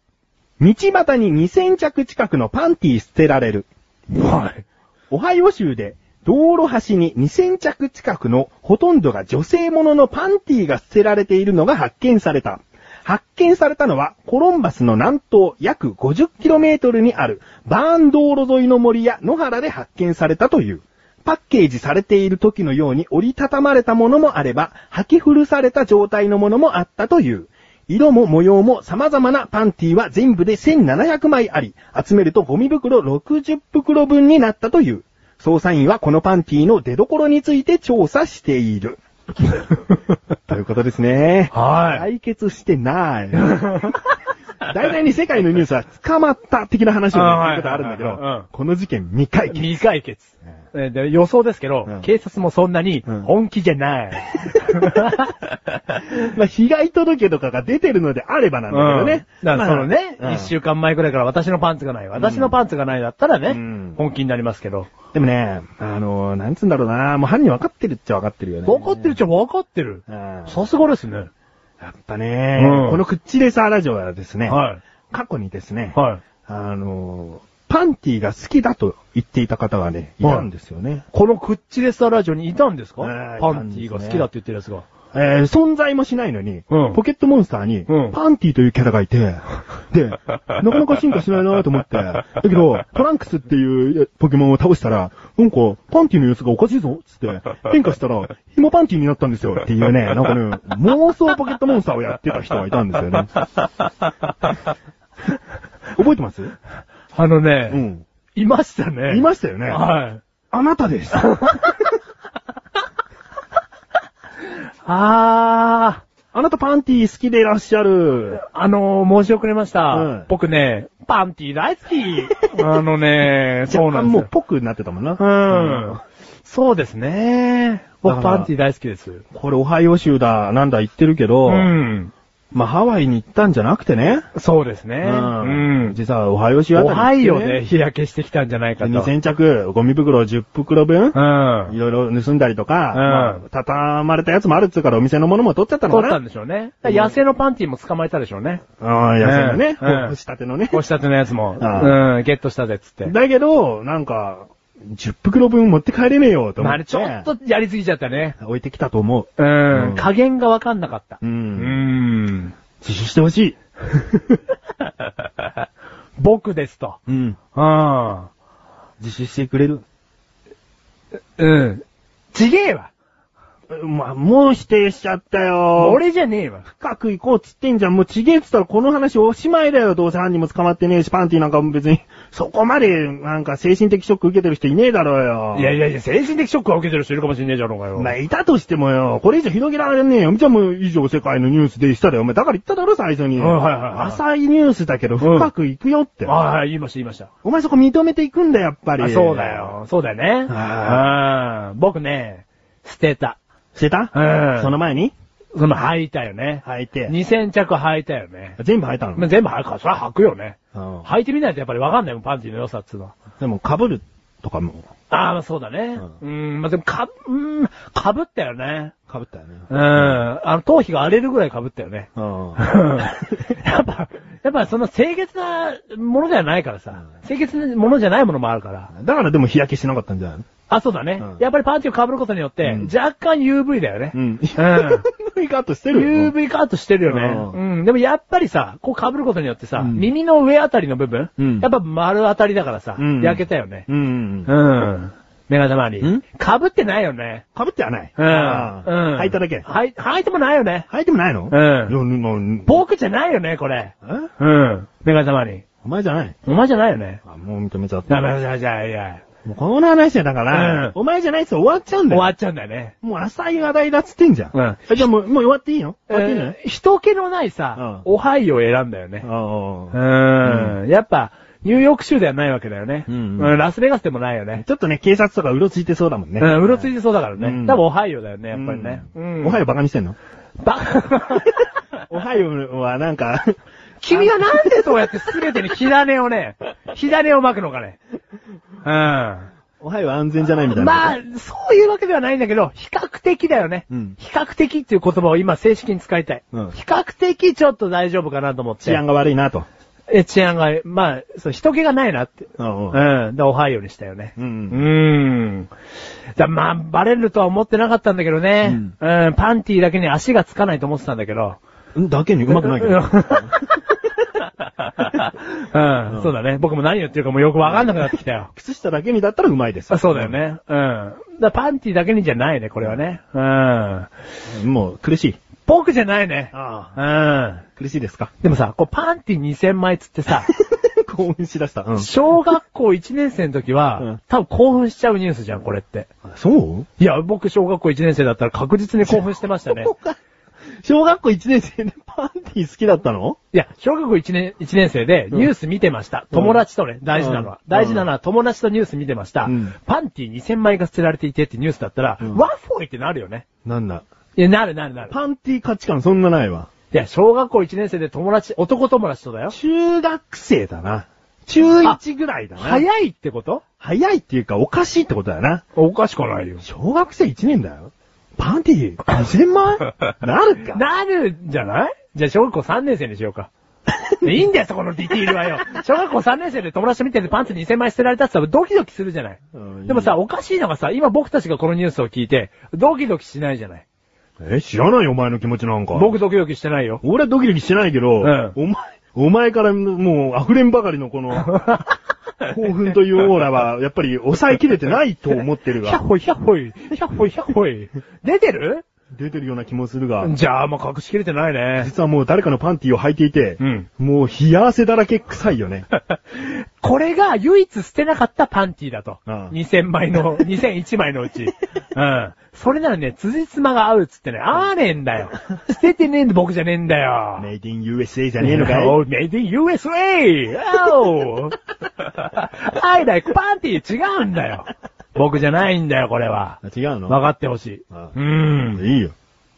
Speaker 1: 道端に2000着近くのパンティ捨てられる。
Speaker 2: はい。
Speaker 1: オハイオ州で道路端に2000着近くのほとんどが女性もののパンティが捨てられているのが発見された。発見されたのはコロンバスの南東約 50km にあるバーン道路沿いの森や野原で発見されたという。パッケージされている時のように折りたたまれたものもあれば、履き古された状態のものもあったという。色も模様も様々なパンティは全部で1700枚あり、集めるとゴミ袋60袋分になったという。捜査員はこのパンティの出所について調査して いる。ということですね。
Speaker 2: はい。
Speaker 1: 解決してない。 大体に世界のニュースは捕まった的な話を
Speaker 2: あー
Speaker 1: ね聞くことあるんだけ
Speaker 2: はいはいはいうん
Speaker 1: ど、この事件未 解決。
Speaker 2: 未解決。えーで予想ですけど、
Speaker 1: うん
Speaker 2: 警察もそんなに
Speaker 1: うん
Speaker 2: 本気じゃ ない。
Speaker 1: まあ、被害届とかが出てるのであればなんだけどね。
Speaker 2: だから
Speaker 1: まあ
Speaker 2: そのね、一、
Speaker 1: うん
Speaker 2: 週間前くらいから私のパンツがない、私のパンツがないだったらね、
Speaker 1: うん
Speaker 2: 本気になりますけど。
Speaker 1: でもね、あのー、なんつうんだろうな、もう犯人分かってるっちゃ分かってるよね。
Speaker 2: 分かってるっちゃ分かってる。
Speaker 1: うん
Speaker 2: さすがですね。
Speaker 1: やっぱね、
Speaker 2: うん
Speaker 1: このクッチレサーラジオはですね、
Speaker 2: は
Speaker 1: 過去にですね
Speaker 2: い。、はい。
Speaker 1: あのー、パンティが好きだと言っていた方がね、い
Speaker 2: はい
Speaker 1: たんですよね。
Speaker 2: このクッチレスターラジオにいたんですか
Speaker 1: えー
Speaker 2: パンティーが好きだって言ってるやつが。
Speaker 1: えー存在もしないのに、
Speaker 2: うん
Speaker 1: ポケットモンスターに
Speaker 2: うん、
Speaker 1: パンティというキャラがいて、 で、なかなか進化しないなと思って、だけど、トランクスっていうポケモンを倒したら、なんか、パンティの様子がおかしいぞ、つって、変化したら、紐パンティになったんですよ、っていうね、なんかね、妄想ポケットモンスターをやってた人がいたんです よね。覚えてます
Speaker 2: あのね、
Speaker 1: うん。
Speaker 2: いましたね。
Speaker 1: いましたよね。
Speaker 2: はい。
Speaker 1: あなたです。
Speaker 2: あ
Speaker 1: あなたパンティ好きでいらっしゃる
Speaker 2: ー。、あのー、申し遅れました。
Speaker 1: うん
Speaker 2: 僕ね、パンティー大好 き。あのね、そうなんです
Speaker 1: もう
Speaker 2: よ。
Speaker 1: ぽくなってたもんな。
Speaker 2: うん。そうですね。僕
Speaker 1: だから
Speaker 2: パンティー大好きです。
Speaker 1: これ、オハイオ州だ、なんだ言ってるけど、
Speaker 2: うん。
Speaker 1: まあ、ハワイに行ったんじゃなくてね。
Speaker 2: そうですね。
Speaker 1: うん。実は、オハイオ州あ
Speaker 2: お
Speaker 1: たり
Speaker 2: は
Speaker 1: に行
Speaker 2: よ
Speaker 1: ってね、
Speaker 2: で日焼けしてきたんじゃないかと。
Speaker 1: で2000着、ゴミ袋10袋
Speaker 2: う
Speaker 1: 分、
Speaker 2: ん。
Speaker 1: いろいろ盗んだりとか、
Speaker 2: ん
Speaker 1: まあ畳まれたやつもあるっつうからお店のものも取っちゃったの
Speaker 2: 取
Speaker 1: か
Speaker 2: った
Speaker 1: な。
Speaker 2: んでしょうね。だから野生のパンティーも捕まえたでしょうね。
Speaker 1: ああ、野生のね、
Speaker 2: うんうん
Speaker 1: 干したてのね。
Speaker 2: 腰立てのやつ も。
Speaker 1: うん
Speaker 2: うん、ゲットしたぜっつって。
Speaker 1: だけど、なんか、10袋分持って帰れねえよと思
Speaker 2: まあ、あ
Speaker 1: っ
Speaker 2: れ
Speaker 1: て。
Speaker 2: ちょっとやりすぎちゃったね。
Speaker 1: 置いてきたと思う。
Speaker 2: うん
Speaker 1: うん
Speaker 2: 加減がわかんなかった
Speaker 1: う。。
Speaker 2: うんん。
Speaker 1: 自首してほしい。
Speaker 2: 僕ですと。
Speaker 1: うん。
Speaker 2: うん。
Speaker 1: 自首してくれる。
Speaker 2: うん。ちげえわ。
Speaker 1: まあ、もう否定しちゃったよ。、
Speaker 2: 俺じゃねえわ。
Speaker 1: 深く行こうっつってんじゃん。もうちげえっつったらこの話おしまいだよ。どうせ犯人も捕まってねえし、パンティなんかも別に、そこまで、なんか精神的ショック受けてる人いねえだろうよ。
Speaker 2: いやいやいや、精神的ショックは受けてる人いるかもしんねえじゃろうかよ。
Speaker 1: まあ、いたとしてもよ、これ以上広げられねえよ。じゃあもう以上世界のニュースでしただよ。お前、だから言っただろ、最初に。
Speaker 2: うんはいはいはい
Speaker 1: 浅いニュースだけど、深く行くよって。
Speaker 2: ああ、言いました言いました。
Speaker 1: お前そこ認めていくんだよ、やっぱり。
Speaker 2: あそうだ。よ。そうだよね。
Speaker 1: は
Speaker 2: うん僕ね、捨てた。
Speaker 1: してた
Speaker 2: うん
Speaker 1: その前に
Speaker 2: その履いたよね。
Speaker 1: 履いて。
Speaker 2: 2000着履いたよね。
Speaker 1: 全部履いたの、
Speaker 2: まあ全部履くから、それは履くよね。
Speaker 1: うん
Speaker 2: 履いてみないとやっぱりわかんないもん、パンティの良さっつうのは。
Speaker 1: でも、被るとかも、
Speaker 2: ああ、まあそうだね。う、
Speaker 1: うん
Speaker 2: まあでもか、うん、かぶったよね。
Speaker 1: 被ったよね。
Speaker 2: うん、あの、頭皮が荒れるぐらいかぶったよね。
Speaker 1: うん。
Speaker 2: やっぱ、やっぱその清潔なものではないからさ、清潔なものじゃないものもあるから。
Speaker 1: だからでも日焼けしなかったんじゃないの
Speaker 2: あ、そうだね。
Speaker 1: うん
Speaker 2: やっぱりパンチを被ることによって、
Speaker 1: うん
Speaker 2: 若干 UV だよね。
Speaker 1: ん。
Speaker 2: う
Speaker 1: いいカットしてるよ。
Speaker 2: UV カットしてるよね。う。
Speaker 1: うん
Speaker 2: でもやっぱりさ、こう被ることによってさ、
Speaker 1: うん
Speaker 2: 耳の上あたりの部分、
Speaker 1: うん
Speaker 2: やっぱ丸あたりだからさ、
Speaker 1: うん
Speaker 2: 焼けたよね。
Speaker 1: うん。
Speaker 2: う
Speaker 1: 被
Speaker 2: ん。メガネ周り。
Speaker 1: ん
Speaker 2: 被ってないよね。
Speaker 1: ってはない。
Speaker 2: うん。うん。
Speaker 1: 履いただけ。
Speaker 2: はい、履いてもないよね。
Speaker 1: 履いてもないの
Speaker 2: うん
Speaker 1: いやぬぬ
Speaker 2: 僕じゃないよね、これ。
Speaker 1: え
Speaker 2: うん。メガネ周り。
Speaker 1: お前じゃない
Speaker 2: お前じゃないよね。
Speaker 1: あ、もう認めちゃっ
Speaker 2: ダ
Speaker 1: た。
Speaker 2: メだ、じゃあ、いや。
Speaker 1: もうこの話はだから、
Speaker 2: うん
Speaker 1: お前じゃないっすよ終わっちゃうんだ
Speaker 2: 終
Speaker 1: よ。
Speaker 2: わっちゃうんだよね。
Speaker 1: もう浅い話題だっつってんじゃん。
Speaker 2: うん
Speaker 1: えじゃあもう、もう終わっていいの終わっていい
Speaker 2: え
Speaker 1: の、
Speaker 2: ー人気のないさ、
Speaker 1: う
Speaker 2: オハイオを選んだよね。う
Speaker 1: あ
Speaker 2: ん。やっぱ、ニューヨーク州ではないわけだよね。
Speaker 1: うん
Speaker 2: うんラスベガスでもないよ
Speaker 1: あ
Speaker 2: ね。
Speaker 1: ちょっとね、警察とかうろついてそうだもんね。
Speaker 2: うん、うろついてそうだから
Speaker 1: う
Speaker 2: ね。
Speaker 1: ん
Speaker 2: 多分オハイオだよね、やっぱりね。
Speaker 1: うんおはようバカにしてんの
Speaker 2: ば、
Speaker 1: おはようはなんか、
Speaker 2: 君はなんでそうやって全てに火種を ね、火種を巻くのかね。うん。
Speaker 1: おはよう安全じゃないみたいな。
Speaker 2: まあ、そういうわけではないんだけど、比較的だよね。
Speaker 1: うん
Speaker 2: 比較的っていう言葉を今正式に使いたい。
Speaker 1: うん
Speaker 2: 比較的ちょっと大丈夫かなと思って。
Speaker 1: 治安
Speaker 2: が。
Speaker 1: が悪いなと。
Speaker 2: え、治安が、まあ、そう、人気がないなって。
Speaker 1: うんうん
Speaker 2: うん。で、オハイオにしたよね。
Speaker 1: う
Speaker 2: うんーん。だまあ、バレるとは思ってなかったんだけどね。うん。パンティーだけに足がつかないと思ってたんだけど。
Speaker 1: うん。だけにうまくないけ
Speaker 2: う
Speaker 1: ど。
Speaker 2: ん うん。そうだね。僕も何言ってるかもうよくわかんなくなってきたよ。
Speaker 1: 靴下だけにだったらうまいです。
Speaker 2: あそうだよ。ね。うん。だパンティだけにじゃないね、これはね。うん。
Speaker 1: もう苦しい。
Speaker 2: 僕じゃないね。
Speaker 1: ああ。
Speaker 2: うん。
Speaker 1: 苦しいです か。
Speaker 2: でもさ、こうパンティ2000枚つって さ、
Speaker 1: 興奮しだした。うん。
Speaker 2: 小学校1年生の時は、
Speaker 1: うん
Speaker 2: 多分興奮しちゃうニュースじゃん、これって。
Speaker 1: そう
Speaker 2: いや、僕小学校1年生だったら確実に興奮してま したね。
Speaker 1: 小学校1年生でパンティ好きだったの
Speaker 2: いや、小学校1年、一年生でニュース見てました。
Speaker 1: うん
Speaker 2: 友達とね、大事なのは。
Speaker 1: うん
Speaker 2: 大事なのは友達とニュース見てました。
Speaker 1: うん
Speaker 2: パンティ2000枚が捨てられていてってニュースだったら、
Speaker 1: うん
Speaker 2: ワッフォイってなるよね。
Speaker 1: なんだ。
Speaker 2: いや、なるなるなる。
Speaker 1: パンティ価値観そんなないわ。
Speaker 2: いや、小学校1年生で友達、男友達とだよ。
Speaker 1: 中学生だな。中1ぐらいだな。
Speaker 2: 早いってこと
Speaker 1: 早いっていうかおかしいってことだよな。
Speaker 2: おかしくはないよ。
Speaker 1: 小学生1年だよ。パンティ2000万 なるか。
Speaker 2: なるんじゃないじゃあ小学校3年生にしよう か。いいんだよ、そこのディティールはよ。小学校3年生で友達と見ててパンツ2000枚捨てられたってさ、ドキドキするじゃない。
Speaker 1: うん
Speaker 2: でもさ、おかしいのがさ、今僕たちがこのニュースを聞いて、ドキドキしないじゃない。
Speaker 1: え、知らないよお前の気持ちなんか。
Speaker 2: 僕ドキドキしてないよ。
Speaker 1: 俺はドキドキしてないけど、
Speaker 2: ん
Speaker 1: お前、お前からもう溢れんばかりの この、興奮というオーラは、やっぱり抑えきれてないと思ってる
Speaker 2: ひゃっ
Speaker 1: が、
Speaker 2: ほいひゃっほい、ひゃっほいひゃっほい。出てる
Speaker 1: 出てるような気もするが、
Speaker 2: じゃあもう隠しきれてないね。
Speaker 1: 実はもう誰かのパンティを履いていて、
Speaker 2: うん
Speaker 1: もう冷や汗だらけ臭い よね。
Speaker 2: これが唯一捨てなかったパンティーだと。
Speaker 1: うん
Speaker 2: 2000枚 の、2001枚のうち。うん。それならね、辻褄が合うっつってね、あーねえんだよ。捨ててねえんだ僕じゃねえんだよ。
Speaker 1: メイディン USA じゃねえのかい
Speaker 2: Oh, made in USA! Oh! I like party! 違うんだよ。僕じゃないんだよ、これは。
Speaker 1: 違う
Speaker 2: 分
Speaker 1: の
Speaker 2: かってほしい。
Speaker 1: あ
Speaker 2: うん。
Speaker 1: いいよ。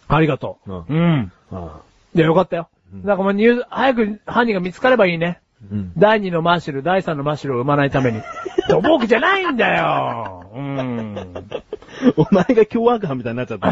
Speaker 2: ありがとう。
Speaker 1: うん
Speaker 2: うん。
Speaker 1: あ
Speaker 2: いや、よかったよ。だからもうニュー早く犯人が見つかればいいね。
Speaker 5: うん。
Speaker 2: 第2のマッシュル、第3のマッシュルを生まないために。土木じゃないんだようん。
Speaker 1: お前が凶悪犯みたいになっちゃった。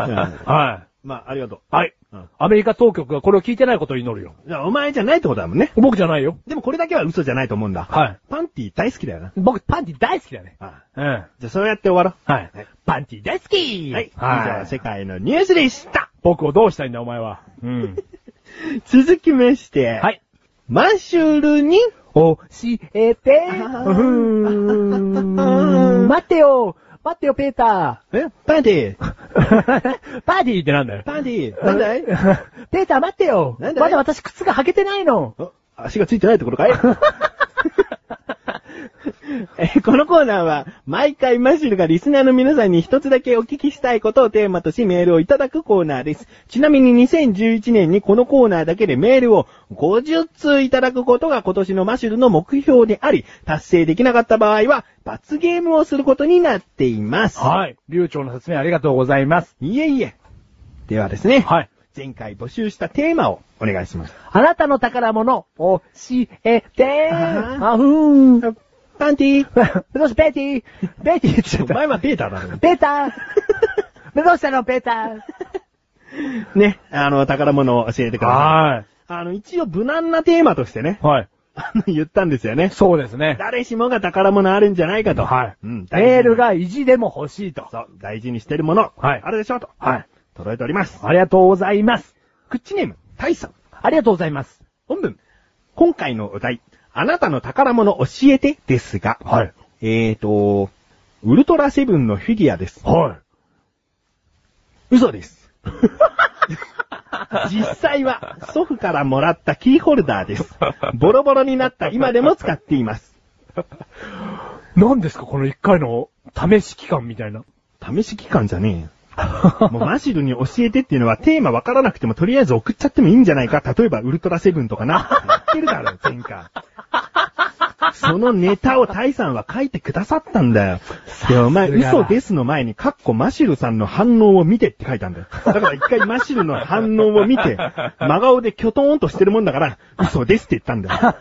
Speaker 1: うん
Speaker 2: は
Speaker 1: まあ、ありがとう。
Speaker 2: い。はい
Speaker 1: うん。
Speaker 2: アメリカ当局がこれを聞いてないことを祈るよ。
Speaker 1: じゃあ、お前じゃないってことだもんね。
Speaker 2: 僕じゃないよ。
Speaker 1: でもこれだけは嘘じゃないと思うんだ。
Speaker 2: はい。
Speaker 1: パンティ大好きだよな。
Speaker 2: 僕、パンティ大好きだね。
Speaker 1: あ
Speaker 2: うん。は
Speaker 1: じゃあ、そうやって終わろ
Speaker 2: い
Speaker 1: はい。
Speaker 2: パンティ大好き
Speaker 1: う。はい。以上、
Speaker 2: はい。
Speaker 1: 世界のニュースでした。
Speaker 2: 僕をどうしたいんだ、お前は。うん。
Speaker 1: 続きまして、
Speaker 2: はい。
Speaker 1: マッシュルに、
Speaker 2: 教えて
Speaker 1: あー
Speaker 2: うーん待ってよ待ってよ、ペータ
Speaker 1: えパンテ ィ
Speaker 2: ーパーティーってなんだよ
Speaker 1: パンティなんだ い
Speaker 2: ペーター待ってよ
Speaker 1: な
Speaker 2: ま
Speaker 1: んだい
Speaker 2: だ私靴が履けてないの
Speaker 1: お足がついてないとこ ろかいえこのコーナーは、毎回マッシュルがリスナーの皆さんに一つだけお聞きしたいことをテーマとしメールをいただくコーナーです。ちなみに2011年にこのコーナーだけでメールを50通いただくことが今年のマッシュルの目標であり、達成できなかった場合は、罰ゲームをすることになっています。
Speaker 2: はい。流暢の説明ありがとうございます。
Speaker 1: いえいえ。ではですね、
Speaker 2: はい。
Speaker 1: 前回募集したテーマをお願いします。
Speaker 2: あなたの宝物、教えて
Speaker 1: あー
Speaker 2: あふーん。
Speaker 1: パンティ
Speaker 2: どうし、ペーティーペーティーって言っちゃっ
Speaker 1: お
Speaker 2: た。
Speaker 1: 前はペーターだろ。
Speaker 2: ペーターどうしたの、ペータ
Speaker 1: ね、あの、宝物を教えてく
Speaker 2: ー
Speaker 1: ださい。
Speaker 2: は
Speaker 1: あの、一応無難なテーマとしてね
Speaker 2: い。、はい。
Speaker 1: あの言ったんですよね。
Speaker 2: そうですね。
Speaker 1: 誰しもが宝物あるんじゃないかと。
Speaker 2: はい。
Speaker 1: うん、大事に
Speaker 2: メール。が意地でも欲しいと。
Speaker 1: そう、大事にしてるもの。
Speaker 2: はい
Speaker 1: あるでしょうと。
Speaker 2: はい。
Speaker 1: 届いております。
Speaker 2: ありがとうございます。
Speaker 1: クッチネーム、タイさん。
Speaker 2: ありがとうございます。
Speaker 1: 本文。今回のお題、あなたの宝物教えてですが、
Speaker 2: はい。
Speaker 1: えーと、ウルトラセブンのフィギュアです。
Speaker 2: はい。
Speaker 1: 嘘です。 実際は祖父からもらったキーホルダーです。ボロボロになった今でも使っています。
Speaker 2: 何ですかこの一回の試し期間みたいな。
Speaker 1: 試し期間じゃねえよ。もうマシルに教えてっていうのはテーマわからなくてもとりあえず送っちゃってもいいんじゃないか。例えばウルトラセブンとかな。やってるだろ、前回。そのネタをタイさんは書いてくださったんだよ。で、お前、
Speaker 2: すが
Speaker 1: 嘘ですの前に、カッコマシルさんの反応を見てって書いたんだよ。だから一回マシルの反応を見て、真顔でキョトーンとしてるもんだから、嘘ですって言ったんだよ。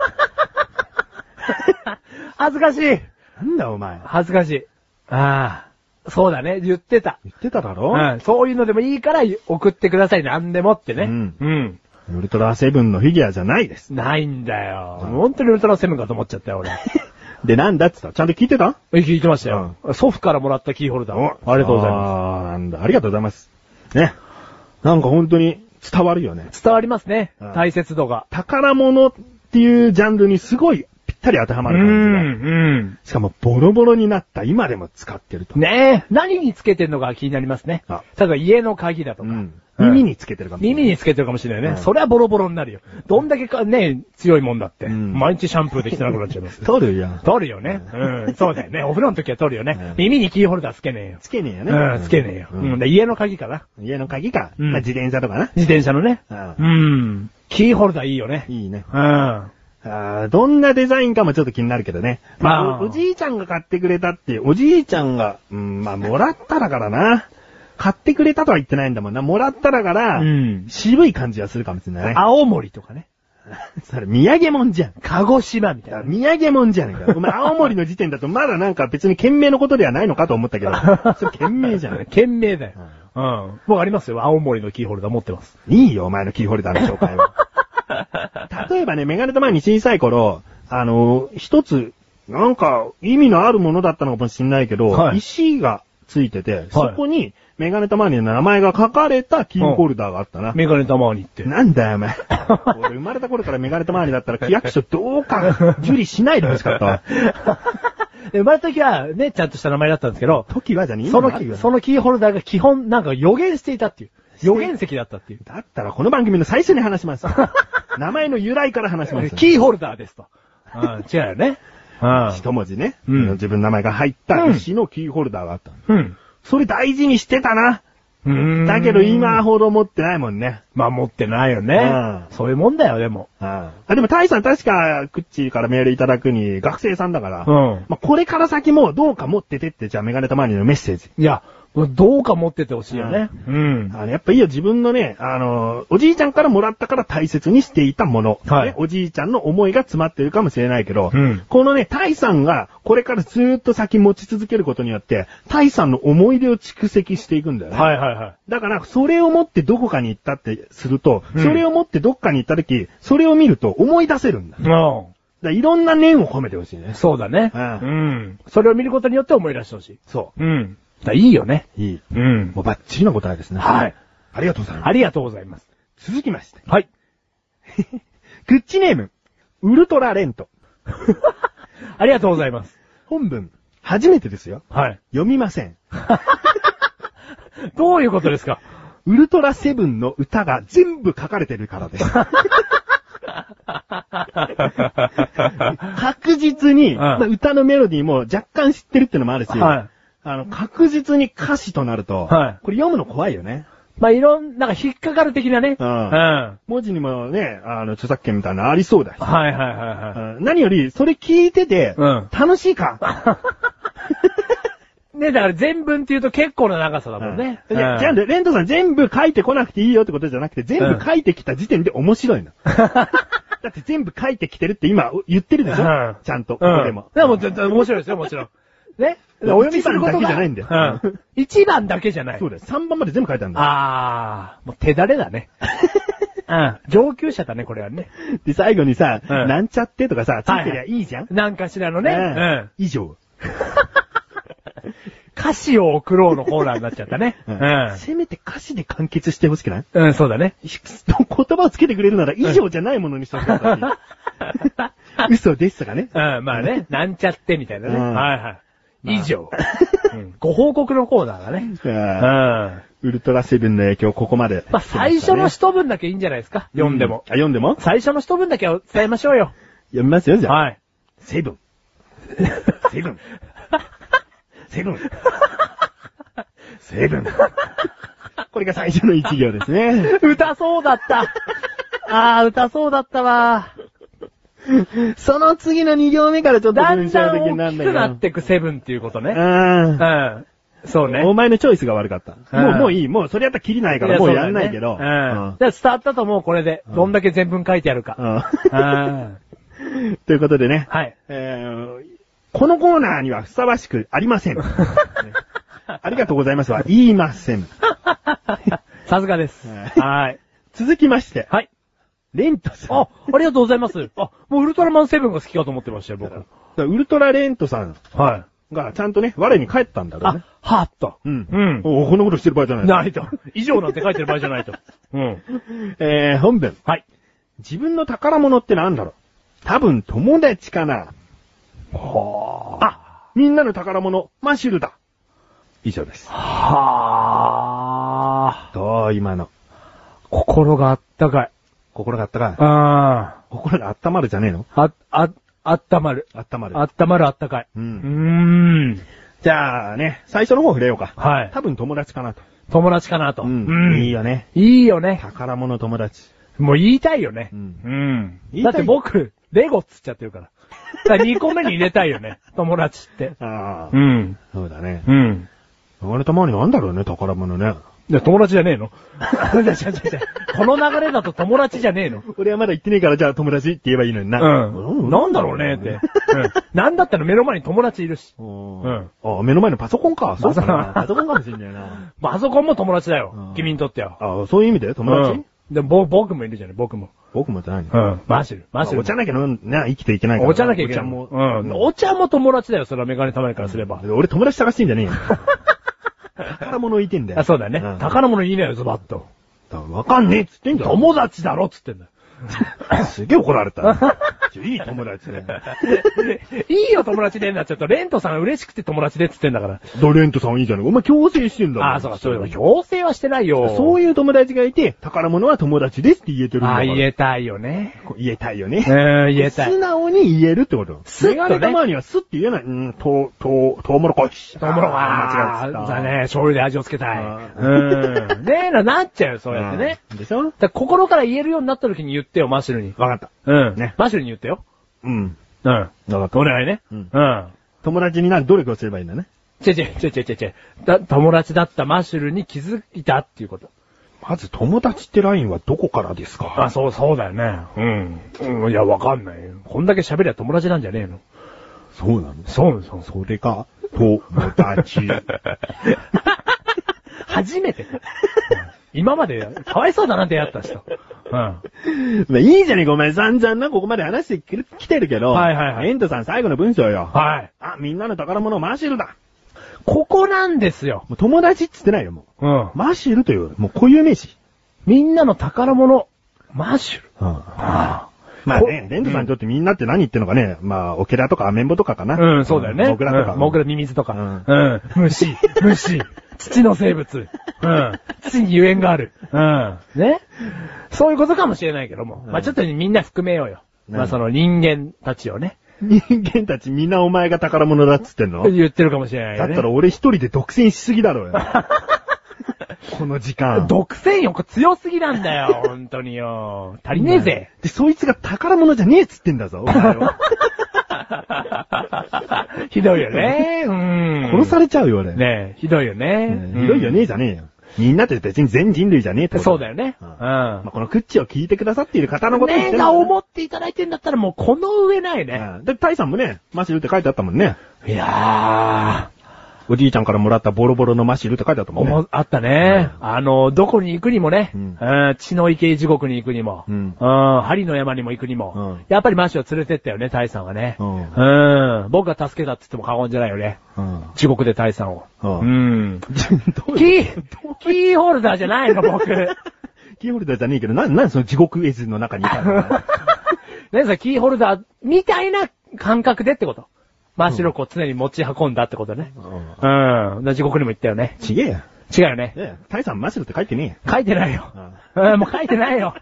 Speaker 2: 恥ずかしい。
Speaker 1: なんだお前。
Speaker 2: 恥ずかしい。ああ。そうだね。言ってた。
Speaker 1: 言ってただろ、
Speaker 2: うん。そういうのでもいいから送ってください。何でもってね。
Speaker 1: うん
Speaker 2: うん。
Speaker 1: ウルトラセブンのフィギュアじゃないです。
Speaker 2: ないんだよ。本当にウルトラセブンかと思っちゃったよ、俺。
Speaker 1: で、なんだって言ったちゃんと聞いてた
Speaker 2: え聞いてましたよ。祖父からもらったキーホルダー。ありがとうございま
Speaker 1: ます。あーなんだ、ありがとうございます。ね。なんか本当に伝わるよね。
Speaker 2: す。伝わりますね
Speaker 1: うん。
Speaker 2: 大切度が。
Speaker 1: 宝物っていうジャンルにすごいぴったり当てはまる感じが。
Speaker 2: うん。
Speaker 1: しかもボロボロになった今でも使ってると。
Speaker 2: ねえ。何につけてるのか気になりますね。
Speaker 1: あ
Speaker 2: 例えば家の鍵だと
Speaker 1: う
Speaker 2: か。
Speaker 1: ん。
Speaker 2: うん
Speaker 1: 耳につけてるかもしれない。
Speaker 2: 耳につけてるかもしれないね。
Speaker 1: うん
Speaker 2: それはボロボロになるよ。どんだけかね、強いもんだって。
Speaker 1: うん
Speaker 2: 毎日シャンプーで汚くなっちゃいます。
Speaker 1: 取るやん。
Speaker 2: 取るよね。うん。そうだよ ね。お風呂の時は取るよね。
Speaker 1: うん
Speaker 2: 耳にキーホルダーつけね
Speaker 1: つけねえよ
Speaker 2: え
Speaker 1: ね。
Speaker 2: よ。うん、つけねえよ。
Speaker 1: う
Speaker 2: うん
Speaker 1: ん。
Speaker 2: で家の鍵かな。
Speaker 1: 家の鍵か、
Speaker 2: うん
Speaker 1: まあ自転車とかな。
Speaker 2: 自転車のね。
Speaker 1: う
Speaker 2: うん。キーホルダーいいよね。
Speaker 1: いいね。
Speaker 2: うん。
Speaker 1: あーどんなデザインかもちょっと気になるけどね。まあ、
Speaker 2: あー
Speaker 1: おおじいちゃんが買ってくれたって、おじいちゃんが、うん、まあ、もらっただからな。買ってくれたとは言ってないんだもんな。もらっただから、
Speaker 2: うん
Speaker 1: 渋い感じはするかもしれないね。
Speaker 2: 青森とかね。
Speaker 1: それ、土産物じゃん。
Speaker 2: 鹿児島みたいな。
Speaker 1: 土産物じゃねえか。お前、青森の時点だとまだなんか別に県名のことではないのかと思ったけど。それ県 名じゃん。
Speaker 2: 県名だよ。うん。僕ありますよ。青森のキーホルダー持ってます。
Speaker 1: いいよ、お前のキーホルダーの紹 介は。例えばね、メガネと前に小さい頃、あの、一つ、なんか意味のあるものだったのかもしれないけど、
Speaker 2: はい
Speaker 1: 石がついてて、そこにメガネと前に名前が書かれたキーホルダーがあったな。
Speaker 2: メガネ玉にって。
Speaker 1: なんだよ、お前。 俺生まれた頃からメガネと前にだったら、区役所どうか受理しないでほしかっ たわ。
Speaker 2: で生まれた時はね、ちゃんとした名前だったんですけど、
Speaker 1: 時はじゃねえんだ
Speaker 2: そ
Speaker 1: な
Speaker 2: の、そのキーホルダーが基本、なんか予言していたっていう。予言石だったっていう。
Speaker 1: だったらこの番組の最初に話 します。名前の由来から話します。
Speaker 2: キーホルダーです と。うん、違うよね。
Speaker 1: 一文字ね、
Speaker 2: うん
Speaker 1: 自分の名前が入った
Speaker 2: うん
Speaker 1: 石のキーホルダーがあったの。
Speaker 2: うん。
Speaker 1: それ大事にしてたな。
Speaker 2: うん。
Speaker 1: だけど今、ほど持ってないもんね。
Speaker 2: まあ持ってないよね
Speaker 1: う。ん
Speaker 2: そういうもんだよ、でも。
Speaker 1: あでも、タイさん確か、クッチーからメールいただくに、学生さんだから、
Speaker 2: うん
Speaker 1: まあ、これから先もどうか持っててって、じゃあメガネたまにのメッセージ。
Speaker 2: いや、どうか持っててほしいよね。
Speaker 3: うん。
Speaker 1: あの、やっぱいいよ、自分のね、あの、おじいちゃんからもらったから大切にしていたもの。
Speaker 3: はい
Speaker 1: ねおじいちゃんの思いが詰まってるかもしれないけど、
Speaker 3: うん
Speaker 1: このね、タイさんが、これからずーっと先持ち続けることによって、タイさんの思い出を蓄積していくんだよね。
Speaker 3: はいはいはい。
Speaker 1: だから、それを持ってどこかに行ったってすると、
Speaker 3: うん
Speaker 1: それを持ってどっかに行った時、それを見ると思い出せるんだ。だか
Speaker 3: う
Speaker 1: らいろんな念を込めてほしいね
Speaker 2: ん。。そうだね。
Speaker 1: うん
Speaker 3: ん。うん。それを見ることによって思い出してほしい。
Speaker 1: そ
Speaker 3: うん。
Speaker 2: だいいよね。
Speaker 1: う。いい。
Speaker 3: うん。
Speaker 1: もうバッチリの答えですね。
Speaker 2: はい。
Speaker 1: ありがとうございます。
Speaker 2: ありがとうございます。
Speaker 1: 続きまして。
Speaker 2: はい。
Speaker 1: グッチネーム、ウルトラレント。
Speaker 2: ありがとうございます。
Speaker 1: 本文、初めてですよ。
Speaker 3: はい。
Speaker 1: 読みません。
Speaker 2: どういうことですか
Speaker 1: ウルトラセブンの歌が全部書かれて るからです。確実に、
Speaker 3: ん
Speaker 1: まあ歌のメロディーも若干知ってるってのもあるし、
Speaker 2: はい
Speaker 1: あの確実に歌詞となると、
Speaker 2: はい
Speaker 1: これ読むの怖いよね。
Speaker 2: まあ、いろん、なんか引っかかる的なね。
Speaker 1: うん
Speaker 2: うんは
Speaker 1: 文字にもね、あの、著作権みたいなのありそうだし
Speaker 2: い。はいはいは
Speaker 1: うん何より、それ聞いてて、
Speaker 2: うん
Speaker 1: 楽しいか。
Speaker 2: い。ね、だから全文って言うと結構な長さだもんね。
Speaker 1: うんじゃ
Speaker 2: うん
Speaker 1: じゃあ、レントさん全部書いてこなくていいよってことじゃなくて、全部書いてきた時点で面白 いの。だって全部書いてきてるって今言ってるでしょ、
Speaker 3: うん
Speaker 1: ちゃんと、こ
Speaker 3: うん
Speaker 1: こでも。
Speaker 2: でも、ちょっと面白いですよ、もちろん。ね。
Speaker 1: うん
Speaker 2: お読みすることが
Speaker 1: 一番だけじゃないんだよ
Speaker 2: うん。一番だけじゃない。
Speaker 1: そうだよ。3番まで全部書いてあるんだよ。
Speaker 2: あー、もう手だれだ ね。うん。上級者だね、これはね。
Speaker 1: で、最後にさ、
Speaker 2: うん
Speaker 1: なんちゃってとかさ、ついてりゃ
Speaker 2: はい
Speaker 1: いじゃん、
Speaker 2: なんかしらのね。うん。
Speaker 1: 以上。
Speaker 2: 歌詞を送ろうのコーナーになっちゃったね。う
Speaker 1: せめて歌詞で完結してほしくない
Speaker 2: ん。うん、そうだね。
Speaker 1: ひ言葉をつけてくれるなら以上じゃないものにしてほしかった し嘘ですとかね。
Speaker 2: うん、まあね。なんちゃってみたいなね。
Speaker 1: うん
Speaker 2: はいはい。以上。うんご報告のコーナーだね。うん。
Speaker 1: あー
Speaker 2: ま
Speaker 1: ウルトラセブンの影響ここまで、
Speaker 2: あ、最初の一文だけいいんじゃないですか。読んでも
Speaker 1: う。あ、読んでも
Speaker 2: 最初の一文だけは伝えましょうよ。
Speaker 1: 読みますよ、じゃあ。
Speaker 2: はい。
Speaker 1: セブン。セブン。セブン。セブン。これが最初の一行ですね。
Speaker 2: 歌そうだった。あー、歌そうだったわ。
Speaker 1: その次の二行目からちょっと
Speaker 2: だん
Speaker 1: 文章
Speaker 2: だん
Speaker 1: 的にな
Speaker 2: 大
Speaker 1: ん
Speaker 2: き
Speaker 1: だけ
Speaker 2: く
Speaker 1: ど。
Speaker 2: なってくセブンっていうことね。
Speaker 1: うん
Speaker 2: うん。そうね。
Speaker 1: お前のチョイスが悪かった。
Speaker 2: うん
Speaker 1: もう、もういい。もう、それやったら切りないから、もうやんないけど。
Speaker 2: いやそうだねうん。だから伝わったと思う、これで。どんだけ全文書いてあるか。う
Speaker 1: うん
Speaker 2: ん。
Speaker 1: うんということでね、
Speaker 2: はい。
Speaker 1: えーこのコーナーにはふさわしくありませ ん。ねありがとうございますは言いません。
Speaker 2: さすがです。
Speaker 1: はい
Speaker 2: はい。
Speaker 1: 続きまして、
Speaker 2: はい。
Speaker 1: レントさん
Speaker 2: あ、ありがとうございます。あ、もうウルトラマンセブンが好きかと思ってましたよ、僕。
Speaker 1: ウルトラレントさん
Speaker 2: はい。
Speaker 1: がちゃんとね、我に帰ったんだろう
Speaker 2: あ
Speaker 1: ね。、
Speaker 2: はっと。
Speaker 1: うん。
Speaker 3: うん。
Speaker 1: おこんなことしてる場合じゃない。
Speaker 2: ないと。以上なんて書いてる場合じゃないと。
Speaker 3: うん。
Speaker 1: えー、本文。
Speaker 2: はい。
Speaker 1: 自分の宝物ってなんだろう多分友達かな。
Speaker 2: は
Speaker 1: あ、みんなの宝物、マシュルだ。以上です
Speaker 2: あ。。はあ。
Speaker 1: どう今の。
Speaker 2: 心があったかい。
Speaker 1: 心があったかい。
Speaker 2: あ
Speaker 1: 心が温まるじゃねえの
Speaker 2: あ。あ、あ、あったまる。
Speaker 1: 温まる。
Speaker 2: あったまるあったかい。
Speaker 1: う。
Speaker 2: うんーん。
Speaker 1: じゃあね、最初の方触れようか。
Speaker 2: はい。
Speaker 1: 多分友達かなと。
Speaker 2: 友達かなと。
Speaker 1: いいよね。
Speaker 2: いいよね。
Speaker 1: 宝物友達。
Speaker 2: もう言いたいよね。
Speaker 1: ん。
Speaker 3: うん。
Speaker 1: 言い
Speaker 2: だ
Speaker 1: たい
Speaker 2: って僕、レゴっつっちゃってるから。だから2個目に入れたいよ ね。友達って。
Speaker 1: ああ、
Speaker 3: うん。
Speaker 1: そうだね。
Speaker 3: うん。
Speaker 1: 俺たまになんだろうね、宝物ね。
Speaker 2: いや、友達じゃねえ のじゃじゃじゃじゃこの流れだと友達じゃねえの。
Speaker 1: 俺はまだ言ってねえから、じゃあ友達って言えばいいのにな。
Speaker 2: うん。なんだろうねって。うん。 なんだったら目の前に友達いるし。
Speaker 1: うん。あ、目の前のパソコン か。そうだな。パソコンかもしんないな。
Speaker 2: パソコンも友達だよ。
Speaker 1: うん
Speaker 2: 君にとっては。
Speaker 1: あそういう意味で友達、
Speaker 2: うんでも、ぼ僕もいるじゃない、僕も。
Speaker 1: 僕もじゃない
Speaker 2: うん
Speaker 1: の。
Speaker 2: ん。マシル、マシル。
Speaker 1: お茶なきゃな、生きていけないから。
Speaker 2: お茶なきゃいけない。
Speaker 1: お茶も。
Speaker 2: うん。お茶も友達だよ、それはメガネたまりからすれば。
Speaker 1: 俺友達探してんじ ゃねえよ。宝物いてんだよ。
Speaker 2: あ、そうだね。
Speaker 1: ん
Speaker 2: 宝物いいねよ、ズバッと。
Speaker 1: だわかんねえっつってんだろ。
Speaker 2: 友達だろっつってんだよ。
Speaker 1: すげえ怒られた。いい友達だよ。
Speaker 2: いいよ、友達でになっちゃうと、レントさん嬉しくて友達でっつってんだから。
Speaker 1: ドレントさんはいいじゃない。お前強制してんだもん
Speaker 2: ああ、そうか、そういうの。強制はしてないよ。
Speaker 1: そう
Speaker 2: い
Speaker 1: いう友達がいて、宝物は友達ですって言えてるんだ
Speaker 2: あ
Speaker 1: か
Speaker 2: あ、
Speaker 1: ら。
Speaker 2: 言えたいよね。
Speaker 1: こう言えたいよ
Speaker 2: う
Speaker 1: ね。
Speaker 2: ん、言えた
Speaker 1: 素
Speaker 2: い。
Speaker 1: 直に言えるってこと。
Speaker 2: スッとね
Speaker 1: メガネたまにはスッて言えない。うん、とう、とう、とうもろこし。
Speaker 2: トウモロコ
Speaker 1: あー間違え
Speaker 2: あ
Speaker 1: た。
Speaker 2: だね、醤油で味をつけたい。
Speaker 1: あ
Speaker 2: うん。 ねえな、なっちゃうよ、そうやってね。
Speaker 1: うん。でしょ
Speaker 2: だから心から言えるようになった時に言ってよ、マシュルに。
Speaker 1: わかった。
Speaker 2: うん。
Speaker 1: ね
Speaker 2: マシュルに言ってよ。
Speaker 1: うん。
Speaker 2: うん。
Speaker 1: わかった。
Speaker 2: お願いね。
Speaker 1: うん
Speaker 2: うん。
Speaker 1: 友達になる努力をすればいいんだね。
Speaker 2: ちぇちぇちぇちぇちぇちぇ。だ、友達だったマッシュルに気づいたっていうこと。
Speaker 3: まず友達ってラインはどこからですか
Speaker 2: あ、そう、そうだよね。
Speaker 3: うん。
Speaker 2: うん、いや、わかんないよ。こんだけ喋りゃ友達なんじゃねえの。
Speaker 3: そうなの
Speaker 2: そうそう。
Speaker 3: それが、友達。
Speaker 2: 初めて。うん今まで、かわいそうだな、出会った人。うん。
Speaker 1: まあいいじゃねえか、お前散々な、ここまで話してきる来てるけど。
Speaker 2: はいはいはい
Speaker 1: エントさん最後の文章よ。
Speaker 2: はい。
Speaker 1: あ、みんなの宝物、マシルだ。
Speaker 2: ここなんですよ。
Speaker 1: もう友達っつってないよ、も
Speaker 2: うん
Speaker 1: う。。マシルという、もう固有名詞。
Speaker 2: みんなの宝物、マッシュル。
Speaker 1: うん。
Speaker 2: あ
Speaker 1: まあね、レントさんにとってみんなって何言ってるのかね、まあ、オケラとかアメンボとかかな。
Speaker 2: うん、そうだよね。
Speaker 1: モグラとか。
Speaker 2: うんモグラ、ミミズとか。
Speaker 1: う
Speaker 2: うん。虫、虫。土の生物。うん。土にゆえんがある。うん。ねそういうことかもしれないけども。まあちょっとみんな含めようよ。まあその人間たちをね。
Speaker 1: 人間たちみんなお前が宝物だっつってんの
Speaker 2: 言ってるかもしれない
Speaker 1: だ
Speaker 2: よ
Speaker 1: っ
Speaker 2: ね。
Speaker 1: たら俺一人で独占しすぎだろうよ。 この時間。
Speaker 2: 独占欲強すぎなんだ よ、本当によ。足りねえぜ。
Speaker 1: で、そいつが宝物じゃねえっつってんだぞ、お前は。
Speaker 2: ひどいよ ね。うん。
Speaker 1: 殺されちゃうよ、俺。
Speaker 2: ねえ、ひどいよね。
Speaker 1: うんひどいよねえじゃねえよ。みんなって別に全人類じゃねえってこと
Speaker 2: そうだよね。う
Speaker 1: うん
Speaker 2: ん。
Speaker 1: まあ、このクッチを聞いてくださっている方のことを言
Speaker 2: ね
Speaker 1: って
Speaker 2: え
Speaker 1: る
Speaker 2: が思っていただいてんだったらもうこの上ないね。
Speaker 1: うんで、タイさんもね、マシルって書いてあったもんね。
Speaker 2: いやー。
Speaker 1: おじいちゃんからもらったボロボロのマシルって書いてあったも
Speaker 2: お
Speaker 1: んね。
Speaker 2: も、あったね。あの、どこに行くにもね、
Speaker 1: う
Speaker 2: うんん、血の池地獄に行くにも、
Speaker 1: う
Speaker 2: うんん、針の山にも行くに
Speaker 1: う
Speaker 2: も
Speaker 1: ん、
Speaker 2: やっぱりマッシュを連れてったよね、タイさんはね。
Speaker 1: う
Speaker 2: うんん。僕が助けたって言っても過言じゃないよね。
Speaker 1: うん。
Speaker 2: 地獄でタイさんを。
Speaker 1: うん
Speaker 2: うん。
Speaker 1: どう
Speaker 2: キ
Speaker 1: いう
Speaker 2: ー、キーホルダーじゃないの、 僕。
Speaker 1: キーホルダーじゃねえけど、な、なんでその地獄絵図の中にいたのお前
Speaker 2: 何それ、キーホルダーみたいな感覚でってこと。真っ白くを常に持ち運んだってことね。
Speaker 1: うん
Speaker 2: うん。同じ国にも行ったよね。
Speaker 1: ちげえよ。
Speaker 2: 違うよね。
Speaker 1: ええ、タイさんマシルって書いてね
Speaker 2: 書いてないよ
Speaker 1: え。よ。
Speaker 2: うん、もう書いてないよ。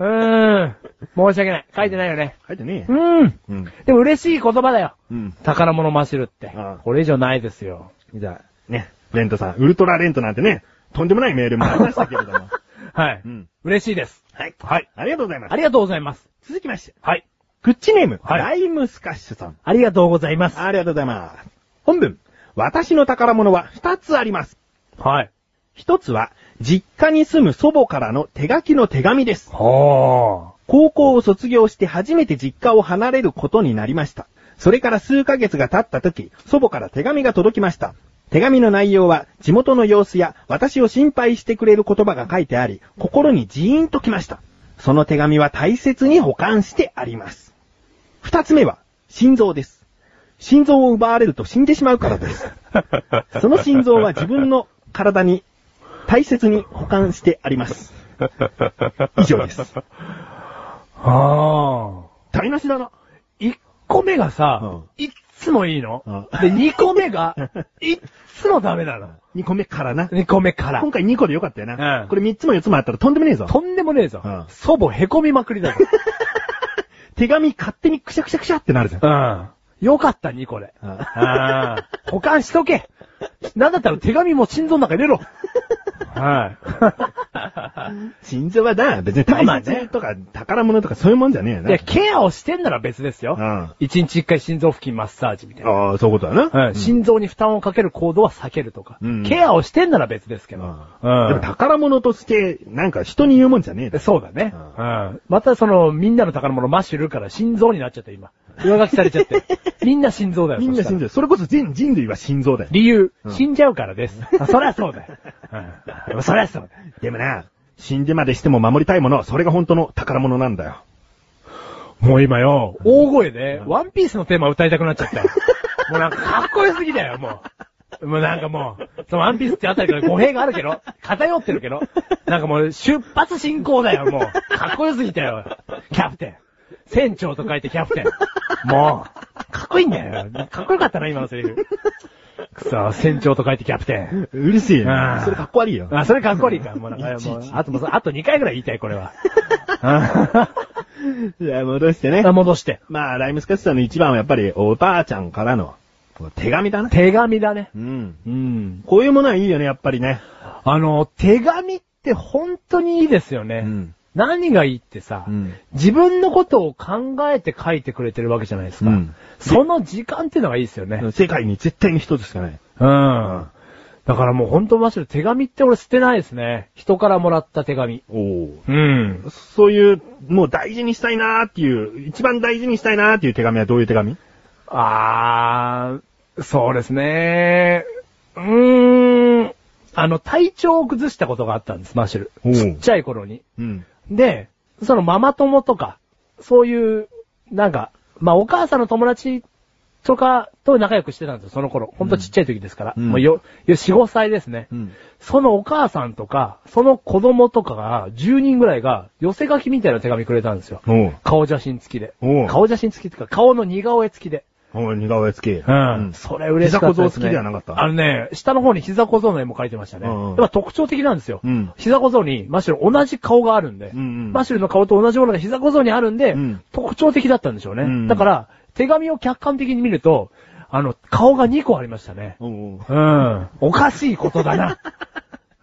Speaker 2: うん。申し訳ない。書いてないよね。
Speaker 1: 書いてねえ
Speaker 2: う
Speaker 1: よ。
Speaker 2: ん。
Speaker 1: うん。
Speaker 2: でも嬉しい言葉だよ。
Speaker 1: うん。
Speaker 2: 宝物マシルって
Speaker 1: ああ。
Speaker 2: これ以上ないですよ。
Speaker 1: じゃあ、ね、レントさん、ウルトラレントなんてね、とんでもないメールもありましたけれども。
Speaker 2: はい。
Speaker 1: うん
Speaker 2: 嬉しいです。
Speaker 1: はい。はい。ありがとうございます
Speaker 2: あ。りがとうございます。
Speaker 1: 続きまして、
Speaker 2: はい。
Speaker 1: クッチネーム、
Speaker 2: はい
Speaker 1: ライムスカッシュさん。
Speaker 2: ありがとうございます。
Speaker 1: ありがとうございます。本文、私の宝物は2つあります。
Speaker 2: はい。
Speaker 1: 1つは、実家に住む祖母からの手書きの手紙です。
Speaker 2: は
Speaker 1: 高校を卒業して初めて実家を離れることになりました。それから数ヶ月が経った時、祖母から手紙が届きました。手紙の内容は、地元の様子や私を心配してくれる言葉が書いてあり、心にジーンときました。その手紙は大切に保管してあります。二つ目は、心臓です。心臓を奪われると死んでしまうからです。その心臓は自分の体に大切に保管してあります。以上です。
Speaker 2: あ。はあ。
Speaker 1: 台無しだな。
Speaker 2: 一個目がさ、いっつもいいの
Speaker 1: うん
Speaker 2: で、二個目 が、いっつもダメなの。
Speaker 1: 2個目からな。
Speaker 2: 二個目から
Speaker 1: 今。回2個でよかったよな。
Speaker 2: うん
Speaker 1: これ3つも4つもあったらとんでもねえぞ。
Speaker 2: とんでもねえぞ
Speaker 1: うん。
Speaker 2: 祖母凹みまくり だぞ。
Speaker 1: 手紙勝手にクシャクシャクシャってなるじゃん。
Speaker 2: うん。よかった、二個で。
Speaker 1: うん
Speaker 2: ああ。保管しとけ。なんだったら手紙も心臓の中に入れろ。は
Speaker 1: 心臓はな、別に大切とか宝物とかそういうもんじゃねえよ
Speaker 2: い。
Speaker 1: な。
Speaker 2: で、ケアをしてんなら別ですよ
Speaker 1: うん。
Speaker 2: 一日一回心臓付近マッサージみたいな。
Speaker 1: ああ、そういうことだな。
Speaker 2: うん心臓に負担をかける行動は避けるとか
Speaker 1: うん。
Speaker 2: ケアをしてんなら別ですけ
Speaker 1: う
Speaker 2: ど。
Speaker 1: ん
Speaker 2: うん
Speaker 1: でも宝物として、なんか人に言うもんじゃねえだろ
Speaker 2: そうだね。
Speaker 1: う
Speaker 2: うん。またその、みんなの宝物マッシュルから心臓になっちゃって、今。上書きされちゃ って。みんな心臓だよ。
Speaker 1: みんな
Speaker 2: そした
Speaker 1: 心
Speaker 2: ら
Speaker 1: 臓。それこそ全人類は心臓だよ。
Speaker 2: 理由、
Speaker 1: うん
Speaker 2: 死んじゃうからです。あそりゃそうだよ。うん。そりゃそうだよ。
Speaker 1: でもな、死んでまでしても守りたいもの、それが本当の宝物なんだよ。
Speaker 2: もう今よ、大声で、ワンピースのテーマ歌いたくなっちゃ ったよ。もうなんかかっこよすぎだよ、もう。もうなんかもう、そのワンピースってあたりから語弊があるけど、偏ってるけど、なんかもう出発進行だよ、もう。かっこよすぎたよ、キャプテン。船長と書いてキャプテン。もう、かっこいいんだよ。かっこよかったな、今のセリフ。くそ、船長と書いてキャプテン。
Speaker 1: うるせえ
Speaker 2: う
Speaker 1: な
Speaker 2: ん
Speaker 1: それかっこ悪いよ。
Speaker 2: あ、それかっこいいか。もうなんか、もう、あともう、あと2回ぐらい言いたい、これ は。あ
Speaker 1: じゃあ戻してね。
Speaker 2: 戻して。
Speaker 1: まあ、ライムスカッシュさんの一番はやっぱり、おばあちゃんからの、この手紙だな。
Speaker 2: 手紙だね
Speaker 1: う。ん。
Speaker 2: うん。
Speaker 1: こういうものはいいよね、やっぱりね。
Speaker 2: あの、手紙って本当にいいですよね。
Speaker 1: うん
Speaker 2: 何がいいってさ、
Speaker 1: うん
Speaker 2: 自分のことを考えて書いてくれてるわけじゃないですか。
Speaker 1: うん
Speaker 2: その時間っていうのがいいですよね。
Speaker 1: 世界に絶対に一つしかない。
Speaker 2: うん。だからもう本当マジで手紙って俺捨てないですね。人からもらった手紙。
Speaker 1: おー
Speaker 2: うん。
Speaker 1: そういう、もう大事にしたいなーっていう、一番大事にしたいなーっていう手紙はどういう手紙
Speaker 2: あー、そうですね。うーん。あの、体調を崩したことがあったんです、マッシュ
Speaker 1: おう
Speaker 2: ル。ちっちゃい頃に。
Speaker 1: うん。
Speaker 2: で、そのママ友とか、そういう、なんか、まあお母さんの友達とかと仲良くしてたんですよ、その頃。ほんとちっちゃい時ですから。
Speaker 1: うん
Speaker 2: もうよ、よ、4、5歳ですね。
Speaker 1: ん。
Speaker 2: そのお母さんとか、その子供とかが、10人ぐらいが、寄せ書きみたいな手紙くれたんですよ。
Speaker 1: おう。
Speaker 2: 顔写真付きで
Speaker 1: おう。
Speaker 2: 顔写真付きっていうか、顔の似顔絵付きで。
Speaker 1: おう似顔絵つけ。う
Speaker 2: それ嬉しかったです、ね。
Speaker 1: 膝小僧付きではなかった
Speaker 2: あのね、下の方に膝小僧の絵も描いてましたね。
Speaker 1: うんうん
Speaker 2: やっぱ特徴的なんですよ。
Speaker 1: うん
Speaker 2: 膝小僧に、マシュル同じ顔があるんで、
Speaker 1: うんうん
Speaker 2: マシュルの顔と同じものが膝小僧にあるんで、
Speaker 1: うん
Speaker 2: 特徴的だったんでしょうね。
Speaker 1: うんうん
Speaker 2: だから、手紙を客観的に見ると、あの、顔が2個ありましたね。
Speaker 1: おう
Speaker 2: うん。おかしいことだ な。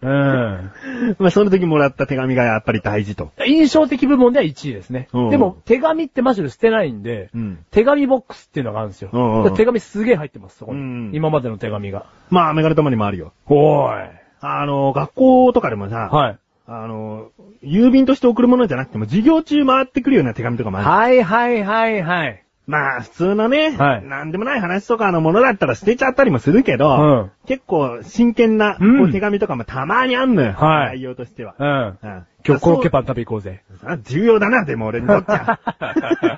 Speaker 2: うん。
Speaker 1: まあ、その時もらった手紙がやっぱり大事と。
Speaker 2: 印象的部門では1位ですね。
Speaker 1: うんうん
Speaker 2: でも、手紙ってマジで捨てないんで、
Speaker 1: うん
Speaker 2: 手紙ボックスっていうのがあるんですよ。
Speaker 1: うんうんう
Speaker 2: だ
Speaker 1: ん
Speaker 2: から手紙すげえ入ってます、そこに。
Speaker 1: うんうん
Speaker 2: 今までの手紙が。
Speaker 1: まあ、メガネ玉にもあるよ。
Speaker 2: おーい。
Speaker 1: あの、学校とかでもさ、
Speaker 2: はい。
Speaker 1: あの、郵便として送るものじゃなくても、授業中回ってくるような手紙とかもある。
Speaker 2: はいはいはいはい。
Speaker 1: まあ、普通のね、
Speaker 2: はい
Speaker 1: なんでもない話とかのものだったら捨てちゃったりもするけど、
Speaker 2: うん
Speaker 1: 結構真剣な、こ
Speaker 2: うん
Speaker 1: う手紙とかもたまにあんのよ。
Speaker 2: はい
Speaker 1: 内容としては。
Speaker 2: うん。
Speaker 1: うん
Speaker 2: 今日コロッケ
Speaker 1: ン。
Speaker 2: パン食べ行こうぜ。
Speaker 1: あ重要だな、でも俺にとっちゃ。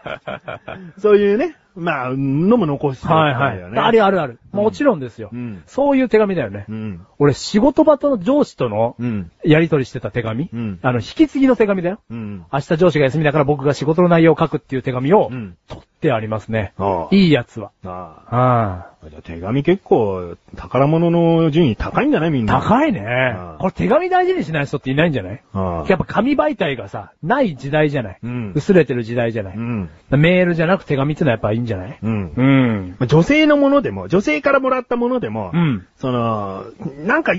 Speaker 1: そういうね、まあ、のも残してる
Speaker 2: はい
Speaker 1: わ
Speaker 2: は
Speaker 1: け
Speaker 2: い
Speaker 1: だよ。ね。
Speaker 2: あれあるある。もちろんですよ
Speaker 1: うん。
Speaker 2: そういう手紙だよね
Speaker 1: う。ん。
Speaker 2: 俺、仕事場との上司との
Speaker 1: うん。
Speaker 2: やりとりしてた手紙
Speaker 1: うん。
Speaker 2: あの、引き継ぎの手紙だよ。
Speaker 1: うん。
Speaker 2: 明日上司が休みだから僕が仕事の内容を書くっていう手紙を
Speaker 1: うん、
Speaker 2: 取ってありますね。
Speaker 1: ああ。
Speaker 2: いいやつは。
Speaker 1: あ
Speaker 2: あ
Speaker 1: あ。じゃあ手紙結構、宝物の順位高いんじゃないみんな。い。
Speaker 2: 高いね
Speaker 1: うん。
Speaker 2: これ手紙大事にしない人っていないんじゃない
Speaker 1: ああ。
Speaker 2: やっぱ紙媒体がさ、ない時代じゃない。
Speaker 1: うん
Speaker 2: 薄れてる時代じゃない。
Speaker 1: うん。
Speaker 2: メールじゃなく手紙ってのはやっぱいいんじゃない
Speaker 1: うん。
Speaker 2: うん。
Speaker 1: まあ女性のものでも、女性からもらったものでも、
Speaker 2: うん。
Speaker 1: その、なんか、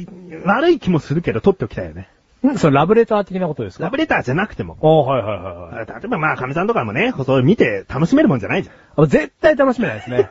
Speaker 1: 悪い気もするけど、取っておきたいよね。
Speaker 2: それラブレター的なことです
Speaker 1: ラ
Speaker 2: か
Speaker 1: ブレターじゃなくても。
Speaker 2: おはいはいはいはい
Speaker 1: 例えばまあ、神さんとかもね、そう見て楽しめるもんじゃないじゃん。
Speaker 2: あ。絶対楽しめないです ね。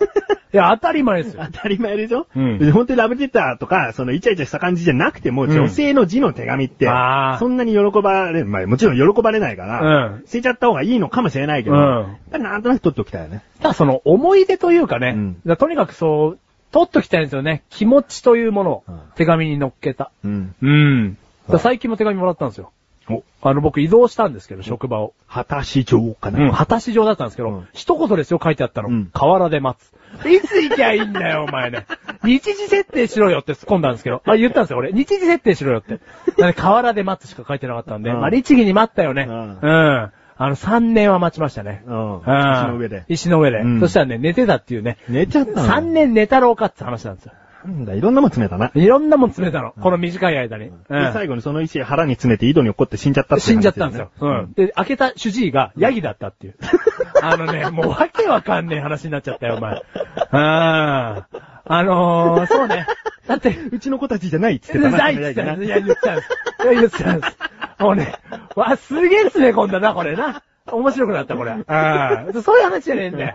Speaker 2: いや、当たり前ですよ。
Speaker 1: 当たり前でしょ
Speaker 2: うん
Speaker 1: 本当にラブレターとか、そのイチャイチャした感じじゃなくても、
Speaker 2: ん
Speaker 1: 女性の字の手紙って
Speaker 2: あ、ー
Speaker 1: そんなに喜ばれ、まあもちろん喜ばれないから、
Speaker 2: うん
Speaker 1: 捨てちゃった方がいいのかもしれないけど、
Speaker 2: うん
Speaker 1: やっぱりなんとなく取っておきたいよね。
Speaker 2: ただその思い出というかね、
Speaker 1: うん
Speaker 2: だからとにかくそう、取っときたいんですよね。気持ちというものを
Speaker 1: うん
Speaker 2: 手紙に乗っけた。
Speaker 1: うん。
Speaker 2: うん。だか
Speaker 1: う
Speaker 2: ら
Speaker 1: ん
Speaker 2: 最近も手紙もらったんですよ。
Speaker 1: お、
Speaker 2: あの、僕移動したんですけど、職場を。
Speaker 1: 果たし状か
Speaker 2: うん、
Speaker 1: な。
Speaker 2: 果たし状だったんですけど、
Speaker 1: うん
Speaker 2: 一言ですよ、書いてあったの。
Speaker 1: うん
Speaker 2: 河原で待つ。いつ行きゃいいんだよ、お前 ね。日時設定しろよって突っ込んだんですけど、あ、言ったんですよ、俺。日時設定しろよって。なんで河原で待つしか書いてなかったんで、
Speaker 1: うん
Speaker 2: まあ、律儀に待ったよね。
Speaker 1: う
Speaker 2: うんん。あの、3年は待ちましたね。
Speaker 1: うん
Speaker 2: うん
Speaker 1: 石の上で。
Speaker 2: 石の上で。
Speaker 1: うん
Speaker 2: そしたらね、寝てたっていうね。
Speaker 1: 寝ちゃったの
Speaker 2: 3年寝たろうかって話なんですよ。
Speaker 1: なんだ、いろんなもん詰めたな。
Speaker 2: いろんなもん詰めたの。この短い間に。うん
Speaker 1: で最後にその石腹に詰めて井戸に落っこって死んじゃったってい
Speaker 2: 死
Speaker 1: うん話
Speaker 2: じゃ
Speaker 1: だよ
Speaker 2: っ
Speaker 1: ね、
Speaker 2: たんですよ。うん。で、開けた主治医がヤギだったっていう。あのね、もうわけわかんねえ話になっちゃったよ、お前。うん。あのー、そうね。だって、
Speaker 1: うちの子たちじゃないっつってたな。
Speaker 2: ないって言ったんです。いや、言ったんです。いや、言ったんです。もうね、わ、すげえ詰め込んだな、これな。面白くなった、これ。うん。そういう話じゃねえんだよ。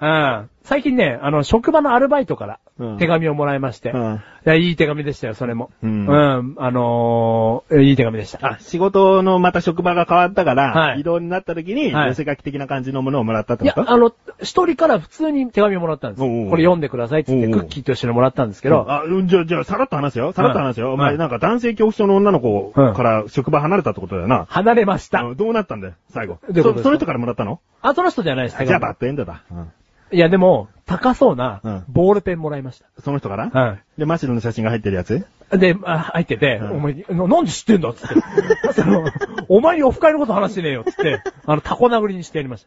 Speaker 2: うん。最近ね、あの、職場のアルバイトから
Speaker 1: うん
Speaker 2: 手紙をもらいまして。
Speaker 1: うん
Speaker 2: いや、いい手紙でしたよ、それも。
Speaker 1: うん
Speaker 2: うん。あのー、いい手紙でした。
Speaker 1: あ、仕事のまた職場が変わったから、
Speaker 2: はい
Speaker 1: 移動になった時に、
Speaker 2: はい
Speaker 1: 寄せ書き的な感じのものをもらったって
Speaker 2: い
Speaker 1: こ
Speaker 2: や、
Speaker 1: と
Speaker 2: あの、一人から普通に手紙をもらったんです。
Speaker 1: おうおう
Speaker 2: これ読んでくださいって言って、
Speaker 1: おうおう
Speaker 2: クッキーと一緒にもらったんですけど、
Speaker 1: あ、うんじゃあ、じゃあ、さらっと話すよ。さらっと話すよ。
Speaker 2: はい
Speaker 1: お前、
Speaker 2: はい
Speaker 1: なんか男性恐怖症の女の子
Speaker 2: うん
Speaker 1: から職場離れたってことだよな。
Speaker 2: 離れました
Speaker 1: う。んどうなったんだよ、最後。
Speaker 2: どういうことです
Speaker 1: そ
Speaker 2: か
Speaker 1: その人からもらったの
Speaker 2: あ、その人じゃないです、手
Speaker 1: じゃあ、バ
Speaker 2: 紙。
Speaker 1: ッドエンドだ。うん
Speaker 2: いや、でも、高そう
Speaker 1: うん
Speaker 2: な、ボールペンもらいまし
Speaker 1: その人から
Speaker 2: た。はい。
Speaker 1: で、マシロの写真が入ってるやつ
Speaker 2: で、あ入ってて、
Speaker 1: うん
Speaker 2: お前、ななんで知ってんだっつっ て。その、お前にオフ会のこと話してねえよっつって、あの、タコ殴りにしてやりまし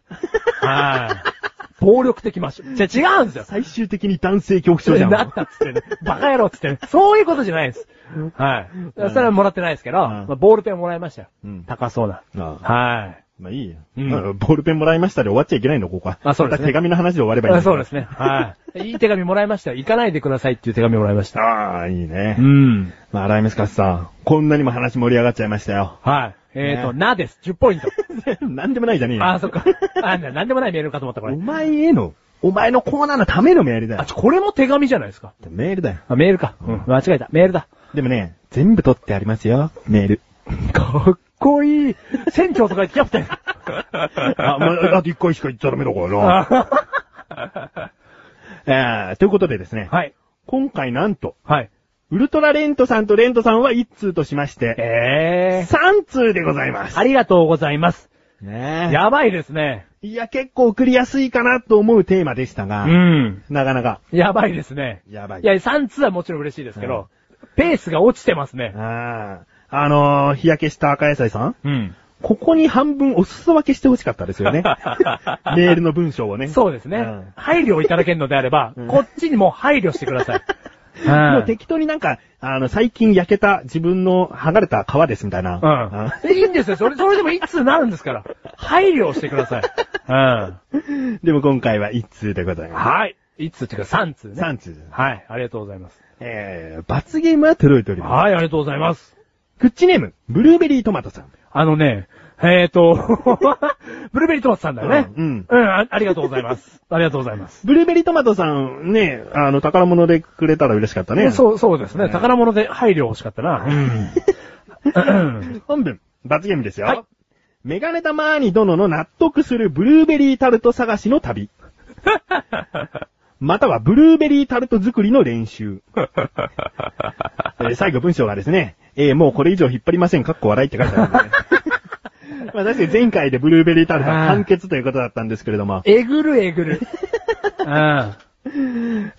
Speaker 2: た。はい。暴力的マシュ。じゃあ違うんですよ。
Speaker 1: 最終的に男性恐怖症じゃん。
Speaker 2: なったっつってね。バカ野郎っつってね。そういうことじゃないです。はい。それはもらってないですけど、
Speaker 1: ん
Speaker 2: まあボールペンもらいましたよ
Speaker 1: うん。
Speaker 2: 高そうな。
Speaker 1: ああ
Speaker 2: はい。
Speaker 1: まあいいよ。
Speaker 2: うん
Speaker 1: うんボールペンもらいましたで終わっちゃいけないの、ここは。
Speaker 2: あそうですね
Speaker 1: また手紙の話で終わればいいん
Speaker 2: あ
Speaker 1: だ
Speaker 2: そうですね。 はい。いい手紙もらいましたよ。行かないでくださいっていう手紙もらいました。
Speaker 1: ああ、いいね。
Speaker 2: ん。
Speaker 1: まあ、ライムスカスさん、こんなにも話盛り上がっちゃいましたよ。
Speaker 2: はい。えっと、
Speaker 1: ね
Speaker 2: なです。10ポイント。
Speaker 1: なんでもないじゃねえ よ。
Speaker 2: あ、そっか。あ、ななんでもないメールかと思った、これ
Speaker 1: お。前へのお前のコーナーのためのメールだよ
Speaker 2: あ、。ちょ、これも手紙じゃないですか。
Speaker 1: メールだよ。
Speaker 2: あ、メールか。うん。間違えた。メールだ。
Speaker 1: でもね、全部取ってありますよ、メール。
Speaker 2: かっこいい。船長とかキャプテ ン。
Speaker 1: あ、まあ、あと一回しか言っちゃダメだから な。えー、ということでですね、
Speaker 2: はい。
Speaker 1: 今回なんと、
Speaker 2: はい。
Speaker 1: ウルトラレントさんとレントさんは1通としまして、
Speaker 2: ええ
Speaker 1: 3通でございます。
Speaker 2: ありがとうございます。
Speaker 1: ね
Speaker 2: やばいですね。
Speaker 1: え。いや、結構送りやすいかなと思うテーマでしたが、
Speaker 2: ん。
Speaker 1: なかなか、
Speaker 2: やばいですね。
Speaker 1: やばい。
Speaker 2: いや、3通はもちろん嬉しいですけど、ペースが落ちてますね。
Speaker 1: あーあのー、日焼けした赤野菜さん
Speaker 2: うん。
Speaker 1: ここに半分お裾分けしてほしかったです よね。メールの文章をね。
Speaker 2: そうですね。
Speaker 1: ん
Speaker 2: 配慮をいただけるのであれば、
Speaker 1: うん
Speaker 2: こっちにも配慮してくださ い。うん
Speaker 1: もう適当になんか、あの、最近焼けた自分の剥がれた皮ですみたいな。
Speaker 2: うん。でいいんですよ。それ、それでも一通なるんですから。配慮をしてください。う
Speaker 1: うんでも今回は1通でござい
Speaker 2: ん。
Speaker 1: ま
Speaker 2: はい。一通っていうか三通
Speaker 1: す。
Speaker 2: ね。
Speaker 1: 3通。
Speaker 2: はい。ありがとうございます。
Speaker 1: えー、罰ゲームは届いております。
Speaker 2: はい、ありがとうございます。
Speaker 1: クッチネーム、ブルーベリートマトさん。
Speaker 2: あのね、えーと、 ブルーベリートマトさんだよね。
Speaker 1: うん
Speaker 2: うん、あありがとうござい ます。ありがとうございます。
Speaker 1: ブルーベリートマトさん、ね、あの、宝物でくれたら嬉しかったね。う。
Speaker 2: そう、そうですね。宝物で配慮欲しかったな。うん。
Speaker 1: 本文、罰ゲームですよ。
Speaker 2: はい
Speaker 1: メガネタマーニ殿の納得するブルーベリータルト探しの 旅。またはブルーベリータルト作りの 練習。えー最後文章がですね、えーもうこれ以上引っ張りません、かっこ笑いって書いてあるんでね。 まあ確かに前回でブルーベリータルトは完結ということだったんですけれども、
Speaker 2: えぐるえぐる。うん。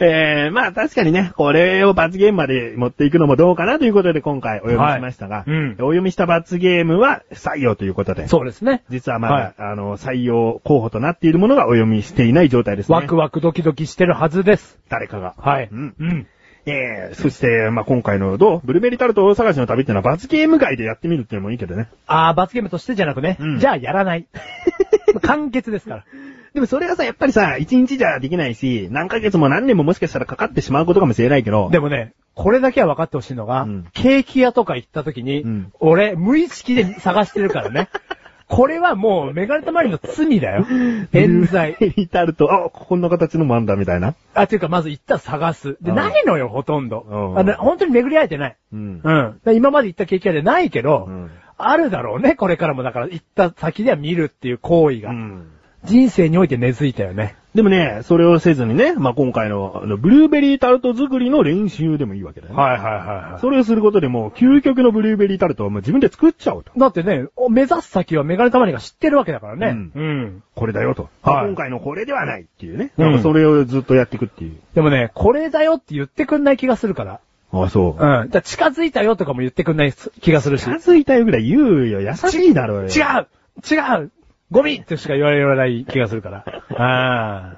Speaker 1: えー、まあ確かにね、これを罰ゲームまで持っていくのもどうかなということで今回お読みしましたが、
Speaker 2: はいうん
Speaker 1: お読みした罰ゲームは不採用ということで、
Speaker 2: そうですね。
Speaker 1: 実はまだ、
Speaker 2: はい
Speaker 1: あの、採用候補となっているものがお読みしていない状態ですね。
Speaker 2: ワクワクドキドキしてるはずです。
Speaker 1: 誰かが。
Speaker 2: はい。
Speaker 1: うん
Speaker 2: うん。
Speaker 1: えー、そして、まあ、今回のどうブルーベリータルト大探しの旅っていうのは罰ゲーム外でやってみるっていうのもいいけどね。
Speaker 2: あー、罰ゲームとしてじゃなくね。
Speaker 1: うん
Speaker 2: じゃあやら ない。完結ですから。
Speaker 1: でもそれがさ、やっぱりさ、一日じゃできないし、何ヶ月も何年ももしかしたらかかってしまうことかもしれないけど、
Speaker 2: でもね、これだけは分かってほしいのが、
Speaker 1: うん
Speaker 2: ケーキ屋とか行った時に、
Speaker 1: うん
Speaker 2: 俺、無意識で探してるから ね。これはもう、メガネたまりの罪だよ。冤罪
Speaker 1: ブ。ルーベリータルト、あ、こんな形のもあんだみたいな。
Speaker 2: あ、ていうか、まず行ったら探す。で、
Speaker 1: うん
Speaker 2: ないのよ、ほとん
Speaker 1: う
Speaker 2: ど
Speaker 1: ん。
Speaker 2: あの本当に巡り合えてない。
Speaker 1: うん。
Speaker 2: うん。で今まで行ったケーキ屋でないけど、
Speaker 1: うん
Speaker 2: あるだろうね、これからも。だから、行った先では見るっていう行為が。
Speaker 1: うん
Speaker 2: 人生において根付いたよね。
Speaker 1: でもね、それをせずにね、まあ、今回の、あの、ブルーベリータルト作りの練習でもいいわけだよね。
Speaker 2: いはいはい
Speaker 1: それをすることでもう、究極のブルーベリータルトはもう自分で作っちゃおうと。
Speaker 2: だってね、お目指す先はメガネたまりが知ってるわけだからね。
Speaker 1: うんこれだよと。
Speaker 2: はい
Speaker 1: 今回のこれではないっていうね。
Speaker 2: うん
Speaker 1: なんかそれをずっとやっていくっていう。
Speaker 2: でもね、これだよって言ってくんない気がするから。
Speaker 1: あそう
Speaker 2: うん。だから近づいたよとかも言ってくんない気がするし。
Speaker 1: 近づいたよぐらい言うよ。優しいだろうよ。
Speaker 2: 違う違うゴミってしか言われない気がする から。あ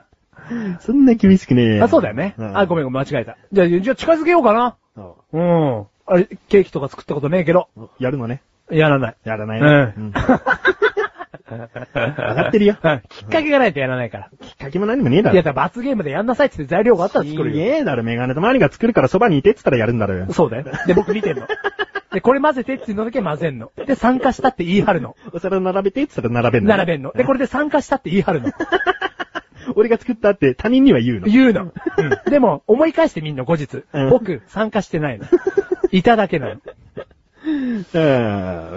Speaker 1: そんな厳しくねえ
Speaker 2: あ。あ、そうだよね。あ、ご
Speaker 1: めん。
Speaker 2: めんごめん、間違えた。じゃあ、じゃあ近づけようかな。
Speaker 1: そ
Speaker 2: うん。あれ、ケーキとか作ったことねえけど、
Speaker 1: うやるのね。
Speaker 2: やらない。
Speaker 1: やらな
Speaker 2: う
Speaker 1: い
Speaker 2: ん。う
Speaker 1: ね。う ん
Speaker 2: ん。
Speaker 1: わかってるよ。
Speaker 2: きっかけがないとやらないから。
Speaker 1: きっかけも何もねえだ
Speaker 2: い
Speaker 1: ろ。
Speaker 2: や、だから罰ゲームでやんなさいって言って材料があったら作る
Speaker 1: す
Speaker 2: よ。
Speaker 1: げえだろ、メガネとマリが作るからそばにいてって言ったらやるんだろうよ。
Speaker 2: そうだよ。で、僕見てん の。で、これ混ぜてっていうのだけ混ぜんの。で、参加したって言い張るの。
Speaker 1: お皿並べてって言ったら並べんの。
Speaker 2: 並べんの。で、これで参加したって言い張るの。
Speaker 1: 俺が作ったって他人には言うの。
Speaker 2: 言うの。でも、思い返してみんの、後日
Speaker 1: うん。
Speaker 2: 僕、参加してないの。いただけな
Speaker 1: うん。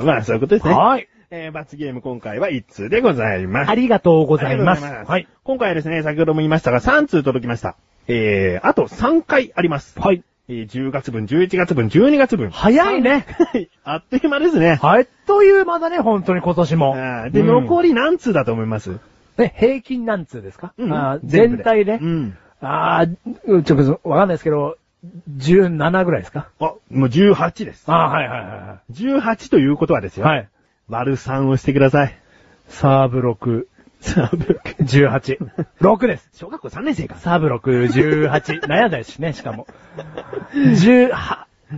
Speaker 1: まあ、そういうことです
Speaker 2: の。
Speaker 1: ね。
Speaker 2: はい。
Speaker 1: えー、罰ゲーム今回は1通でございます
Speaker 2: あ。りがとうございま
Speaker 1: あ
Speaker 2: す。
Speaker 1: りがとうござ
Speaker 2: はい。
Speaker 1: 今回はですね、先ほども言いましたが、3通届きました。えー、あと3回あります。
Speaker 2: はい。
Speaker 1: えー、10月分、11月分、12月分。
Speaker 2: 早いね。
Speaker 1: はい。あっという間ですね。
Speaker 2: はい。という間だね、本当に今年も
Speaker 1: あー。で、
Speaker 2: うん
Speaker 1: 残り何通だと思います
Speaker 2: ね、平均何通ですか
Speaker 1: うん
Speaker 2: あー
Speaker 1: 全
Speaker 2: 全
Speaker 1: 部で
Speaker 2: 体ね
Speaker 1: う。ん。
Speaker 2: ああ、うんちょっとわかんないですけど、17ぐらいですか
Speaker 1: あ、もう18です。
Speaker 2: ああー、はいはいはいは
Speaker 1: 18ということはです
Speaker 2: い。
Speaker 1: よ。
Speaker 2: はい。
Speaker 1: 割る3をしてください。
Speaker 2: サーブ6、
Speaker 1: さあ、僕
Speaker 2: 18。6です。
Speaker 1: 小学校3年生か。
Speaker 2: サーブ6、18。悩ん だしね、しか も。18、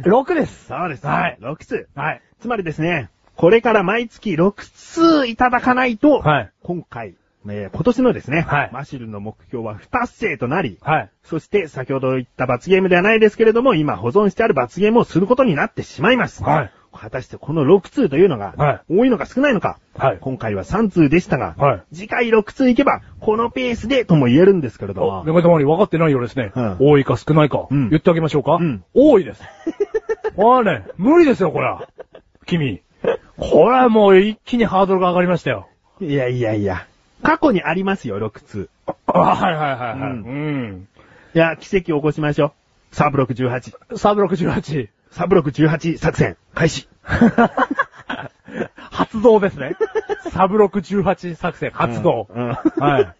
Speaker 2: 6です。
Speaker 1: そうです。
Speaker 2: はい
Speaker 1: 6通。
Speaker 2: はい。
Speaker 1: つまりですね、これから毎月6通いただかないと、
Speaker 2: はい
Speaker 1: 今回、えー今年のですね、
Speaker 2: はい
Speaker 1: マシルの目標は不達成となり、
Speaker 2: はい。
Speaker 1: そして先ほど言った罰ゲームではないですけれども、今保存してある罰ゲームをすることになってしまいます。
Speaker 2: はい
Speaker 1: 果たしてこの6通というの
Speaker 2: は
Speaker 1: が、多いのか少ないのか、
Speaker 2: はい
Speaker 1: 今回は3通でしたが、
Speaker 2: はい
Speaker 1: 次回6通いけば、このペースでとも言えるんですけれど
Speaker 2: お、
Speaker 1: も
Speaker 2: メ、ガネたまに分かってないようですね。
Speaker 1: うん
Speaker 2: 多いか少ないか、
Speaker 1: うん
Speaker 2: 言ってあげましょうか。
Speaker 1: うん
Speaker 2: 多い です。あれ、ね、無理ですよ、これは。君。これはもう一気にハードルが上がりましたよ。
Speaker 1: いやいやいや、過去にありますよ、6通。
Speaker 2: あはいはいはいはい。
Speaker 1: う
Speaker 2: う
Speaker 1: ん
Speaker 2: ん。
Speaker 1: いや、奇跡を起こしましょう。サブロック18。
Speaker 2: サブ68。
Speaker 1: サブロック18作戦、開始。
Speaker 2: 発動ですね。サブ618作戦、発動。
Speaker 1: うんうん
Speaker 2: はい。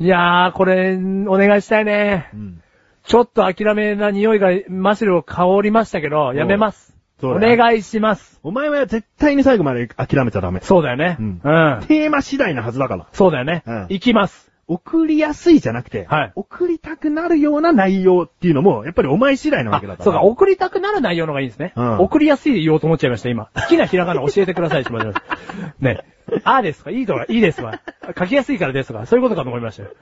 Speaker 2: いやー、これ、お願いしたいね。
Speaker 1: うん
Speaker 2: ちょっと諦めな匂いがマシルを香りましたけど、やめます。
Speaker 1: そう
Speaker 2: お
Speaker 1: だね
Speaker 2: 願いします。
Speaker 1: お前は絶対に最後まで諦めちゃダメ。
Speaker 2: そうだよね。
Speaker 1: うん
Speaker 2: うん。
Speaker 1: テーマ次第なはずだから。
Speaker 2: そうだよね。
Speaker 1: うん
Speaker 2: 行きます。
Speaker 1: 送りやすいじゃなくて、
Speaker 2: はい
Speaker 1: 送りたくなるような内容っていうのも、やっぱりお前次第なわけだ
Speaker 2: あ
Speaker 1: から。
Speaker 2: そうか、送りたくなる内容の方がいいですね。
Speaker 1: うん
Speaker 2: 送りやすいで言おうと思っちゃいました、今。好きなひらがな教えてください、しましましたね。あーですとか、いいとか、いいですわ。書きやすいからですとか、そういうことかと思いましたよ。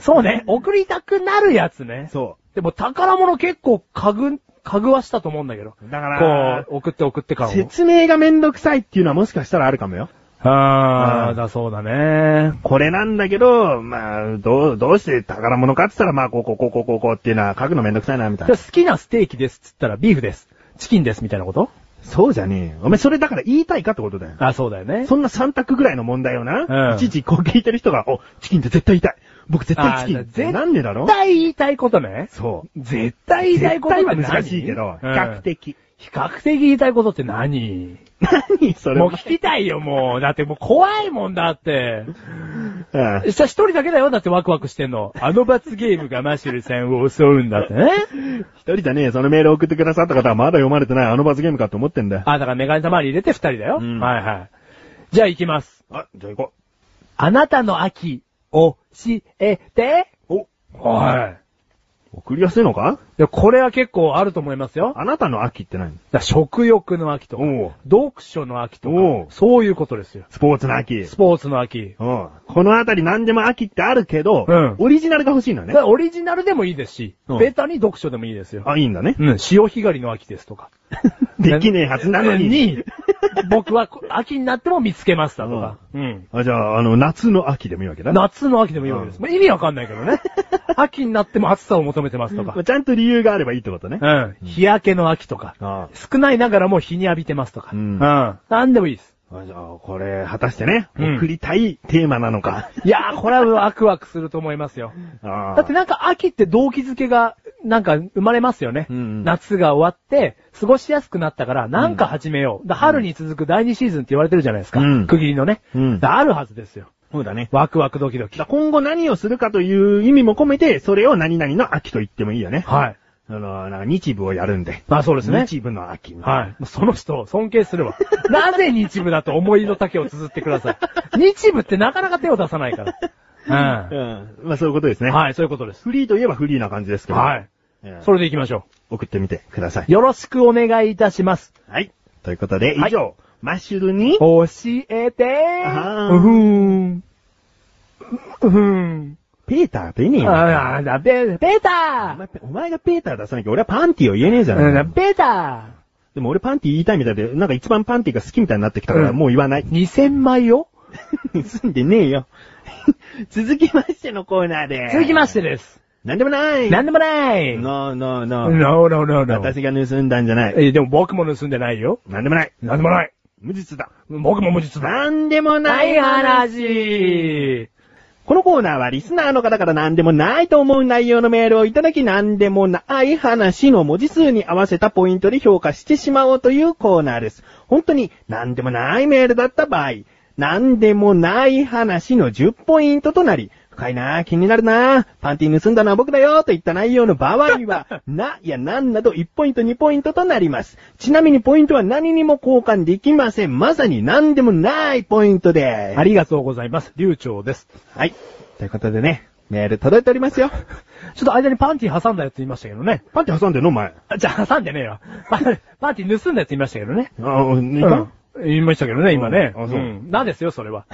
Speaker 2: そうね、送りたくなるやつね。
Speaker 1: そ
Speaker 2: でも宝物結構かぐ、かぐわしたと思うんだけど。
Speaker 1: う。だから、
Speaker 2: こう、送って送って感を。
Speaker 1: 説明がめんどくさいっていうのはもしかしたらあるかもよ。
Speaker 2: あ
Speaker 1: う
Speaker 2: ー、
Speaker 1: ん
Speaker 2: だそうだね。
Speaker 1: これなんだけど、まあ、どう、どうして宝物かって言ったら、まあ、こう、こう、こう、こう、こう、こうっていうのは書くのめんどくさいな、みたい
Speaker 2: じゃあ
Speaker 1: な。
Speaker 2: 好きなステーキですっつったらビーフです。チキンですみたいなこと
Speaker 1: そうじゃねえよ。お前それだから言いたいかってことだよ。
Speaker 2: あ、そうだよね。
Speaker 1: そんな3択ぐらいの問題をな、
Speaker 2: うん
Speaker 1: いちいちこう聞いてる人が、お、チキンって絶対痛い。僕絶対チキン
Speaker 2: あ
Speaker 1: っ
Speaker 2: ー
Speaker 1: て。なんでだろ
Speaker 2: 絶対言いたいことね。
Speaker 1: そう。
Speaker 2: 絶対言い
Speaker 1: 絶
Speaker 2: たいことっ
Speaker 1: 対
Speaker 2: て
Speaker 1: は
Speaker 2: 何
Speaker 1: 難しいけど、比
Speaker 2: うん
Speaker 1: 較的。
Speaker 2: 比較的言いたいことって何
Speaker 1: 何それ。
Speaker 2: もう聞きたいよ、もう。だってもう怖いもんだって。
Speaker 1: うん
Speaker 2: 一人だけだよ、だってワクワクしてんの。あの罰ゲームがマシュルさんを襲うん だってね。
Speaker 1: 一人じゃねえ、そのメールを送ってくださった方はまだ読まれてないあの罰ゲームかって思ってんだよ。
Speaker 2: あ、だからメガネ玉に入れて二人だよ。
Speaker 1: うん
Speaker 2: はいはい。じゃあ行きます。
Speaker 1: あ、じゃあ行こ
Speaker 2: あなたの秋、教えて。
Speaker 1: う。
Speaker 2: はい。
Speaker 1: お、送りやすいのか
Speaker 2: いや、これは結構あると思いますよ。
Speaker 1: あなたの秋って何
Speaker 2: だから食欲の秋とか
Speaker 1: おう、
Speaker 2: 読書の秋とか
Speaker 1: おう、
Speaker 2: そういうことですよ。
Speaker 1: スポーツの秋。
Speaker 2: スポーツの秋。
Speaker 1: うん。このあたり何でも秋ってあるけど、
Speaker 2: うん
Speaker 1: オリジナルが欲しいのね
Speaker 2: だか。らオリジナルでもいいですし、
Speaker 1: うん
Speaker 2: ベタに読書でもいいですよ。
Speaker 1: あ、いいん だね。
Speaker 2: うん、潮干狩りの秋ですとか。
Speaker 1: できねえはずなのに。
Speaker 2: に僕はこ秋になっても見つけましたとか。うん。
Speaker 1: あ、じゃあ、あの、夏の秋でもいいわけだ。
Speaker 2: 夏の秋でもいいわけです。
Speaker 1: うん
Speaker 2: まあ意味わかんないけどね。 秋になっても暑さを求めてますとか
Speaker 1: まあ。ちゃんと理由があればいいってことね。
Speaker 2: うん。日焼けの秋とか。
Speaker 1: あ
Speaker 2: 少ないながらも日に浴びてますとか。
Speaker 1: う
Speaker 2: うんん。なんでもいいです。
Speaker 1: ああじゃあ、これ、果たしてね、
Speaker 2: うん
Speaker 1: 送りたいテーマな のか。
Speaker 2: いやー、これはワクワクすると思いますよ。
Speaker 1: ああ
Speaker 2: だってなんか秋って動機づけが、なんか生まれますよね。
Speaker 1: うんうん
Speaker 2: 夏が終わって、過ごしやすくなったから、なんか始めよう。だ春に続く第二シーズンって言われてるじゃないですか。
Speaker 1: うん
Speaker 2: 区切りのね。
Speaker 1: うん
Speaker 2: だあるはずですよ。
Speaker 1: そうだね。
Speaker 2: ワクワクドキドキ
Speaker 1: だ。今後何をするかという意味も込めて、それを何々の秋と言ってもいいよね。
Speaker 2: はい。
Speaker 1: あの、なんか日舞をやるんで。
Speaker 2: あ、そうですね。
Speaker 1: 日舞の秋。
Speaker 2: はい。もうその人を尊敬す るわ。なぜ日部だと思いの丈を綴ってください。日部ってなかなか手を出さないから。
Speaker 1: う。
Speaker 2: うん
Speaker 1: まあそういうことですね。
Speaker 2: ん。はい、そういうことです。
Speaker 1: フリーといえばフリーな感じですけど。
Speaker 2: はい。
Speaker 1: えー
Speaker 2: それで行きましょ
Speaker 1: 送ってみてくださ
Speaker 2: う。
Speaker 1: い。
Speaker 2: よろしくお願いいたします。
Speaker 1: はい。ということで、
Speaker 2: はい
Speaker 1: 以上、マッシュルに、
Speaker 2: 教えて
Speaker 1: あー
Speaker 2: うふーん。うふーん。
Speaker 1: ペーターと言えねえよ。
Speaker 2: あーだ、ベ、ベー
Speaker 1: お
Speaker 2: タ
Speaker 1: 前お前がペーター出さなきゃ俺はパンティーを言えねえじゃ
Speaker 2: ー
Speaker 1: な
Speaker 2: う
Speaker 1: い
Speaker 2: ん。ベータ
Speaker 1: でも俺パンティー言いたいみたいで、なんか一番パンティーが好きみたいになってきたから
Speaker 2: うん
Speaker 1: もう言わない。
Speaker 2: ー !2000 枚を
Speaker 1: 住んでねえよ。 続きましてのコーナーで。
Speaker 2: 続きまして。です。
Speaker 1: なんでもない。
Speaker 2: なんでもないノ
Speaker 1: No,
Speaker 2: ー
Speaker 1: no, no.
Speaker 2: ノーノーノー。
Speaker 1: 私が盗んだんじゃない。
Speaker 2: え、でも僕も盗んでないよ。
Speaker 1: なんでもない。
Speaker 2: なんでもない。
Speaker 1: 無実だ。
Speaker 2: 僕も無実だ。
Speaker 1: なんでもな
Speaker 2: ないい
Speaker 1: 話。
Speaker 2: 話
Speaker 1: このコーナーはリスナーの方から何でもないと思う内容のメールをいただき何でもない話の文字数に合わせたポイントで評価してしまおうというコーナーです。本当に何でもないメールだった場合、何でもない話の10ポイントとなり、深いなぁ、気になるなぁ、パンティ盗んだのは僕だよといった内容の場合は、な、やなんなど1ポイント2ポイントとなります。ちなみにポイントは何にも交換できません。まさに何でもないポイントです。
Speaker 2: ありがとうございます。流暢です。
Speaker 1: はい。ということでね、メール届いておりますよ。
Speaker 2: ちょっと間にパンティ挟んだやつ言いましたけどね。
Speaker 1: パンティ挟んでんのお前。
Speaker 2: あじゃあ挟んでねえ よ。パパンティ盗んだやつ言いましたけどね。
Speaker 1: あ、抜いた、
Speaker 2: うん言いましたけどね、今ね。
Speaker 1: うんあそうん
Speaker 2: なんですよ、それ は。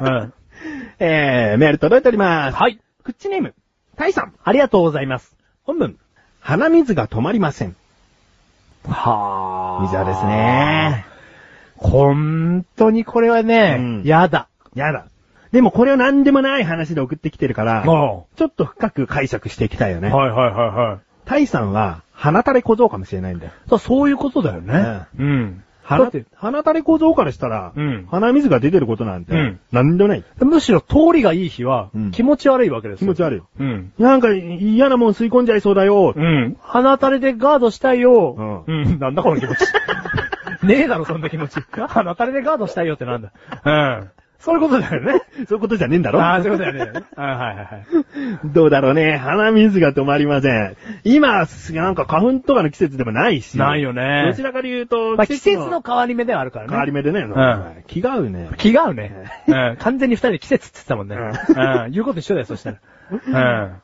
Speaker 2: うん
Speaker 1: えー、メール届いております。
Speaker 2: はい。
Speaker 1: クッチネーム、タイさん。
Speaker 2: ありがとうございます。
Speaker 1: 本文、鼻水が止まりません。
Speaker 2: はビザですね。本当にこれはね、
Speaker 1: うん
Speaker 2: やだ。
Speaker 1: やだ。でもこれを何でもない話で送ってきてるから、
Speaker 3: ああ。
Speaker 1: ちょっと深く解釈していきたいよね。
Speaker 3: はいはいはいはい。
Speaker 1: タイさんは、鼻垂れ小僧かもしれないんだよ。
Speaker 2: そうそういうことだよね。
Speaker 3: うん。
Speaker 1: 鼻
Speaker 2: だって、
Speaker 1: 鼻垂れ小僧からしたら、
Speaker 3: うん
Speaker 1: 鼻水が出てることなんて、
Speaker 3: うん
Speaker 1: 何でもない。
Speaker 2: むしろ通りがいい日は
Speaker 1: うん、
Speaker 2: 気持ち悪いわけです
Speaker 1: 気
Speaker 2: よ。
Speaker 1: 持ち悪いよ。
Speaker 3: うん。
Speaker 1: なんか嫌なもん吸い込んじゃいそうだよ。
Speaker 3: うん。
Speaker 2: 鼻垂れでガードしたいよ。
Speaker 1: うん
Speaker 3: うん。 なんだこの気持ち。
Speaker 2: ねえだろ、そんな気持ち。鼻垂れでガードしたいよってなんだ。
Speaker 3: うん。
Speaker 2: そういうことだよね。
Speaker 1: そういうことじゃねえんだろ
Speaker 2: ああ、そういうことだよね。はいはい はい。
Speaker 1: どうだろうね。鼻水が止まりません。今、なんか花粉とかの季節でもないし。
Speaker 3: ないよね
Speaker 1: どちらかで言うと、
Speaker 2: まあ、季節の変わり目ではあるからね。
Speaker 1: 変わり目でね。
Speaker 3: ん
Speaker 1: 気が合うね。
Speaker 2: 気が合うね。
Speaker 3: うん
Speaker 2: うん完全に二人で季節って言ってたもんね。
Speaker 3: うん
Speaker 2: うん。言うこと一緒だよ、そしたら。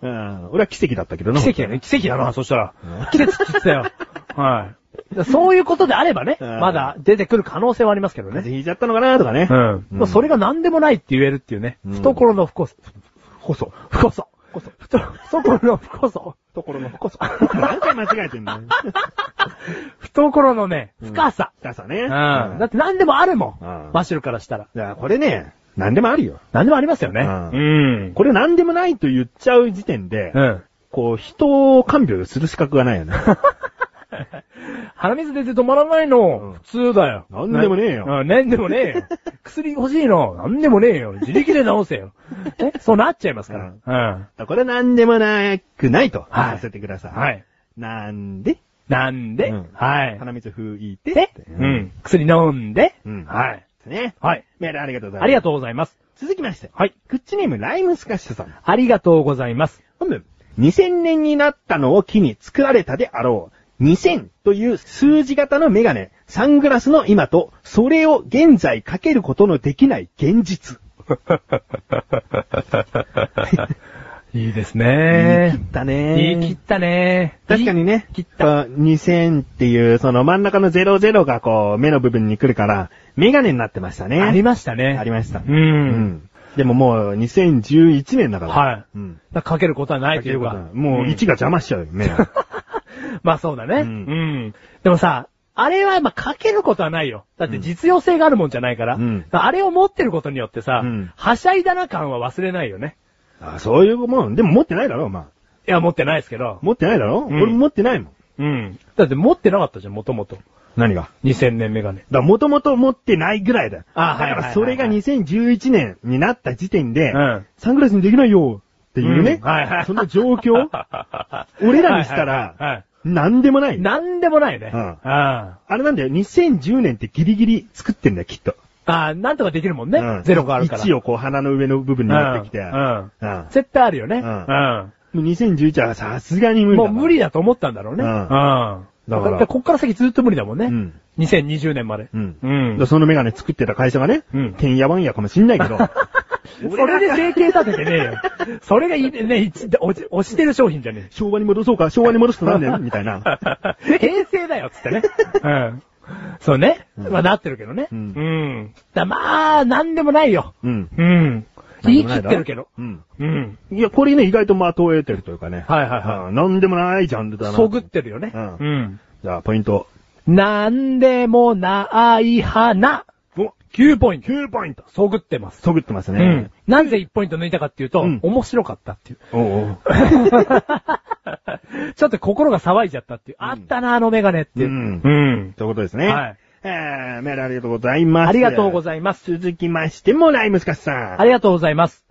Speaker 3: うん。
Speaker 1: うん。俺は奇跡だったけどな。
Speaker 2: 奇跡だね。奇跡だな、そしたら
Speaker 1: うん。
Speaker 2: 季節って言ってたよ。
Speaker 3: は
Speaker 2: そういうことであればね、
Speaker 1: うん
Speaker 2: まだ出てくる可能性はありますけど
Speaker 1: 風
Speaker 2: ね。
Speaker 1: 邪ひいちゃったのかなとかね
Speaker 3: い。。うん。
Speaker 1: うん
Speaker 2: もうそれが何でもないって言えるっていうね。
Speaker 1: うん
Speaker 2: 懐の深さ。細。深さ。太懐の深さ。
Speaker 1: ところのこそ。何回間違えてんの
Speaker 2: 懐のね、深さ。
Speaker 1: 深さね。
Speaker 2: う
Speaker 1: う
Speaker 2: んん。だって何でもあるも
Speaker 1: うん
Speaker 2: ん。マシュルからしたら。
Speaker 1: だからこれね、何でもあるよ。
Speaker 2: 何でもありますよね。
Speaker 1: う
Speaker 3: うんん。
Speaker 1: これ何でもないと言っちゃう時点で、
Speaker 3: うん。
Speaker 1: こう、人を看病する資格がないよね。
Speaker 2: 鼻水出て止まらないの、普通だよ。
Speaker 1: なんでもねえよ
Speaker 2: うん、なんでもね えよ。薬欲しいの、なんでもねえよ。自力で治せ よ。えそうなっちゃいますから。うん。
Speaker 1: これ何でもなくないと、
Speaker 2: はい
Speaker 1: させてください。
Speaker 2: はい。
Speaker 1: なんで、
Speaker 2: なんで、
Speaker 1: うん
Speaker 2: はい。
Speaker 1: 鼻水拭いて、
Speaker 2: で、
Speaker 1: う
Speaker 3: うんん。
Speaker 2: 薬飲んで、
Speaker 1: うん
Speaker 2: はい。
Speaker 1: ね。
Speaker 2: はい。
Speaker 1: メールありがとうございます。
Speaker 2: ありが
Speaker 1: う。
Speaker 2: とうございます。
Speaker 1: 続きまして。
Speaker 2: はい。
Speaker 1: クッチネーム、ライムスカッシュさん。
Speaker 2: ありがとうございます。
Speaker 1: 本文。2000年になったのを機に作られたであろう。2000という数字型のメガネ、サングラスの今と、それを現在かけることのできない現実。
Speaker 2: いいですね
Speaker 1: 言い切ったね
Speaker 2: 言い切ったね
Speaker 1: 確かに
Speaker 2: 言
Speaker 1: ね、
Speaker 2: い切っ
Speaker 1: こう
Speaker 2: た。
Speaker 1: 2000っていう、その真ん中の00がこう、目の部分に来るから、メガネになってましたね。
Speaker 2: ありましたね。
Speaker 1: ありました。
Speaker 2: うん
Speaker 1: うんでももう、2011年だから。
Speaker 2: はい
Speaker 1: うん。
Speaker 2: だからかけることはないというか。
Speaker 1: もう、
Speaker 2: ん
Speaker 1: 1が邪魔しちゃうよね。
Speaker 2: まあそうだね。
Speaker 1: う
Speaker 2: うんん。でもさ、あれはまあかけることはないよ。だって実用性があるもんじゃないから。
Speaker 1: うん
Speaker 2: だからあれを持ってることによってさ、
Speaker 1: うん
Speaker 2: はしゃいだな感は忘れないよね。
Speaker 1: あそういうもん。でも持ってないだろ、お前。
Speaker 2: いや、持ってないですけど。
Speaker 1: 持ってないだろ、
Speaker 3: うん
Speaker 1: 俺も持ってないもん。
Speaker 3: うん。
Speaker 2: だって持ってなかったじゃん、もともと。
Speaker 1: 何が
Speaker 2: 2000年メガネ。
Speaker 1: だもともと持ってないぐらいだよ。
Speaker 2: あ
Speaker 1: だ
Speaker 2: はいはいは
Speaker 1: か
Speaker 2: いは
Speaker 1: ら
Speaker 2: い
Speaker 1: それが2011年になった時点で、
Speaker 3: うん
Speaker 1: サングラスにできないよっていうね、
Speaker 2: うんはいはい
Speaker 1: その状 況、俺らにし
Speaker 2: は
Speaker 1: た
Speaker 2: いはいはいは
Speaker 1: ら
Speaker 2: い、
Speaker 1: なんでもない。
Speaker 2: なんでもないね。
Speaker 1: うん
Speaker 2: あ
Speaker 1: あれなんだよ、2010年ってギリギリ作ってんだよ、きっと。
Speaker 2: あー、なんとかできるもんね。
Speaker 1: うん
Speaker 2: ゼロがあるから。
Speaker 1: 1をこう鼻の上の部分に持ってきて。
Speaker 2: うん
Speaker 1: うん
Speaker 2: 絶対あるよね。
Speaker 1: うん
Speaker 2: うん
Speaker 1: もう2011はさすがに無理だ
Speaker 2: も
Speaker 1: わ
Speaker 2: う無理だと思ったんだろうね。
Speaker 1: うん
Speaker 2: うん
Speaker 1: だ
Speaker 2: だ
Speaker 1: から
Speaker 2: から、こっから先ずっと無理だもんね。
Speaker 1: うん
Speaker 2: 2020年まで。
Speaker 1: うん。
Speaker 3: うん
Speaker 1: でそのメガネ作ってた会社がね、
Speaker 3: うん
Speaker 1: てんやわんやかもしんな いけど、
Speaker 2: それで整形立ててねえよ。それがいいね、一押し押してる商品じゃね
Speaker 1: 昭和に戻そうか、昭和に戻すとなんねんみたいな。
Speaker 2: え。平成だよ、つってね。うん。そうね。まあ、なってるけどね。
Speaker 1: う
Speaker 2: うんん。
Speaker 3: うん。
Speaker 2: だまあ、なんでもないよ。
Speaker 1: うん。
Speaker 2: うん。言い切ってるけど。
Speaker 1: うん。
Speaker 3: うん。
Speaker 1: いや、これね、意外とまとえてるというかね。
Speaker 2: はいはいは
Speaker 1: うんなんでもないジャンルだな。
Speaker 2: そぐってるよね
Speaker 1: う。ん
Speaker 3: う。ん。
Speaker 1: じゃあ、ポイント。
Speaker 2: なんでもない花。
Speaker 1: お
Speaker 2: 9ポイント。
Speaker 1: 9ポイント。
Speaker 2: そぐってます。
Speaker 1: そぐってます
Speaker 2: う
Speaker 1: ね
Speaker 2: ん。。なんで1ポイント抜いたかっていうと、
Speaker 1: うん
Speaker 2: 面白かったっていう。
Speaker 1: おうおう。
Speaker 2: ちょっと心が騒いじゃったっていう。あったな、あのメガネっていうう。
Speaker 1: ん。と
Speaker 3: う
Speaker 1: い
Speaker 3: ん。
Speaker 1: うことですね。
Speaker 2: はい。
Speaker 1: えー、メールありがとうございます。
Speaker 2: ありがとうございます。
Speaker 1: ます。続きましても、ライムスカッシュさん。
Speaker 2: ありがとうございます。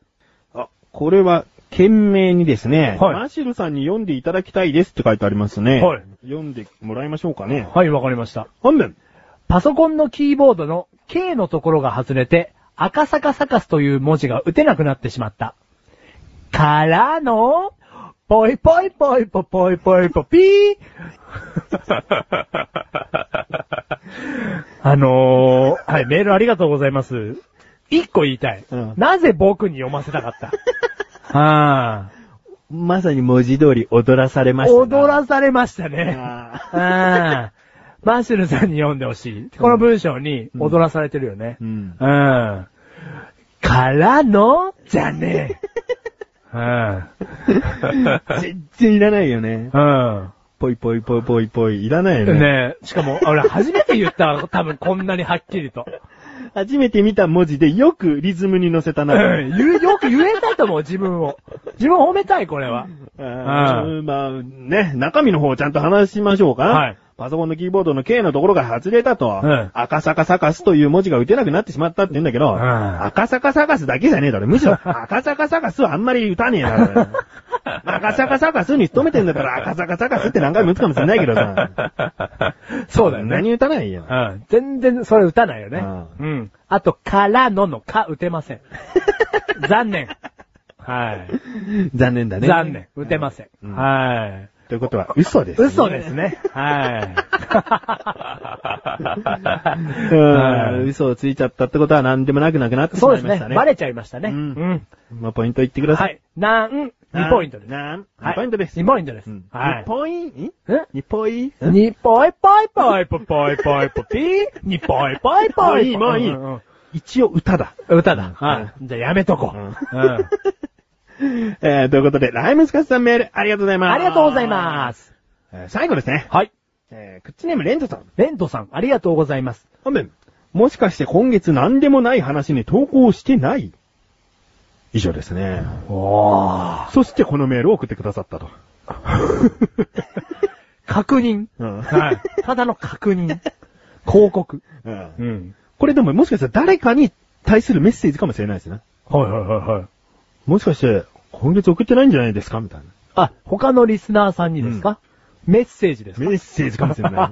Speaker 1: あ、これは、懸命にですね、
Speaker 2: はい
Speaker 1: マシルさんに読んでいただきたいですって書いてありますね。
Speaker 2: はい
Speaker 1: 読んでもらいましょうかね。
Speaker 2: はい、わかりました。
Speaker 1: 本文。
Speaker 2: パソコンのキーボードの K のところが外れて、赤坂サカスという文字が打てなくなってしまった。からの、ぽいぽいぽいぽぽいぽいぽぴ ー。 あのー、はい、メールありがとうございます。一個言いたい。
Speaker 1: うん
Speaker 2: なぜ僕に読ませたかった あ
Speaker 1: まさに文字通り踊らされま
Speaker 2: あ。
Speaker 1: したな。
Speaker 2: 踊らされましたね。
Speaker 1: あー
Speaker 2: ああ。マッシュルさんに読んでほしい。この文章に踊らされてるよね。
Speaker 1: う
Speaker 2: うんん。からのじゃねえ。うん。
Speaker 1: 全然いらないよね。
Speaker 2: うん。
Speaker 1: ぽいぽいぽいぽいぽい、いらないよね。
Speaker 2: ねえ。しかも、俺初めて言ったわ、多分こんなにはっきりと。
Speaker 1: 初めて見た文字でよくリズムに乗せた
Speaker 2: う
Speaker 1: な。
Speaker 2: ん。言うよく言えたと思う、自分を。自分を褒めたい、これは。
Speaker 1: あ
Speaker 2: う
Speaker 1: ーまあ、ね、中身の方をちゃんと話しましょうか。
Speaker 2: はい
Speaker 1: パソコンのキーボードの K のところが外れたと、
Speaker 2: うん
Speaker 1: 赤坂サカスという文字が打てなくなってしまったって言うんだけど、
Speaker 2: ん
Speaker 1: 赤坂サカスだけじゃねえだろ。む しろ赤坂サカスはあんまり打たねえだ ろ。赤坂サカスに勤めてんだから赤坂サカスって何回も打つかもしれないけどさ。
Speaker 2: そうだよね。
Speaker 1: 何打たないよ。
Speaker 2: うん。全然、それ打たないよね。
Speaker 1: う
Speaker 2: うん。あと、からののか、打てません。残念。はい。
Speaker 1: 残念だね。
Speaker 2: 残念。打てません。
Speaker 1: うん
Speaker 2: はい。
Speaker 1: ということは嘘です、
Speaker 2: 嘘ですね。はい。
Speaker 1: うん。
Speaker 2: は
Speaker 1: 嘘をついちゃったってことは何でもなくなくなって
Speaker 2: い
Speaker 1: しま
Speaker 2: そうで
Speaker 1: い
Speaker 2: す
Speaker 1: ま
Speaker 2: ね
Speaker 1: した。ね。
Speaker 2: バレちゃいましたね。
Speaker 1: う
Speaker 2: うんん。
Speaker 1: まあ、ポイント言ってくださ。
Speaker 2: はいい。なん、2ポイントです。
Speaker 1: なん、2
Speaker 2: はい
Speaker 1: ポイントです。
Speaker 2: 2ポイントです
Speaker 1: うん。
Speaker 2: はい
Speaker 1: 2。ポイント、
Speaker 2: え
Speaker 1: 2ポイント
Speaker 2: にぽいぽいぽいぽいぽいぽいぽいにぽいぽいぽい。
Speaker 1: もういいもういい
Speaker 2: んん
Speaker 1: 一応歌だ。
Speaker 2: うん歌だ。はい。じゃあやめとこう。
Speaker 1: う
Speaker 2: うん。
Speaker 1: えー、ということで、ライムスカスさんメールありがとうございます。
Speaker 2: ありがとうございます。
Speaker 1: す。えー最後ですね。
Speaker 2: はい。
Speaker 1: えー、クッチネームレントさん。
Speaker 2: レントさん、ありがとうございます。
Speaker 1: 本文。もしかして今月何でもない話に投稿してない以上ですね。
Speaker 2: おー。
Speaker 1: そしてこのメールを送ってくださったと。
Speaker 2: 確認。
Speaker 1: うん
Speaker 2: はい。ただの確認。広告。
Speaker 1: うん
Speaker 2: うん。
Speaker 1: これでももしかしたら誰かに対するメッセージかもしれないですね。
Speaker 2: はいはいはいはい。
Speaker 1: もしかして、今月送ってないんじゃないですかみたいな。
Speaker 2: あ、他のリスナーさんにですか、メッセージですか
Speaker 1: メッセージかもし れな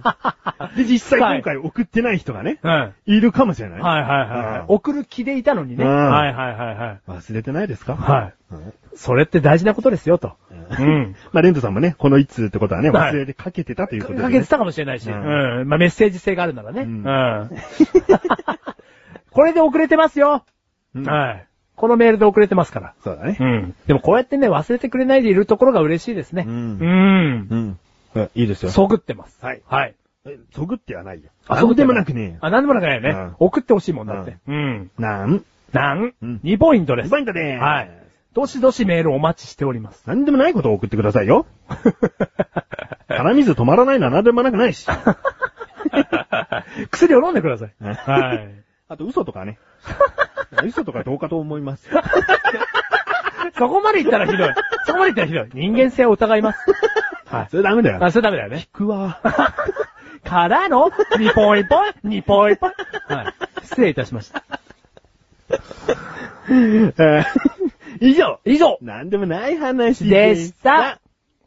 Speaker 1: い。で、実際
Speaker 2: はい
Speaker 1: 今回送ってない人がね、
Speaker 2: はい
Speaker 1: るかもしれない。
Speaker 2: はいはいはいはい。送る気でいたのにね。
Speaker 1: うん
Speaker 2: はいはいはいはい。
Speaker 1: 忘れてないですか。
Speaker 2: はい
Speaker 1: うん
Speaker 2: それって大事なことですよ、と。うん。
Speaker 1: まあ、レントさんもね、この一通ってことはね、
Speaker 2: はい
Speaker 1: 忘れてかけてたということで、ね。
Speaker 2: かけてたかもしれないし。
Speaker 1: う
Speaker 2: うんん。まあ、メッセージ性があるならね。
Speaker 1: う
Speaker 2: うんん。 これで遅れてますよ、
Speaker 1: うん
Speaker 2: はい。このメールで遅れてますから。
Speaker 1: そうだね。
Speaker 2: うん。でもこうやってね、忘れてくれないでいるところが嬉しいですね。
Speaker 1: うん
Speaker 2: うん
Speaker 1: うん。うんいいですよ。
Speaker 2: そぐってます。
Speaker 1: はい
Speaker 2: はい。
Speaker 1: えそぐってはないよ。
Speaker 2: あ
Speaker 1: そうでもなくね。
Speaker 2: あ、なんでもなくないよね、
Speaker 1: うん
Speaker 2: 送ってほしいもんだって。うん。
Speaker 1: なん
Speaker 2: なん、
Speaker 1: うん
Speaker 2: ?2 ポイントです。
Speaker 1: ポイントでーす。
Speaker 2: はい。どしどしメールお待ちしております
Speaker 1: なんでもないことを送ってくださいよ。鼻水止まらないのはなんでもなくないし。
Speaker 2: 薬を飲んでくだ さい。
Speaker 1: うん
Speaker 2: はい。
Speaker 1: あと嘘 とかね。嘘とかどうかと思います。
Speaker 2: そこまで言ったらひどい。そこまで言ったらひどい。人間性を疑 います。はい。
Speaker 1: それダメだよ。
Speaker 2: あ、それダメだよね。
Speaker 1: くわ。
Speaker 2: からの、にぽいぽい、にぽいぽい。はい。失礼いたしました。
Speaker 1: えー以上。
Speaker 2: 以上
Speaker 1: なんでもない話で
Speaker 2: で
Speaker 1: し
Speaker 2: した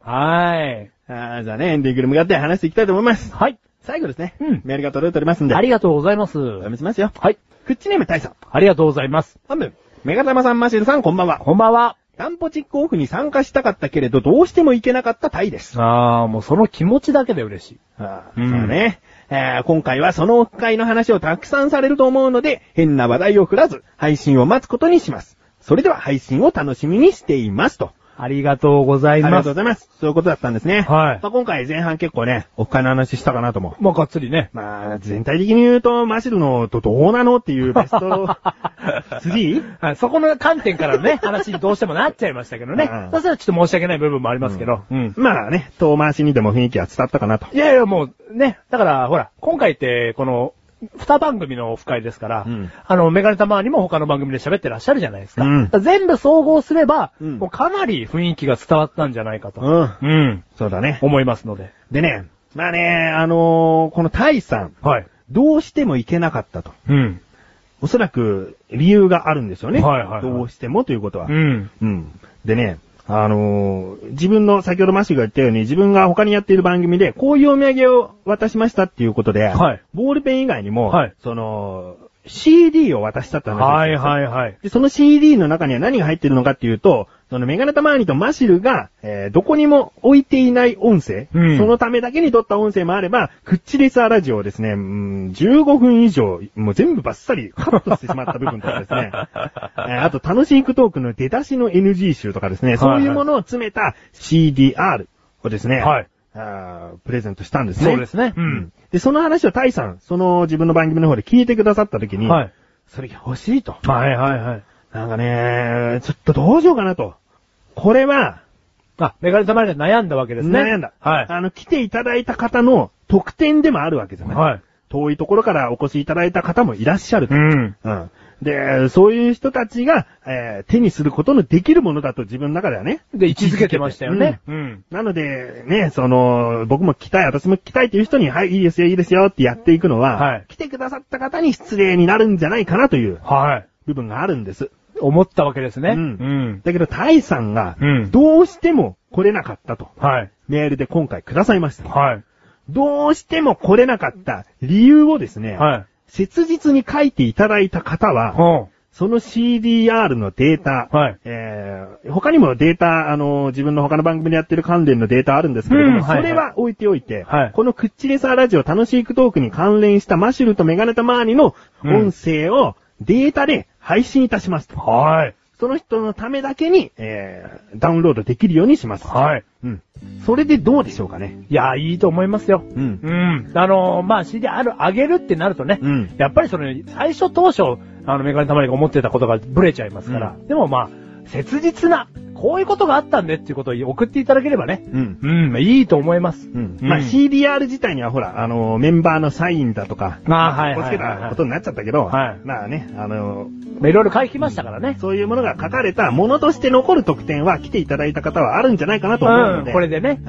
Speaker 2: た。はい。
Speaker 1: あーじゃあね、エンディングに向かって話していきたいと思います。
Speaker 2: はい。
Speaker 1: 最後ですね。
Speaker 2: うん
Speaker 1: メールが届いておりますんで。
Speaker 2: ありがとうございます。
Speaker 1: お読みしますよ。
Speaker 2: はい。
Speaker 1: クッチネーム大佐。
Speaker 2: ありがとうございます。
Speaker 1: 本文。メガタマさん、マシルさん、こんばんは。
Speaker 2: こんばんは。
Speaker 1: タンポチックオフに参加したかったけれど、どうしても行けなかったタイです。
Speaker 2: ああ、もうその気持ちだけで嬉しい。
Speaker 1: あ
Speaker 2: うん
Speaker 1: そうね。えー今回はそのオフ会の話をたくさんされると思うので、変な話題を振らず、配信を待つことにします。それでは配信を楽しみにしていますと。
Speaker 2: ありがとうござ
Speaker 1: あ
Speaker 2: い
Speaker 1: りが
Speaker 2: ま
Speaker 1: とう
Speaker 2: す。
Speaker 1: ございます。そういうことだったんですね。
Speaker 2: はい
Speaker 1: まあ、今回前半結構ね、オフ会の話したかなと思う。
Speaker 2: まあ、がっつりね。
Speaker 1: まあ、全体的に言うと、マシルのとどうなのっていうベス ト 3?
Speaker 2: はい、そこの観点からのね、話にどうしてもなっちゃいましたけどね
Speaker 1: うん。
Speaker 2: そしたらちょっと申し訳ない部分もありますけど。うん。
Speaker 1: まあね、遠回しにでも雰囲気は伝わったかなと。
Speaker 2: いやいや、もう、ね。だから、ほら、今回って、この、二番組のオフ会ですから、
Speaker 1: うん
Speaker 2: あの、メガネたまにも他の番組で喋ってらっしゃるじゃないですか。
Speaker 1: うん
Speaker 2: だから全部総合すれば、
Speaker 1: うん
Speaker 2: もうかなり雰囲気が伝わったんじゃないかと。
Speaker 1: うん
Speaker 2: うん。
Speaker 1: そうだね。
Speaker 2: 思いますので。
Speaker 1: でね、まあね、あのーこのタイさん、
Speaker 2: はい。
Speaker 1: どうしても行けなかったと。
Speaker 2: うん。
Speaker 1: おそらく理由があるんですよね。
Speaker 2: はいはいはい
Speaker 1: どうしてもということは。
Speaker 2: うん。
Speaker 1: うんでね、あのー自分の、先ほどマシュが言ったように、自分が他にやっている番組で、こういうお土産を渡しましたっていうことで、
Speaker 2: はい
Speaker 1: ボールペン以外にも、
Speaker 2: はい
Speaker 1: その、CD を渡したって話
Speaker 2: はい
Speaker 1: ですよ
Speaker 2: はいはい。
Speaker 1: で、その CD の中には何が入ってるのかっていうと、そのメガネタマーニとマシルが、えーどこにも置いていない音声、
Speaker 2: うん
Speaker 1: そのためだけに撮った音声もあれば、クッチレスアラジオをですね、うん、15分以上、もう全部バッサリカットしてしまった部分とかで すね、えーあと楽しいクトークの出だしの NG 集とかですね、そういうものを詰めた CDR をですね、
Speaker 2: はい
Speaker 1: あープレゼントしたんですね。
Speaker 2: そうですね。うん。
Speaker 1: で、その話をタイさん、その自分の番組の方で聞いてくださった時に、
Speaker 2: はい。
Speaker 1: それが欲しいと。
Speaker 2: はいはいはい。
Speaker 1: なんかね、ちょっとどうしようかなと。これは、
Speaker 2: あ、メガネたまりで悩んだわけですね。
Speaker 1: 悩んだ。
Speaker 2: はい。
Speaker 1: あの、来ていただいた方の特典でもあるわけじゃない。
Speaker 2: はい。
Speaker 1: 遠いところからお越しいただいた方もいらっしゃると。
Speaker 2: うん。
Speaker 1: うん。で、そういう人たちが、えー手にすることのできるものだと自分の中ではね。
Speaker 2: で、位置づけてましたよね。うん。
Speaker 1: なので、ね、その、僕も来たい、私も来たいという人に、はい、いいですよ、いいですよってやっていくのは、
Speaker 2: はい
Speaker 1: 来てくださった方に失礼になるんじゃないかなという
Speaker 2: はい。
Speaker 1: 部分があるんです。
Speaker 2: 思ったわけですね。
Speaker 1: うん
Speaker 2: うん。
Speaker 1: だけど、タイさんが
Speaker 2: うん、
Speaker 1: どうしても来れなかったと、
Speaker 2: はい。
Speaker 1: メールで今回くださいました。
Speaker 2: はい。
Speaker 1: どうしても来れなかった理由をですね、
Speaker 2: はい。
Speaker 1: 切実に書いていただいた方は、
Speaker 2: ほ
Speaker 1: その CDR のデータ、
Speaker 2: はい
Speaker 1: えー他にもデータ、あの自分の他の番組でやってる関連のデータあるんですけれども、
Speaker 2: うんはいはい
Speaker 1: それは置いておいて、
Speaker 2: はい
Speaker 1: このクッチレサーラジオ楽しいクトークに関連したマシュルとメガネタマーニの音声をデータで配信いたしますと。
Speaker 2: う。はい。
Speaker 1: その人のためだけに、えーダウンロードできるようにします。
Speaker 2: はい。
Speaker 1: うん。それでどうでしょうかね。
Speaker 2: いや、いいと思いますよ。
Speaker 1: うん
Speaker 2: うん。あのー、まあ、CDR 上げるってなるとね、
Speaker 1: うん
Speaker 2: やっぱりその、最初当初、あの、メガネたまりが思ってたことがブレちゃいますから、
Speaker 1: う
Speaker 2: でもまあ、切実な、こういうことがあったんでっていうことを送っていただければね、
Speaker 1: うん。
Speaker 2: うん、いいと思います。
Speaker 1: うん。
Speaker 2: うん
Speaker 1: まあ、CDR 自体にはほら、あの、メンバーのサインだとか、
Speaker 2: まあ、はい
Speaker 1: こつ
Speaker 2: は
Speaker 1: け
Speaker 2: い
Speaker 1: た
Speaker 2: は
Speaker 1: こ
Speaker 2: い
Speaker 1: とになっちゃったけど、
Speaker 2: はい
Speaker 1: まあね、あの、
Speaker 2: まあ。いろいろ書きましたからね。
Speaker 1: そういうものが書かれたものとして残る特典は来ていただいた方はあるんじゃないかなと思うの
Speaker 2: うん、
Speaker 1: で、
Speaker 2: これでね。
Speaker 1: はい
Speaker 2: うん。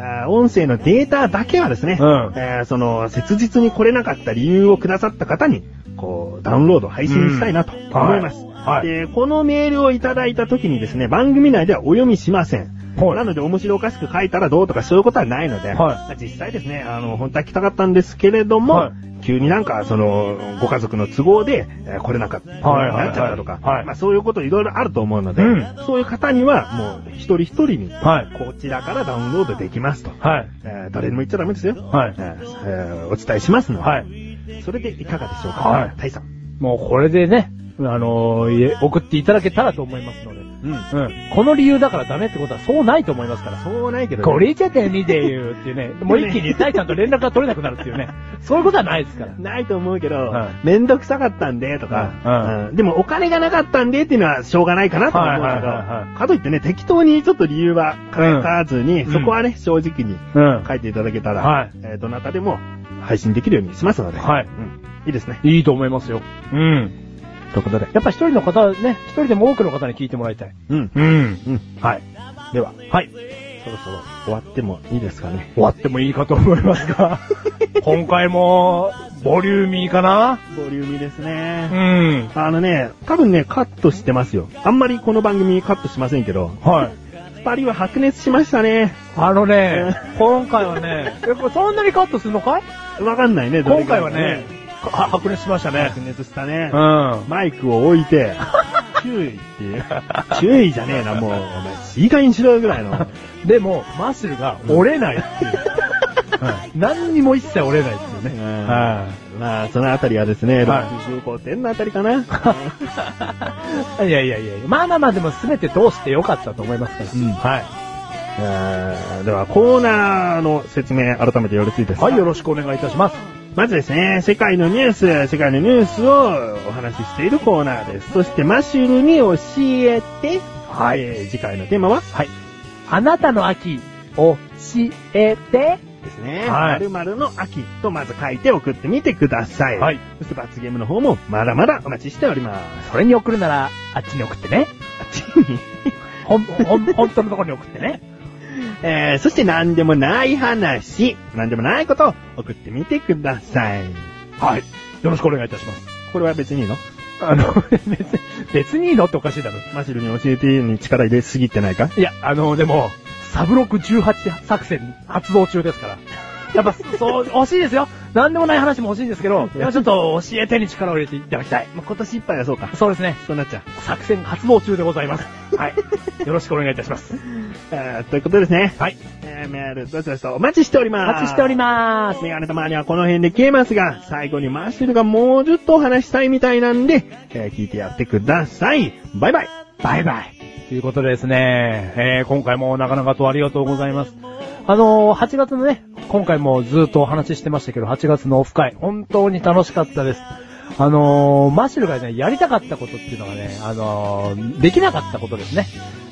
Speaker 1: あー音声のデータだけはですね、
Speaker 2: うん
Speaker 1: えーその、切実に来れなかった理由をくださった方に、こう、ダウンロード、配信したいなと
Speaker 2: んはい
Speaker 1: 思います。
Speaker 2: はい
Speaker 1: で、このメールをいただいた時にですね、番組内ではお読みしません。
Speaker 2: はい
Speaker 1: なので、面白おかしく書いたらどうとかそういうことはないので、
Speaker 2: は
Speaker 1: 実際ですね、あの、本当は来たかったんですけれども、
Speaker 2: はい
Speaker 1: 急になんか、その、ご家族の都合で、えー来れなかった、
Speaker 2: はいはいはい
Speaker 1: なっちゃったとか、
Speaker 2: はい
Speaker 1: まあそういうこといろいろあると思うので、
Speaker 2: うん
Speaker 1: そういう方には、もう、一人一人に、
Speaker 2: はい。
Speaker 1: こちらからダウンロードできますと。
Speaker 2: はい。
Speaker 1: えー誰にも言っちゃダメですよ。
Speaker 2: はい
Speaker 1: えーえーお伝えしますので。
Speaker 2: はい。
Speaker 1: それでいかがでしょうか。
Speaker 2: はい
Speaker 1: タイさん。
Speaker 2: もうこれでね、あのーいえ送っていただけたらと思いますので。
Speaker 1: うん。
Speaker 2: うん。この理由だからダメってことはそうないと思いますから。
Speaker 1: そうな いけど、ね。
Speaker 2: これじゃダメだよっていうね。もう一気に大ちゃんと連絡が取れなくなるっていうね。そういうことはないですから。
Speaker 1: ないと思うけど、
Speaker 2: はい
Speaker 1: めんどくさかったんで、とか、
Speaker 2: うん
Speaker 1: うんでもお金がなかったんでっていうのはしょうがないかなと思うんだけど、
Speaker 2: はいはいはいは
Speaker 1: かといってね、適当にちょっと理由は書かずに、
Speaker 2: うん
Speaker 1: そこはね、正直に
Speaker 2: うん。
Speaker 1: 書いていただけたら、
Speaker 2: はい
Speaker 1: えーどなたでも配信できるようにしますので、
Speaker 2: はい
Speaker 1: うんいいですね。
Speaker 2: いいと思いますよ。うん。
Speaker 1: ということで。
Speaker 2: やっぱ一人の方はね、一人でも多くの方に聞いてもらいたい。
Speaker 1: うん。
Speaker 2: うん。
Speaker 1: うん。
Speaker 2: はい。
Speaker 1: では、
Speaker 2: はい。
Speaker 1: そろそろ終わってもいいですかね。
Speaker 2: 終わってもいいかと思いますが。今回も、ボリューミーかな
Speaker 1: ボリューミーですね。
Speaker 2: うん。
Speaker 1: あのね、多分ね、カットしてますよ。あんまりこの番組カットしませんけど、
Speaker 2: はい。
Speaker 1: 二人は白熱しましたね。
Speaker 2: あのね、今回はね、えこれそんなにカットするのかい
Speaker 1: わかんないね、どれ
Speaker 2: 今
Speaker 1: ぐら
Speaker 2: 回
Speaker 1: い
Speaker 2: はね、は白熱しましたね
Speaker 1: 白。熱したね。
Speaker 2: ん。
Speaker 1: マイクを置 いて、注意っていう。注意じゃねえな、もう。お前、いい加減にしろよぐらいの。
Speaker 2: でも、マッシュルが 折れないっていう。はい何にも一切折れないっていうね。は
Speaker 1: まあ、そのあたりはですね、
Speaker 2: はい
Speaker 1: 65点のあたりかな。
Speaker 2: い。いやいやいやいやまあまあまあ、でも全て通してよかったと思いますから。
Speaker 1: うん
Speaker 2: はい。
Speaker 1: えーでは、コーナーの説明、改めてよろしいですか
Speaker 2: はい、よろしくお願いいたします。
Speaker 1: まずですね、世界のニュース、世界のニュースをお話ししているコーナーです。そして、マシュルに教えて、
Speaker 2: はい
Speaker 1: えー次回のテーマははい。
Speaker 2: あなたの秋、教えて。
Speaker 1: ですね。
Speaker 2: は
Speaker 1: はいい。〇〇の秋とまず書いて送ってみてください。
Speaker 2: はい。
Speaker 1: そして罰ゲームの方もまだまだお待ちしてお ります。
Speaker 2: それに送るなら、あっちに送ってね。
Speaker 1: あっちに。
Speaker 2: ほん、ほ ん、本当のところに送ってね。
Speaker 1: えー、そして何でもない話、何でもないことを送ってみてください。
Speaker 2: はい。よろしくお願いいたします。
Speaker 1: これは別にいいの
Speaker 2: あの、 別に、別にいいのっておかしいだろ。
Speaker 1: マシルに教えてに力入れすぎてないか
Speaker 2: いや、あの、でも、サブロック18作戦発動中ですから。やっぱ、そう、欲しいですよ。なんでもない話も欲しいんですけど、でもちょっと教えてに力を入れていただきたい。
Speaker 1: まあ、今年いっぱいはそうか。
Speaker 2: そうですね。
Speaker 1: そうなっちゃう。
Speaker 2: 作戦発動中でござい ます。はい。よろしくお願いいたします。
Speaker 1: えー、ということですね。
Speaker 2: はい。
Speaker 1: えー、メール、どしどしとお待ちしており
Speaker 2: お
Speaker 1: ます。
Speaker 2: 待ちしておりま
Speaker 1: メガネたまにはこの辺で消えますが、最後にマッシュルがもうちょっとお話したいみたいなんで、えー聞いてやってください。バイバイ。
Speaker 2: す。バイバイ。ということでですね、えー、今回もなかなかとありがとうございます。あのー、8月のね、今回もずっとお話ししてましたけど、8月のオフ会、本当に楽しかったです。あのー、マッシュルがね、やりたかったことっていうのがね、あのー、できなかったことですね。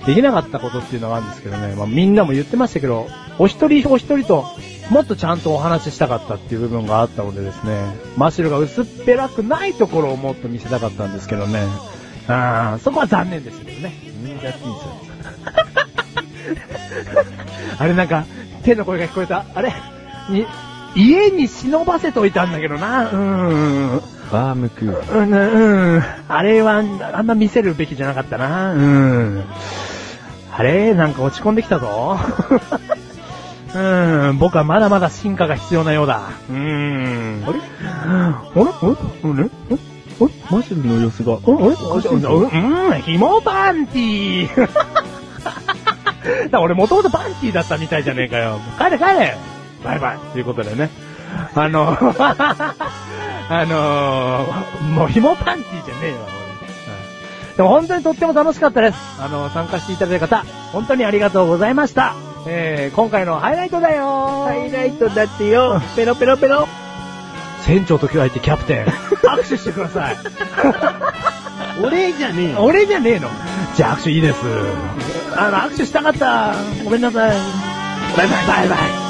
Speaker 4: できなかったことっていうのがあるんですけどね、まあ、みんなも言ってましたけど、お一人お一人と、もっとちゃんとお話ししたかったっていう部分があったのでですね、マシュルが薄っぺらくないところをもっと見せたかったんですけどね、あーそこは残念ですけどね。
Speaker 2: みんなやっていいですよ。
Speaker 4: あれなんか、手の声が聞こえた。あれに、家に忍ばせといたんだけどな。うーん。
Speaker 2: バームクーヘン。
Speaker 4: うん、うん。あれは、あんま見せるべきじゃなかったな。うん。あれなんか落ち込んできたぞ。うん。僕はまだまだ進化が必要なようだ。うん。あれあれあれ
Speaker 2: おマシュルの様子が、
Speaker 4: うん、うん、
Speaker 2: おかしいぞ
Speaker 4: うん、紐パンティー だから俺もともとパンティーだったみたいじゃねえかよ。帰れ帰れバイバイということでね。あの、 あのもう紐パンティーじゃねえよ、俺。でも本当にとっても楽しかったです。あの、参加していただいた方、本当にありがとうございました。えー、今回のハイライトだよハ
Speaker 2: ハイライトだってよ、ペロペロペロ。
Speaker 4: 船長と今日ってキャプテン、握手してください。
Speaker 2: 俺じゃねえよ。
Speaker 4: 俺じゃねえのじゃあ握手いいです。あの、握手したかった。ごめんなさい。バイバイ。バイバイ。